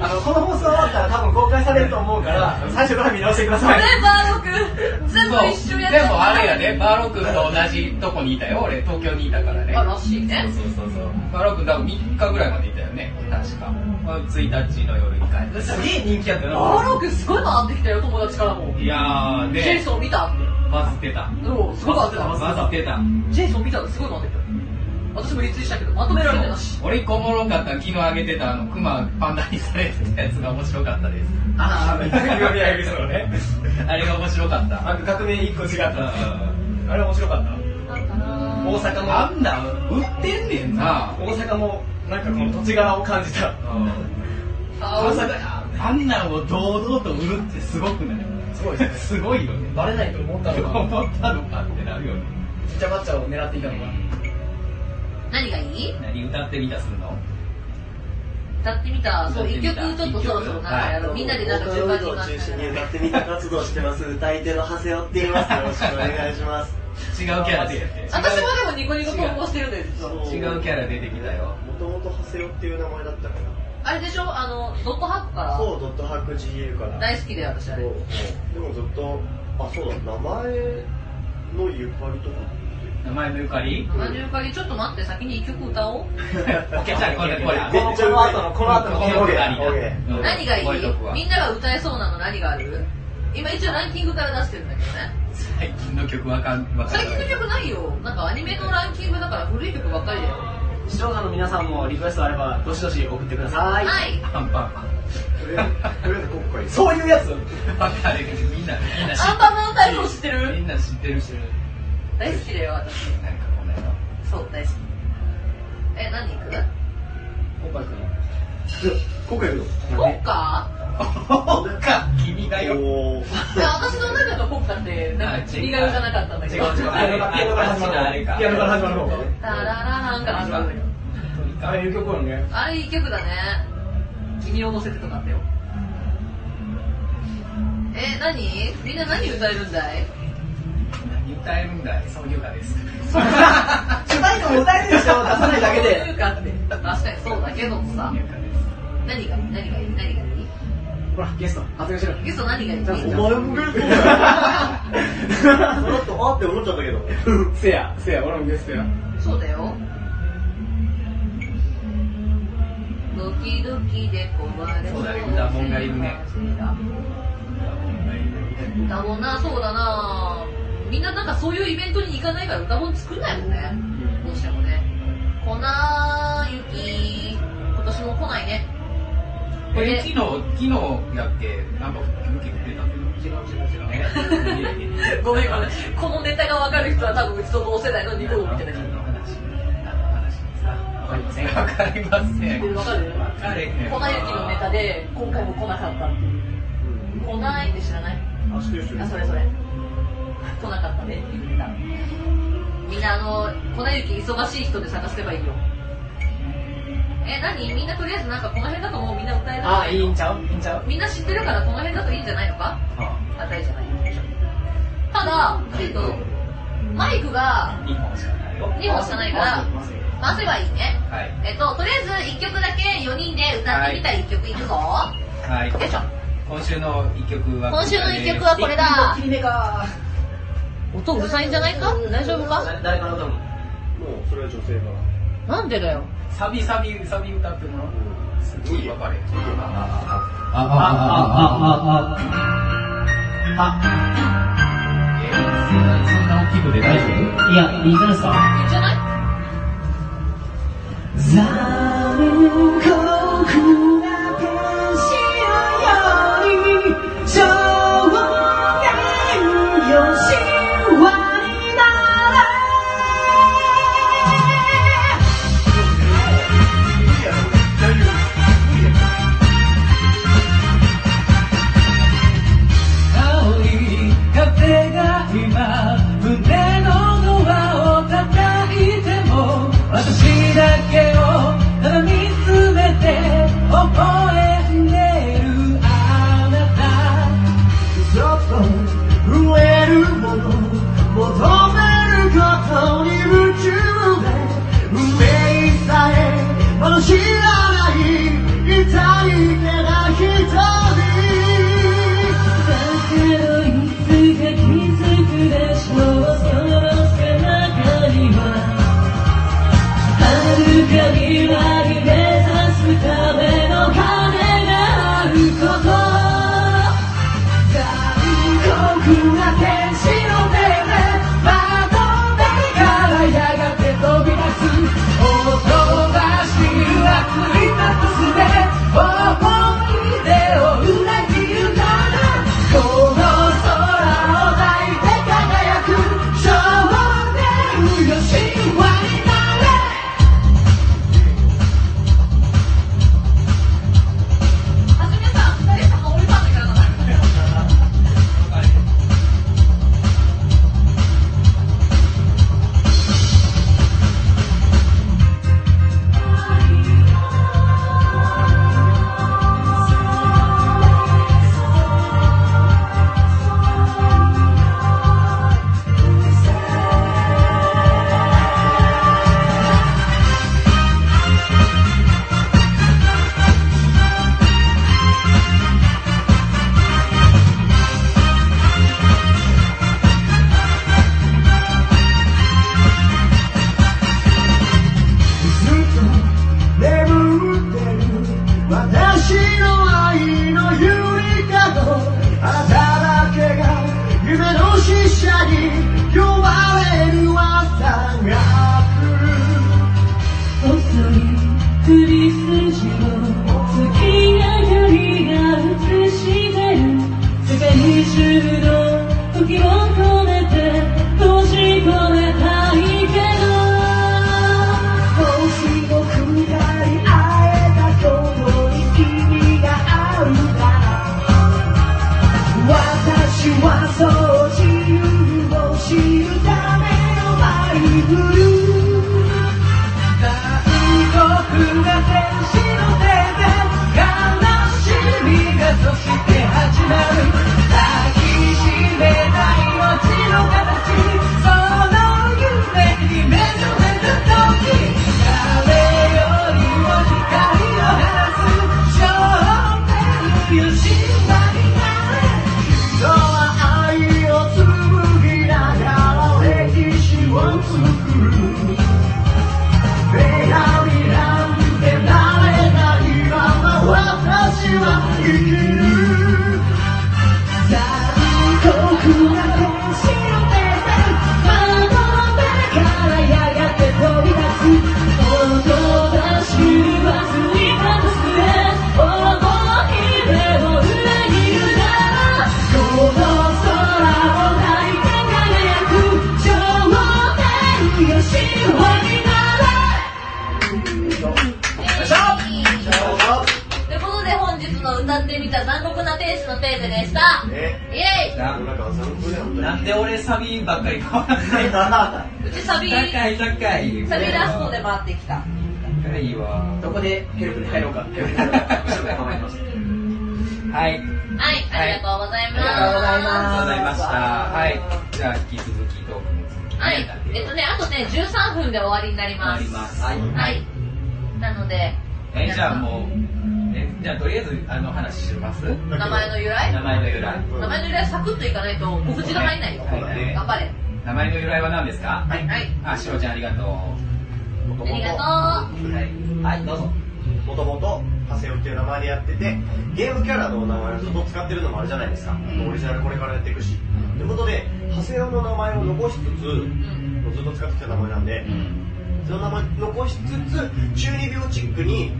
Speaker 3: あのこの放送終わったら多分公開されると思うから最初から見直してください
Speaker 1: ねバーロク全部一緒やっ
Speaker 2: で
Speaker 1: た
Speaker 2: もあれやねバーロ君と同じとこにいたよ俺東京にいたからね
Speaker 1: あらしい
Speaker 2: そう
Speaker 1: ね
Speaker 2: そうそうそうバーロ君多分3日ぐらいまでいたよね確か1日の夜に帰って
Speaker 3: すげえ人気やった
Speaker 1: バ
Speaker 3: な
Speaker 1: ーロクすごい回ってきたよ友達からも
Speaker 2: いやー
Speaker 1: ジェイ
Speaker 2: で
Speaker 1: ソン見たって
Speaker 2: バズってた
Speaker 1: うんすごい回ってた
Speaker 2: バズってた
Speaker 1: ジェイソン見たってすごい回ってきた私もリツイしたけどまとめられてなし
Speaker 2: 俺一個おもろかった昨日あげてたあのクマパンダにされてたやつが面白かったです
Speaker 3: ああ
Speaker 2: 鏡あげのねあれが面白かった
Speaker 3: あ革命一個違ったあれ面白かった
Speaker 1: なんかな
Speaker 3: 大阪
Speaker 2: あ
Speaker 3: も
Speaker 2: んなん売ってんねんな
Speaker 3: 大阪もなんかこの土地柄を感じた
Speaker 1: あ
Speaker 2: あ
Speaker 1: ー
Speaker 2: あんなんを堂々と売るってすごくない
Speaker 3: すごいですね
Speaker 2: すごいよね
Speaker 3: バレないと思ったのが
Speaker 2: 思ったのかってなるよね
Speaker 3: ちっちゃばっちゃを狙っていたのが
Speaker 1: 何がいい
Speaker 2: 何歌ってみたすんの
Speaker 1: 歌ってみたそう一曲ちょっとそろそろなんかやろうみんなでなんか順番に
Speaker 4: を
Speaker 1: 歌っ
Speaker 4: 中心に
Speaker 1: て
Speaker 4: 歌ってみた活動してます。歌い手の長谷をって言います。よろしくお願いします。
Speaker 2: 違うキャラでやって
Speaker 1: 私もでもニコニコ投稿してるんですよ
Speaker 2: 違うキャラ出てきたよ
Speaker 4: もともと長谷尾っていう名前だったから
Speaker 1: あれでしょあの、ドットハックから。
Speaker 4: そう、ドットハック GL から。
Speaker 1: 大好きで私あれ
Speaker 4: そうそうでもずっと、あ、そうだ、名前のゆかりとかって。
Speaker 2: 名前のゆか り
Speaker 1: 七十かりちょっと待って先に一曲歌おう
Speaker 2: オッケーじゃあこれこれ
Speaker 4: めっちゃうまい
Speaker 3: この後のこの後の
Speaker 2: この何
Speaker 4: オッケ
Speaker 2: が
Speaker 1: 何がいい
Speaker 2: こううとこは
Speaker 1: みんなが歌えそうなの何がある今一応ランキングから出してるんだけどね
Speaker 2: 最近の曲わかんわかんな
Speaker 1: 最
Speaker 2: い
Speaker 1: 近の曲ないよなんかアニメのランキングだから古い曲ばっかりだよは
Speaker 3: 視聴者の皆さんもリクエストあればどしどし送ってください、
Speaker 1: い
Speaker 2: アンパンマン
Speaker 4: とりあえずとりあえず今回、
Speaker 3: そういうやつ
Speaker 2: わかるみんなみんな知
Speaker 1: アンパンマン歌えるの知って
Speaker 2: ってるみ
Speaker 1: る
Speaker 2: んな知ってる知ってる
Speaker 1: 大好きだよ私
Speaker 2: なんかこんなの
Speaker 1: そう大好きえ何いく
Speaker 2: おっ
Speaker 4: 今回の。
Speaker 1: 国歌
Speaker 2: かおっか君がよ
Speaker 4: おー
Speaker 1: いや私の中の国歌ってなんか君が歌わなかったんだけ
Speaker 2: 違う違
Speaker 1: ど
Speaker 2: うあれかあれかあれか
Speaker 3: ピアノから始まる方
Speaker 1: タララランから始まるんだけど
Speaker 3: あれいい曲なのね
Speaker 1: あれいい曲だね君を乗せてとかあったよえ何みんな何歌えるんだい
Speaker 2: 何歌えるんだい挿入歌です
Speaker 3: 主題歌も歌える人を出さないだけ
Speaker 1: そうい
Speaker 3: で
Speaker 1: うかって確かにそうだけどさ
Speaker 2: 挿入歌です
Speaker 1: 何がいい何がいい何がいい
Speaker 3: ほらゲスト発言しろ
Speaker 1: ゲスト何がいい
Speaker 4: お前も出るのかその後、あーって思っちゃったけど。
Speaker 3: せやせや俺もゲストや
Speaker 1: そうだよドキドキで壊れ
Speaker 2: そうだね歌もんがいるね
Speaker 1: 歌もんなそうだなみんななんかそういうイベントに行かないから歌もん作んないもんねどうしてもね粉雪今年も来ないね
Speaker 2: これ昨日昨日だっけなんか向きくれたけど
Speaker 1: 違う
Speaker 2: 違う違う
Speaker 1: 違うごめんごめんこのネタが分かる人は多分うちと同世代のニコ動みたいな人
Speaker 2: わかりません。わかりません。
Speaker 1: わかる
Speaker 2: わかれへん。
Speaker 1: 粉雪のネタで今回も来なかったっていう来ないって知らない
Speaker 4: あ、知ってる知って
Speaker 1: あ
Speaker 4: る
Speaker 1: それそれ来なかったねって言ったみんなあの粉雪忙しい人で探せばいいよえ何みんなとりあえずなんかこの辺だともうみんな歌え
Speaker 3: あ
Speaker 1: ない
Speaker 3: いいんちゃういいんちゃう
Speaker 1: みんな知ってるからこの辺だといいんじゃないのかあたりじゃないただえっとマイクが
Speaker 2: 二本しかないよ。
Speaker 1: 2本しかないから回せばいいね
Speaker 2: はい。
Speaker 1: えっととりあえず1曲だけ4人で歌ってみたい1曲いくぞ、
Speaker 2: はい。
Speaker 1: よいしょ
Speaker 2: 今週の一曲は
Speaker 1: 今週の1曲はこれだ
Speaker 3: 切り目か
Speaker 1: 音うるさいんじゃないか大丈夫か
Speaker 3: 誰かの歌も
Speaker 4: もう、それは女性が。
Speaker 1: なんでだよ
Speaker 2: サビサビサビ歌ってもらおう。すごいわかれ。
Speaker 4: あ
Speaker 2: あああああ。そんな大きいので大丈夫？
Speaker 6: いや、いいからさ。
Speaker 1: いいんじゃない
Speaker 6: 青い風が今胸のドアを叩いても私だけをただ見つめて微笑んでるあなたそっと増えるもの求めることに夢中で運命さえまだ知らない痛いけな瞳だけどいつか気づくでしょうその背中には遥か
Speaker 1: た残酷な天使のテーゼでした。
Speaker 4: ね
Speaker 1: イエ
Speaker 2: な
Speaker 4: なんか残酷だよ
Speaker 2: なんで俺サビばっかり買わないの
Speaker 1: イうちサビ、サ
Speaker 2: 高い高い
Speaker 1: ビラストで回ってきた。
Speaker 2: 高いわ
Speaker 3: どこでヘルプに入ろうかヘルプに入ろうか後ろで構えました
Speaker 2: は
Speaker 1: はい、ありが
Speaker 2: い
Speaker 1: とうございます。
Speaker 3: ありがとうござい
Speaker 2: ありがとうござい
Speaker 3: ま
Speaker 2: ましたはいじゃあ引き続きトークの続き
Speaker 1: はい、えっとね、あとね、13分で終わりになり
Speaker 2: あ
Speaker 1: ます
Speaker 2: り。ます
Speaker 3: はい
Speaker 1: はい。なので、
Speaker 2: えじゃあもうえじゃあとりあえずあの話します
Speaker 1: 名前の由来
Speaker 2: 名前の由来
Speaker 1: 名前の由来サクッといかないと告知が入んないよ。
Speaker 2: はいはい
Speaker 1: 頑張れ。
Speaker 2: 名前の由来は何ですか
Speaker 1: はい。はい。
Speaker 2: あしろちゃんありがとう
Speaker 1: ありがとう。
Speaker 2: はい
Speaker 3: はいどうぞ
Speaker 4: もともと長谷尾っていう名前でやっててゲームキャラの名前をずっと使ってるのもあるじゃないですか、オリジナルこれからやっていくしということで長谷尾の名前を残しつ
Speaker 1: ん
Speaker 4: つずっと使ってきた名前なんでその名前残しつつ中二病チックに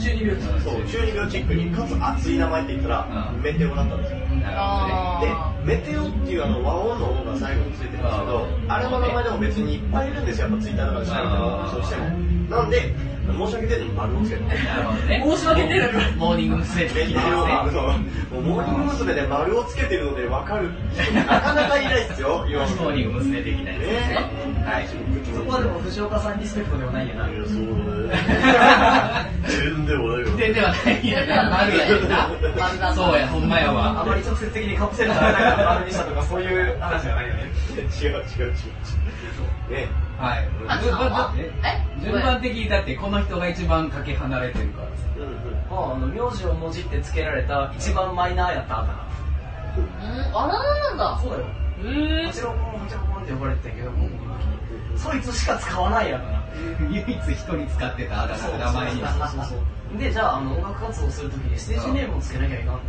Speaker 3: 中二病
Speaker 4: そう中二病チックにかつ熱い名前って言ったら、
Speaker 2: うん
Speaker 4: メテオだったんですよ
Speaker 2: なるほどね
Speaker 1: あ
Speaker 4: で
Speaker 1: ー
Speaker 4: メテオっていうあの和音の音が最後についてるんですけど
Speaker 2: あー
Speaker 4: あれの名前でも別にいっぱいいるんですよやっぱツイッターとかで調べたらそうしてもなんで申し訳程度に丸をつけた
Speaker 2: なるほどね
Speaker 3: 申し訳ねえな
Speaker 2: モーニング 娘。
Speaker 4: メテオがそうもうモーニング娘。で丸をつけてるので分かる人なかなかいないですよ今
Speaker 2: モ
Speaker 4: の
Speaker 2: ーニング娘。できないですね
Speaker 4: ね
Speaker 2: はい
Speaker 3: そこはでも藤岡さんリスペクトではないよない
Speaker 4: やそうだね全然笑いよ
Speaker 2: でではないやな丸や
Speaker 1: 丸
Speaker 2: な
Speaker 1: だ
Speaker 2: そうやほんまや
Speaker 3: あ
Speaker 2: わ
Speaker 3: まり直接的にカプセルからなんか丸にしたとかそういう話じゃないよね
Speaker 4: 違う違う違う違うね
Speaker 2: はい
Speaker 1: あ
Speaker 2: 順番
Speaker 1: あ
Speaker 2: だって
Speaker 1: え
Speaker 2: 順番的にだってこの人が一番かけ離れてるからさ
Speaker 4: うんうん
Speaker 3: まああの名字をもじってつけられた一番マイナーやったあた
Speaker 1: うん、あららなん
Speaker 3: な
Speaker 1: だ。
Speaker 3: そうだよ
Speaker 1: へ
Speaker 3: もちろんもちろんって呼ばれてたけどもうそいつしか使わないやから
Speaker 2: 唯一一人使ってたあだ名の名前に
Speaker 3: そうそうそうでじゃああの音楽活動するときにステージネームをつけなきゃいけないんだよ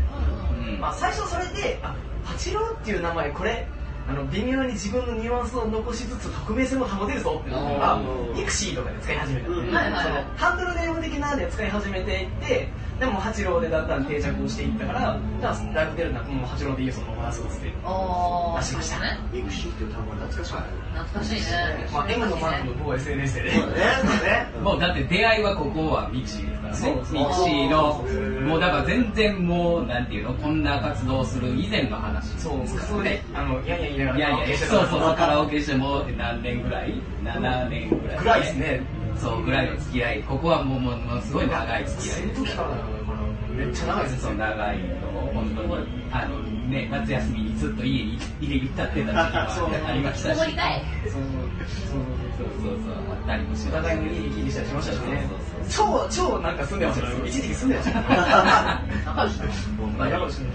Speaker 2: うん
Speaker 3: まあ、最初それで「あ八郎」っていう名前これあの微妙に自分のニュアンスを残しつつ匿名性も保てるぞってなったから
Speaker 4: うん
Speaker 3: ミクシーとかで使い始めた、
Speaker 4: うん
Speaker 1: はいはい
Speaker 3: そのハンドルネーム的なので使い始めていってでも八郎でだんだん定着をしていったからじゃあライブ出るんだもう八郎でいいよそのまま出そうっつって
Speaker 1: おー。
Speaker 3: 出しましたね
Speaker 4: ミクシーっていう単語懐かしくない
Speaker 1: 懐かしいね。
Speaker 3: まあ、M のマークの某 SNS でね
Speaker 4: そうだねそうだね
Speaker 2: もうだって出会いはここはミクシーですから
Speaker 3: そう
Speaker 2: ね。ミクシ
Speaker 3: そう
Speaker 2: ーの
Speaker 4: そうそう、
Speaker 2: もうだから全然もう、なんていうの、こんな活動をする以前の話。
Speaker 3: そう普通ねあのいやいやいや
Speaker 2: いやいや、そうそうそう、カラオケしてもう何年ぐらい ?7 年ぐらい。
Speaker 3: ぐらいです。ね
Speaker 2: そう、ぐらいの付き合い。ここはもう、もうものすごい長い付き合い
Speaker 3: その時からだからめっちゃ長いです
Speaker 2: そう、
Speaker 3: よ
Speaker 2: 長いの、本当に、あのね、夏休みにずっと家に、家に立ってた時期
Speaker 3: そう
Speaker 2: がありましたし。
Speaker 1: ここ痛い。
Speaker 3: そのその
Speaker 2: そうそうそう、あったりもし
Speaker 3: お
Speaker 2: ました
Speaker 3: 互いの家に聞いてきたりしましたしね
Speaker 2: そうそう
Speaker 3: 超超なんか住んでましたよ一時期住んでましたよ
Speaker 1: 仲良しだよ
Speaker 3: まあやばいしね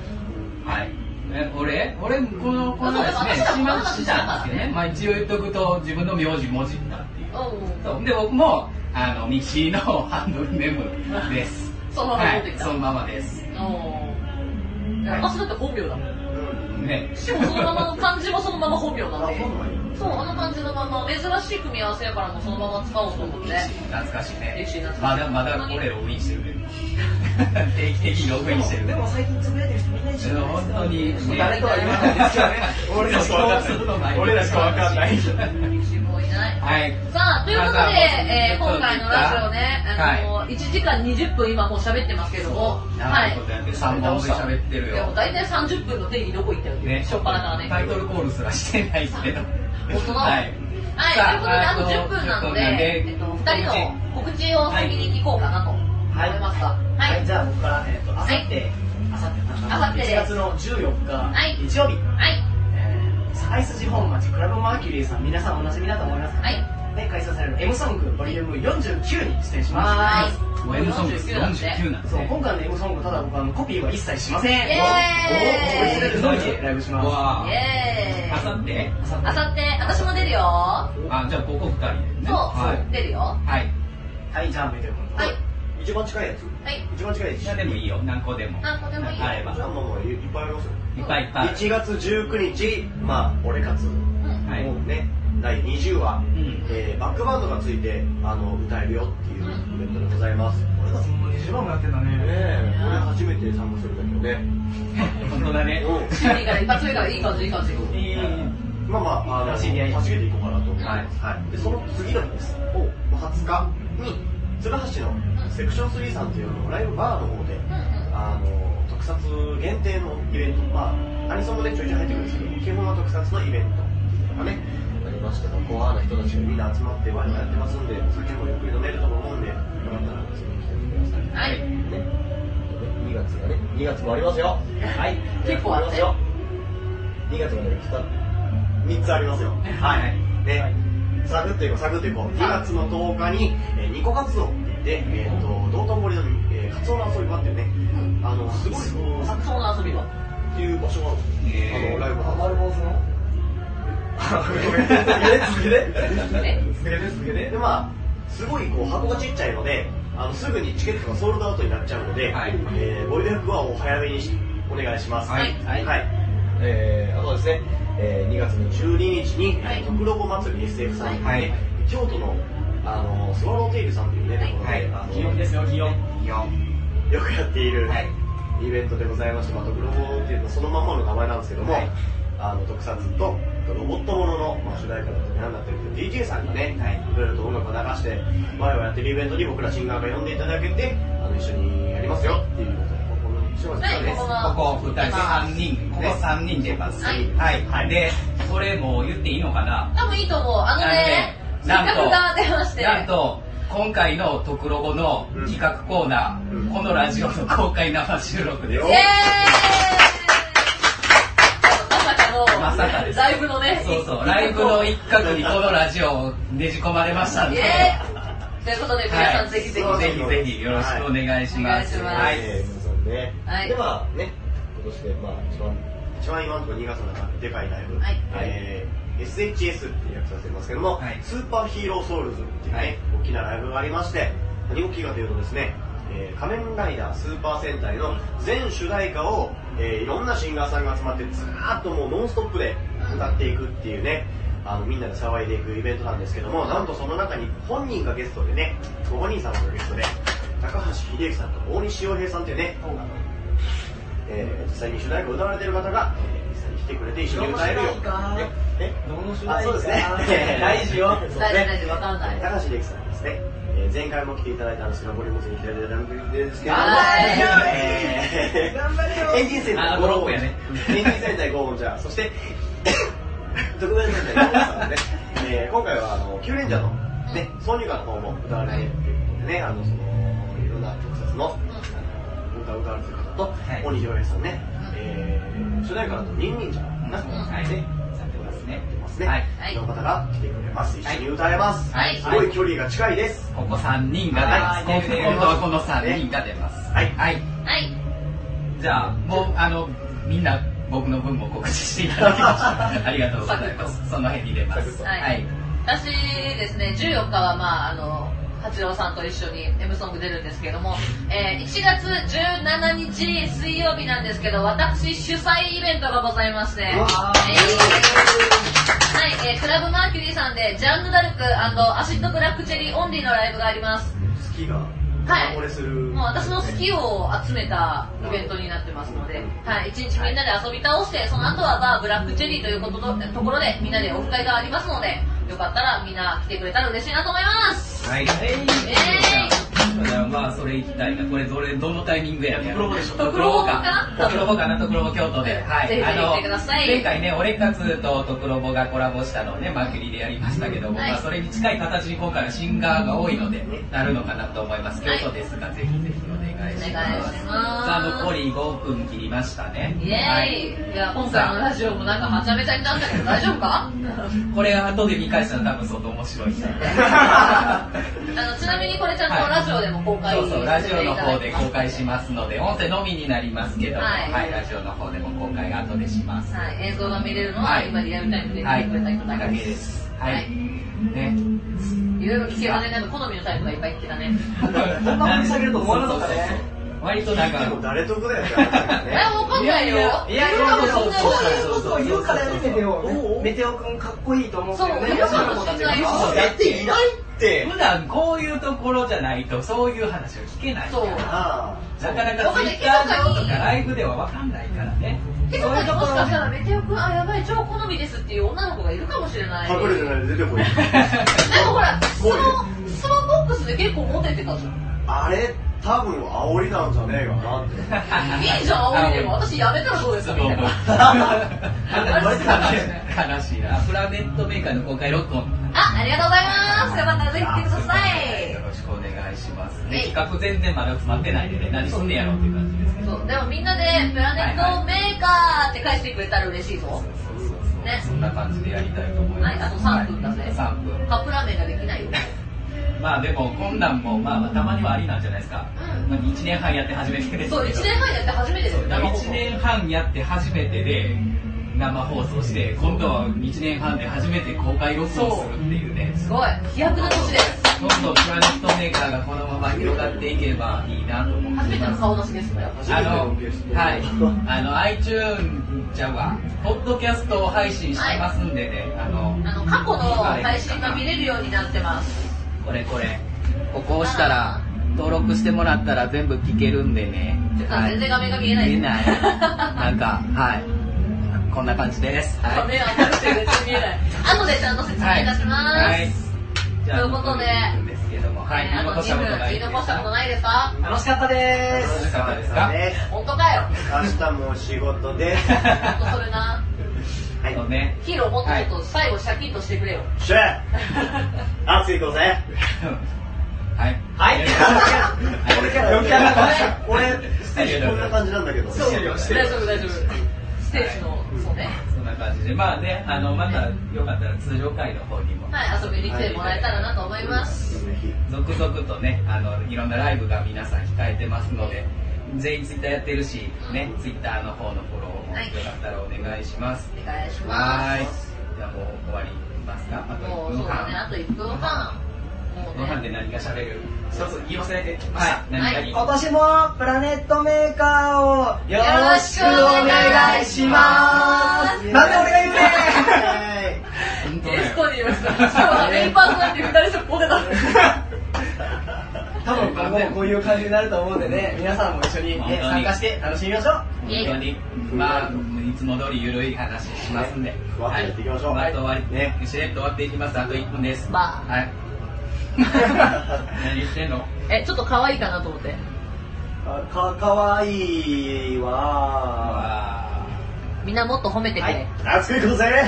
Speaker 2: はい。え俺俺、この、このですね、
Speaker 1: そうで
Speaker 2: し
Speaker 1: も
Speaker 2: ま
Speaker 1: 私は
Speaker 2: したんですよね。まあ一応言っとくと、自分の名字もじったっていう。
Speaker 1: おう
Speaker 2: そうで、僕も、あの、ミキシーのハンドルネームです。
Speaker 1: そのまま
Speaker 2: は
Speaker 1: 持って
Speaker 2: い、
Speaker 1: きた
Speaker 2: そのままです。
Speaker 1: おう私だって本名だもん。
Speaker 2: ね。
Speaker 1: しかもそのままの漢字もそのまま本名なん
Speaker 4: あ
Speaker 1: で。
Speaker 4: 本来
Speaker 1: そう、あの漢字のまま、珍しい組み合わせやからもうそのまま使おうと思って。
Speaker 2: 懐かしいね
Speaker 1: ミキシー懐
Speaker 2: ま
Speaker 1: かしい
Speaker 2: だまだ俺ログインしてるね定期的にログインしてる
Speaker 3: でも最近つぶやいてる人みんないし
Speaker 2: でも本当にね
Speaker 3: 誰とは言わないですけどね
Speaker 2: 俺らしかわかんない
Speaker 3: 俺らしかわかんない
Speaker 1: ミキシーもいない。
Speaker 2: はい
Speaker 1: さあ、ということで、
Speaker 2: まあまあ
Speaker 1: えー今回のラジオね、あの1時間20分今もう喋ってますけども、は
Speaker 2: 長い
Speaker 1: い
Speaker 2: こ。とやって3本目喋ってる
Speaker 1: いやも
Speaker 2: よ
Speaker 1: う大体30分の定義どこ行ったよ
Speaker 2: ね、
Speaker 1: しょっぱなからね。
Speaker 2: タイトルコールすらしてないですけど。
Speaker 1: 当だ
Speaker 2: はい。
Speaker 1: はい、
Speaker 2: さ
Speaker 1: ということで、あと10分なので、えっと、2
Speaker 2: 10分なんで
Speaker 1: 人の告知を先に聞こうかなと思いました。は
Speaker 3: はい
Speaker 1: い。
Speaker 3: じゃあ僕からえっとあさってあ
Speaker 1: 明
Speaker 3: さ
Speaker 1: 後
Speaker 3: っ
Speaker 1: 日で
Speaker 3: て
Speaker 1: す
Speaker 3: 1月の14
Speaker 1: はい
Speaker 3: 日日曜日
Speaker 1: はい。
Speaker 3: 堺筋本町クラブマーキュリーさん皆さんおなじみだと思います
Speaker 1: はい。
Speaker 3: で開催される M ソングボリューム49に出演します
Speaker 1: はい。
Speaker 2: もう M ソングス49なんで
Speaker 3: そう今回の M ソングただ僕あのコピーは一切しません
Speaker 1: イエ
Speaker 3: おお
Speaker 1: ーイ
Speaker 3: おおおおライブします
Speaker 2: わ
Speaker 1: イ
Speaker 2: あ。
Speaker 1: エ
Speaker 2: あ
Speaker 1: ーイ。
Speaker 2: さって
Speaker 1: あさって、私も出るよ。
Speaker 2: あ、じゃあここ二人でね。
Speaker 1: そう、
Speaker 2: はい。
Speaker 1: 出るよ。は
Speaker 2: はい。
Speaker 3: はいじゃあメテオ君
Speaker 1: い。
Speaker 4: 一番近いやつ
Speaker 1: はい。
Speaker 4: 一番近いやつ
Speaker 2: いやでもいいよ、何個でも。
Speaker 1: 何個でもいいよ
Speaker 2: あれば。
Speaker 4: じゃあもういっぱいありますよ
Speaker 2: いっぱいいっぱい。
Speaker 4: 1月19日、まあ、俺活
Speaker 1: う
Speaker 4: の
Speaker 1: ん。
Speaker 2: はい。うん。
Speaker 4: ね、第20話、えーバックバンドがついてあの歌えるよっていうイベントでございます。俺
Speaker 3: そんな20番もやってんだ
Speaker 4: ね
Speaker 3: ね
Speaker 4: え、俺初めて参加するんだけどね。
Speaker 2: 本当だね。
Speaker 1: いいから、一発目からいい感じ、いい感じ。
Speaker 3: いいいいいい
Speaker 4: まあまあ、あの、
Speaker 3: 知り合い
Speaker 4: 初めて行こうかなと思って
Speaker 2: はい
Speaker 4: ます。はい。で、その次の日です。お、20日に、鶴橋のセクション3さんっていうあのライブバーの方
Speaker 1: う
Speaker 4: で、
Speaker 1: んうん。
Speaker 4: あの、特特撮限定のイベント、まあ、アニソンもね、ちょいちょい入ってくるんですけど、基本は特撮のイベントっていうのがね、ありまして、コアな人たちがみんな集まってワイワイやってますんで、お酒もゆっくり飲めると思うんで、よかったら遊びに来てみてくださ
Speaker 1: は
Speaker 4: い。
Speaker 1: い
Speaker 4: ね。2月がね、2月もありますよ。はい。
Speaker 1: 結構
Speaker 4: あ
Speaker 1: ある
Speaker 4: ります
Speaker 1: ね
Speaker 4: よ。2月もね、3つありますよ。
Speaker 2: はい。
Speaker 4: ね、サグッといこう、サグッといこう。2月の10日に、えーニコカツオって言って、えっ、と、道頓堀の、えーカツオの遊び場っていうね、あの、すごい、カツオの遊び場っていう場所があるんですよ
Speaker 2: へー
Speaker 4: あの、ライブハウス。
Speaker 3: 丸坊主の
Speaker 4: すげえ、すげえ。
Speaker 3: すげれですげれ
Speaker 4: で、まあ、すごいこう箱がちっちゃいので、あのすぐにチケットがソールドアウトになっちゃうので、
Speaker 2: はい
Speaker 4: えーご予約はお早めにしお願いします。
Speaker 2: はいはい
Speaker 4: えーあとはですね、えー2月の12日に、
Speaker 1: はい
Speaker 4: 徳ロボ祭り SF さんに、
Speaker 2: はい
Speaker 4: 京都のあのスワローテイルさんというね、ところで、
Speaker 2: はい
Speaker 4: あの
Speaker 3: 祇園ですよ祇園
Speaker 2: よ。
Speaker 4: よくやっている、
Speaker 2: はい
Speaker 4: イベントでございまして、まあ、特ロボっていうのはそのままの名前なんですけども、
Speaker 2: はい
Speaker 4: あの特撮とロボットものの、まあ、主題歌だったりなんだったりって DJ さんがね、
Speaker 2: はい
Speaker 4: いろいろと音楽を流して我々やってるイベントに僕らシンガーが呼んでいただけてあの一緒にやりますよっていうことでここの一緒
Speaker 1: はい
Speaker 4: です
Speaker 1: ここの
Speaker 2: ここ二人、三人、ここ三人出ます。はい。で、これもう言っていいのかな
Speaker 1: 多分いいと思う。あのね、せっ
Speaker 2: なん
Speaker 1: か
Speaker 2: と
Speaker 1: くが出まして。
Speaker 2: なんと、今回のトクロボの企画コーナー、
Speaker 4: うん
Speaker 2: このラジオの公開生収録です
Speaker 1: イェーイ。まさかの、
Speaker 2: まさかです
Speaker 1: ライブのね、
Speaker 2: そうそう、ライブの一角にこのラジオをねじ込まれましたん
Speaker 1: イ
Speaker 2: で。
Speaker 1: エーイということで、皆さんぜひぜひ。
Speaker 4: はい
Speaker 2: ぜひぜひよろしくお願いします。
Speaker 1: お
Speaker 2: は
Speaker 1: 願
Speaker 2: い
Speaker 1: いし。
Speaker 4: えー皆さんね、
Speaker 1: はい
Speaker 4: でまあね今年でまあ一番一番今のところ2月の中ででかいライブ、
Speaker 1: はい
Speaker 4: えー SHS って訳させてますけども、
Speaker 2: はい
Speaker 4: スーパーヒーローソウルズっていうね、
Speaker 2: はい
Speaker 4: 大きなライブがありまして何が大きいかというとですね、えー仮面ライダースーパー戦隊の全主題歌を、えーいろんなシンガーさんが集まってずーっともうノンストップで歌っていくっていうねあのみんなで騒いでいくイベントなんですけどもなんとその中に本人がゲストでねご本人さんがゲストで高橋秀樹さんと大西洋平さんっていうね、あのえー実際に主題歌を歌われてる方が、えー実際に来てくれて一緒に歌えるよ
Speaker 3: どの主題歌
Speaker 4: ええ
Speaker 3: どの主
Speaker 4: あ
Speaker 3: 題
Speaker 4: そうです ね
Speaker 3: 歌大事よ
Speaker 4: そう
Speaker 1: 大
Speaker 4: ね
Speaker 1: 事大事、わかんない。
Speaker 4: 高橋秀樹さんですね、えー前回も来ていただいたんですけど、ボリューム2に来ていただいたんですけども、
Speaker 1: はい
Speaker 4: えー
Speaker 3: 頑張れよ
Speaker 4: エンジン戦隊
Speaker 2: あ
Speaker 4: ゴ
Speaker 2: ド
Speaker 4: ロ
Speaker 2: ロ
Speaker 4: ン
Speaker 2: ップやね
Speaker 4: エンジン戦隊ゴーンジャー、そして、特別戦隊ゴーンさんね、えー今回はあの、キューレンジャーの、ね、挿入歌の方も歌われているということでね、あの、その、いろんな特撮の、あの歌を歌われてる方と、
Speaker 2: はい
Speaker 4: 鬼平平さんね、えー主題歌だと、ニンニンジャーかな、
Speaker 2: はい。
Speaker 4: ね
Speaker 2: やってますね。
Speaker 4: ますね。
Speaker 2: はい。
Speaker 1: はい
Speaker 4: の方が来てくれます。一緒に歌えます。
Speaker 1: はい
Speaker 4: すごい距離が近いです。
Speaker 2: ここ3人が出ます。ここのこの3人が出ます。
Speaker 4: はい
Speaker 2: はい。
Speaker 1: はい。
Speaker 2: じゃあ、もう、あの、みんな僕の分も告知していただきました。ありがとうございます。その辺に出ます。
Speaker 1: はい
Speaker 2: はい。
Speaker 1: 私ですね、14日はまああの、八郎さんと一緒に M ソング出るんですけども、えー1月17日水曜日なんですけど、私主催イベントがございまして、えーはい、えークラブマーキュリーさんで、ジャンヌ・ダルクアシッド・ブラック・チェリーオンリーのライブがあります。
Speaker 4: 好きが、
Speaker 1: はい
Speaker 4: これする。
Speaker 1: もう私の好きを集めたイベントになってますので、はい、一日みんなで遊び倒して、その後はバーブラックチェリーということとところでみんなでオフ会がありますので、よかったらみんな来てくれたら嬉しいなと思います
Speaker 2: はい。じゃあまあそれ行きたいな。これどれどのタイミングやねん。
Speaker 4: トクロボでしょ
Speaker 2: トクロボか。トクロボかな、トクロボ京都で。はい。
Speaker 1: ぜひぜひ来てください
Speaker 2: あの前回ね、オレカツとトクロボがコラボしたのをね、マーキュリーでやりましたけども、
Speaker 1: はい
Speaker 2: まあそれに近い形に今回はシンガーが多いので、なるのかなと思います。京
Speaker 1: はい
Speaker 2: 都ですが、ぜひぜひお願いし
Speaker 1: お願
Speaker 2: ま
Speaker 1: い
Speaker 2: す。
Speaker 1: します
Speaker 2: さあ、残り5分切りましたね。
Speaker 1: イ
Speaker 2: は
Speaker 1: エ
Speaker 2: い
Speaker 1: ーイ、い、や、今回のラジオもなんかはちゃめちゃになったけど大丈夫か
Speaker 2: これ後で見返したら多分相当面白い んで
Speaker 1: あのちなみにこれちゃんとラジオでも公開
Speaker 2: そうそう、ラ
Speaker 1: させ
Speaker 2: ジ
Speaker 1: て
Speaker 2: オ
Speaker 1: い
Speaker 2: の
Speaker 1: ただ
Speaker 2: 方
Speaker 1: いて
Speaker 2: で
Speaker 1: ます
Speaker 2: 公開しますので、音声のみになりますけども、
Speaker 1: はい
Speaker 2: はい、ラジオの方でも公開後でします。
Speaker 1: はい、映像が見れるの
Speaker 2: は
Speaker 1: はい今リアルタイムで見
Speaker 2: は
Speaker 1: て
Speaker 2: い、
Speaker 1: くれた人だ
Speaker 2: だ
Speaker 1: け
Speaker 2: け
Speaker 1: で。
Speaker 2: ですす。はい。ね。
Speaker 1: いろいろ聞けばね、なんか好みのタイプがいっぱい来てたね。
Speaker 3: んな掘り下げると思わなかったね
Speaker 2: そうそうそう。割となん
Speaker 4: でも
Speaker 2: か、
Speaker 4: 誰得だよって話だよ
Speaker 1: え、
Speaker 4: ね。
Speaker 1: わかんないよ。
Speaker 2: いやいや
Speaker 3: そう
Speaker 2: そうそう
Speaker 3: いうことを言うからねメテオは
Speaker 4: そう
Speaker 3: ねメテオくんかっこいいと思ってる
Speaker 1: そういるかもしれないよ
Speaker 4: あやっていないって。
Speaker 2: 普段こういうところじゃないと、そういう話を聞けないから。
Speaker 1: そう
Speaker 4: あ
Speaker 2: なかな
Speaker 1: わ
Speaker 2: か
Speaker 1: かん
Speaker 2: ツ
Speaker 1: な
Speaker 2: イ
Speaker 1: い
Speaker 2: ッター上とかライブではわかんないからね。
Speaker 1: てか、もしかしたら、メテオくん、あ、やばい、超好みですっていう女の子がいるかもしれな
Speaker 4: あ、
Speaker 1: い。
Speaker 4: 隠れてないで出てこ
Speaker 1: で
Speaker 4: い。
Speaker 1: もほら、ス
Speaker 4: すごいね
Speaker 1: マ、スマボックスで結構モテてたじゃん。
Speaker 4: あれ多分煽りなんじゃねえかなって
Speaker 1: いいじゃん、煽りでも。私やめたら どうですかみたいな。
Speaker 2: 悲しいな。プラネットメーカーの公開録音。
Speaker 1: あ、ありがとうございます。よかったらぜひ来てくださ
Speaker 2: よ
Speaker 1: い。
Speaker 2: ろしくお願いします。
Speaker 1: は
Speaker 2: ね、
Speaker 1: い
Speaker 2: 企画全然まだ詰まってないんでね、何すんねやろっていう感じですけど。
Speaker 1: そう、でもみんなでプラネットメーカーって返してくれたら嬉しいぞ。
Speaker 2: そうそうそう
Speaker 1: ね
Speaker 2: そんな感じでやりたいと思います。
Speaker 1: はいあと3分だぜ
Speaker 2: はい3分。
Speaker 1: カップラーメンができないよ。
Speaker 2: まあでも、こんなんも、まあまあ、たまにはありなんじゃないですか。
Speaker 1: うん
Speaker 2: まあ、1年半やって初めてですけど。
Speaker 1: そう、1年半やって初めてですよ、生放送
Speaker 2: 1年半やって初めてで生放送して今度は1年半で初めて公開録音するっていうね
Speaker 1: すごい。飛躍の年です。
Speaker 2: どんどんプラネットメーカーがこのまま広がっていけばいいなと思ってます
Speaker 1: 初めての顔出しですね。
Speaker 2: あの、はい、あの iTunes じゃはポッドキャストを配信してますんでね、あの
Speaker 1: あの、過去の配信が見れるようになってます。
Speaker 2: これこれここ押したら登録してもらったら全部聞けるんでね
Speaker 1: ちょっと全然画面が見えない
Speaker 2: 見えないなんかはいこんな感じですはい
Speaker 1: 目は赤くて全然見えない。後でちゃんと説明いたしま
Speaker 2: はい
Speaker 1: す。
Speaker 2: じゃあ
Speaker 1: ということで
Speaker 2: ですけどもはい
Speaker 1: ねあ
Speaker 2: 言い
Speaker 1: の
Speaker 2: 残し
Speaker 1: チー
Speaker 2: た
Speaker 1: ム
Speaker 2: ことな
Speaker 1: 言い
Speaker 2: いです
Speaker 1: 残したことないですか
Speaker 3: 楽しかったで
Speaker 2: 楽
Speaker 3: す
Speaker 2: しかったですか
Speaker 4: ね
Speaker 1: 本当かよ。
Speaker 4: 明日も仕事です
Speaker 1: 本当それな。
Speaker 4: はい
Speaker 2: そうね
Speaker 1: ヒーローもっともっと最後シャキッとしてくれよ。
Speaker 4: シュー熱くいこうぜ
Speaker 2: はい
Speaker 3: はい
Speaker 4: 俺から
Speaker 2: はい
Speaker 4: 俺から俺ステージ
Speaker 2: ありがとう
Speaker 4: こんな感じなんだけど
Speaker 2: そうよして
Speaker 1: 大丈夫大丈夫。ステージの、そうね。
Speaker 2: そんな感じでまあねあのまたよかったら通常会の方にも
Speaker 1: はい、遊びに来てもらえたらなと思います。
Speaker 4: ぜひ
Speaker 2: 続々とねあのいろんなライブが皆さん控えてますので全員ツイッターやってるしねツイッターの方のフォローも
Speaker 1: はい
Speaker 2: よかったらお願いします
Speaker 1: お願いし
Speaker 2: は
Speaker 1: ま
Speaker 2: ーいじゃあもう終わりますかあと
Speaker 1: す。もう
Speaker 2: 1
Speaker 1: そう
Speaker 2: 分
Speaker 1: だね、
Speaker 2: 半
Speaker 1: あと1分半。もう
Speaker 2: ご飯
Speaker 1: ね、
Speaker 2: で何か喋る
Speaker 3: 一つ言い忘れてきまし
Speaker 2: はい
Speaker 3: た
Speaker 2: 何か
Speaker 1: はい
Speaker 2: に
Speaker 3: 今年もプラネットメーカーをよろしくお願いしますなんで俺が言うね
Speaker 2: 本 当
Speaker 1: ゲス
Speaker 2: だよ
Speaker 1: トにいました。今日はメインパーソナリティ2人ともポテた。
Speaker 3: 多分今後こういう感じになると思うんでね皆さんも一緒に、ね、参加して楽しみましょう
Speaker 2: 本当に、まあ、いつも通りゆるい話しますんで、
Speaker 4: ふわっとやっていきましょう
Speaker 2: はい、ふわっと終わり、
Speaker 4: ね
Speaker 2: しれっと終わっていきます。あと1分です。
Speaker 1: ま
Speaker 2: はい。何してんの
Speaker 1: え、ちょっと可愛いかなと思って。
Speaker 4: あかかわいいわ
Speaker 2: あ
Speaker 1: みんなもっと褒めてくれ。はい、
Speaker 4: 熱くいこうぜ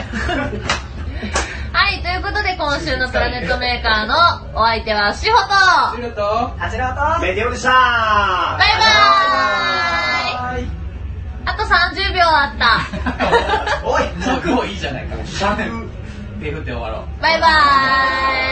Speaker 1: ということで今週のプラネットメーカーのお相手はしほとバ
Speaker 2: あ
Speaker 1: イ
Speaker 2: りがと う。
Speaker 3: あちらと
Speaker 4: メテオでした
Speaker 1: バーイ
Speaker 3: バイ
Speaker 1: あと30秒あった。
Speaker 2: おい、尺もいいじゃないか。尺。ペフって終わろう。
Speaker 1: バイバーイ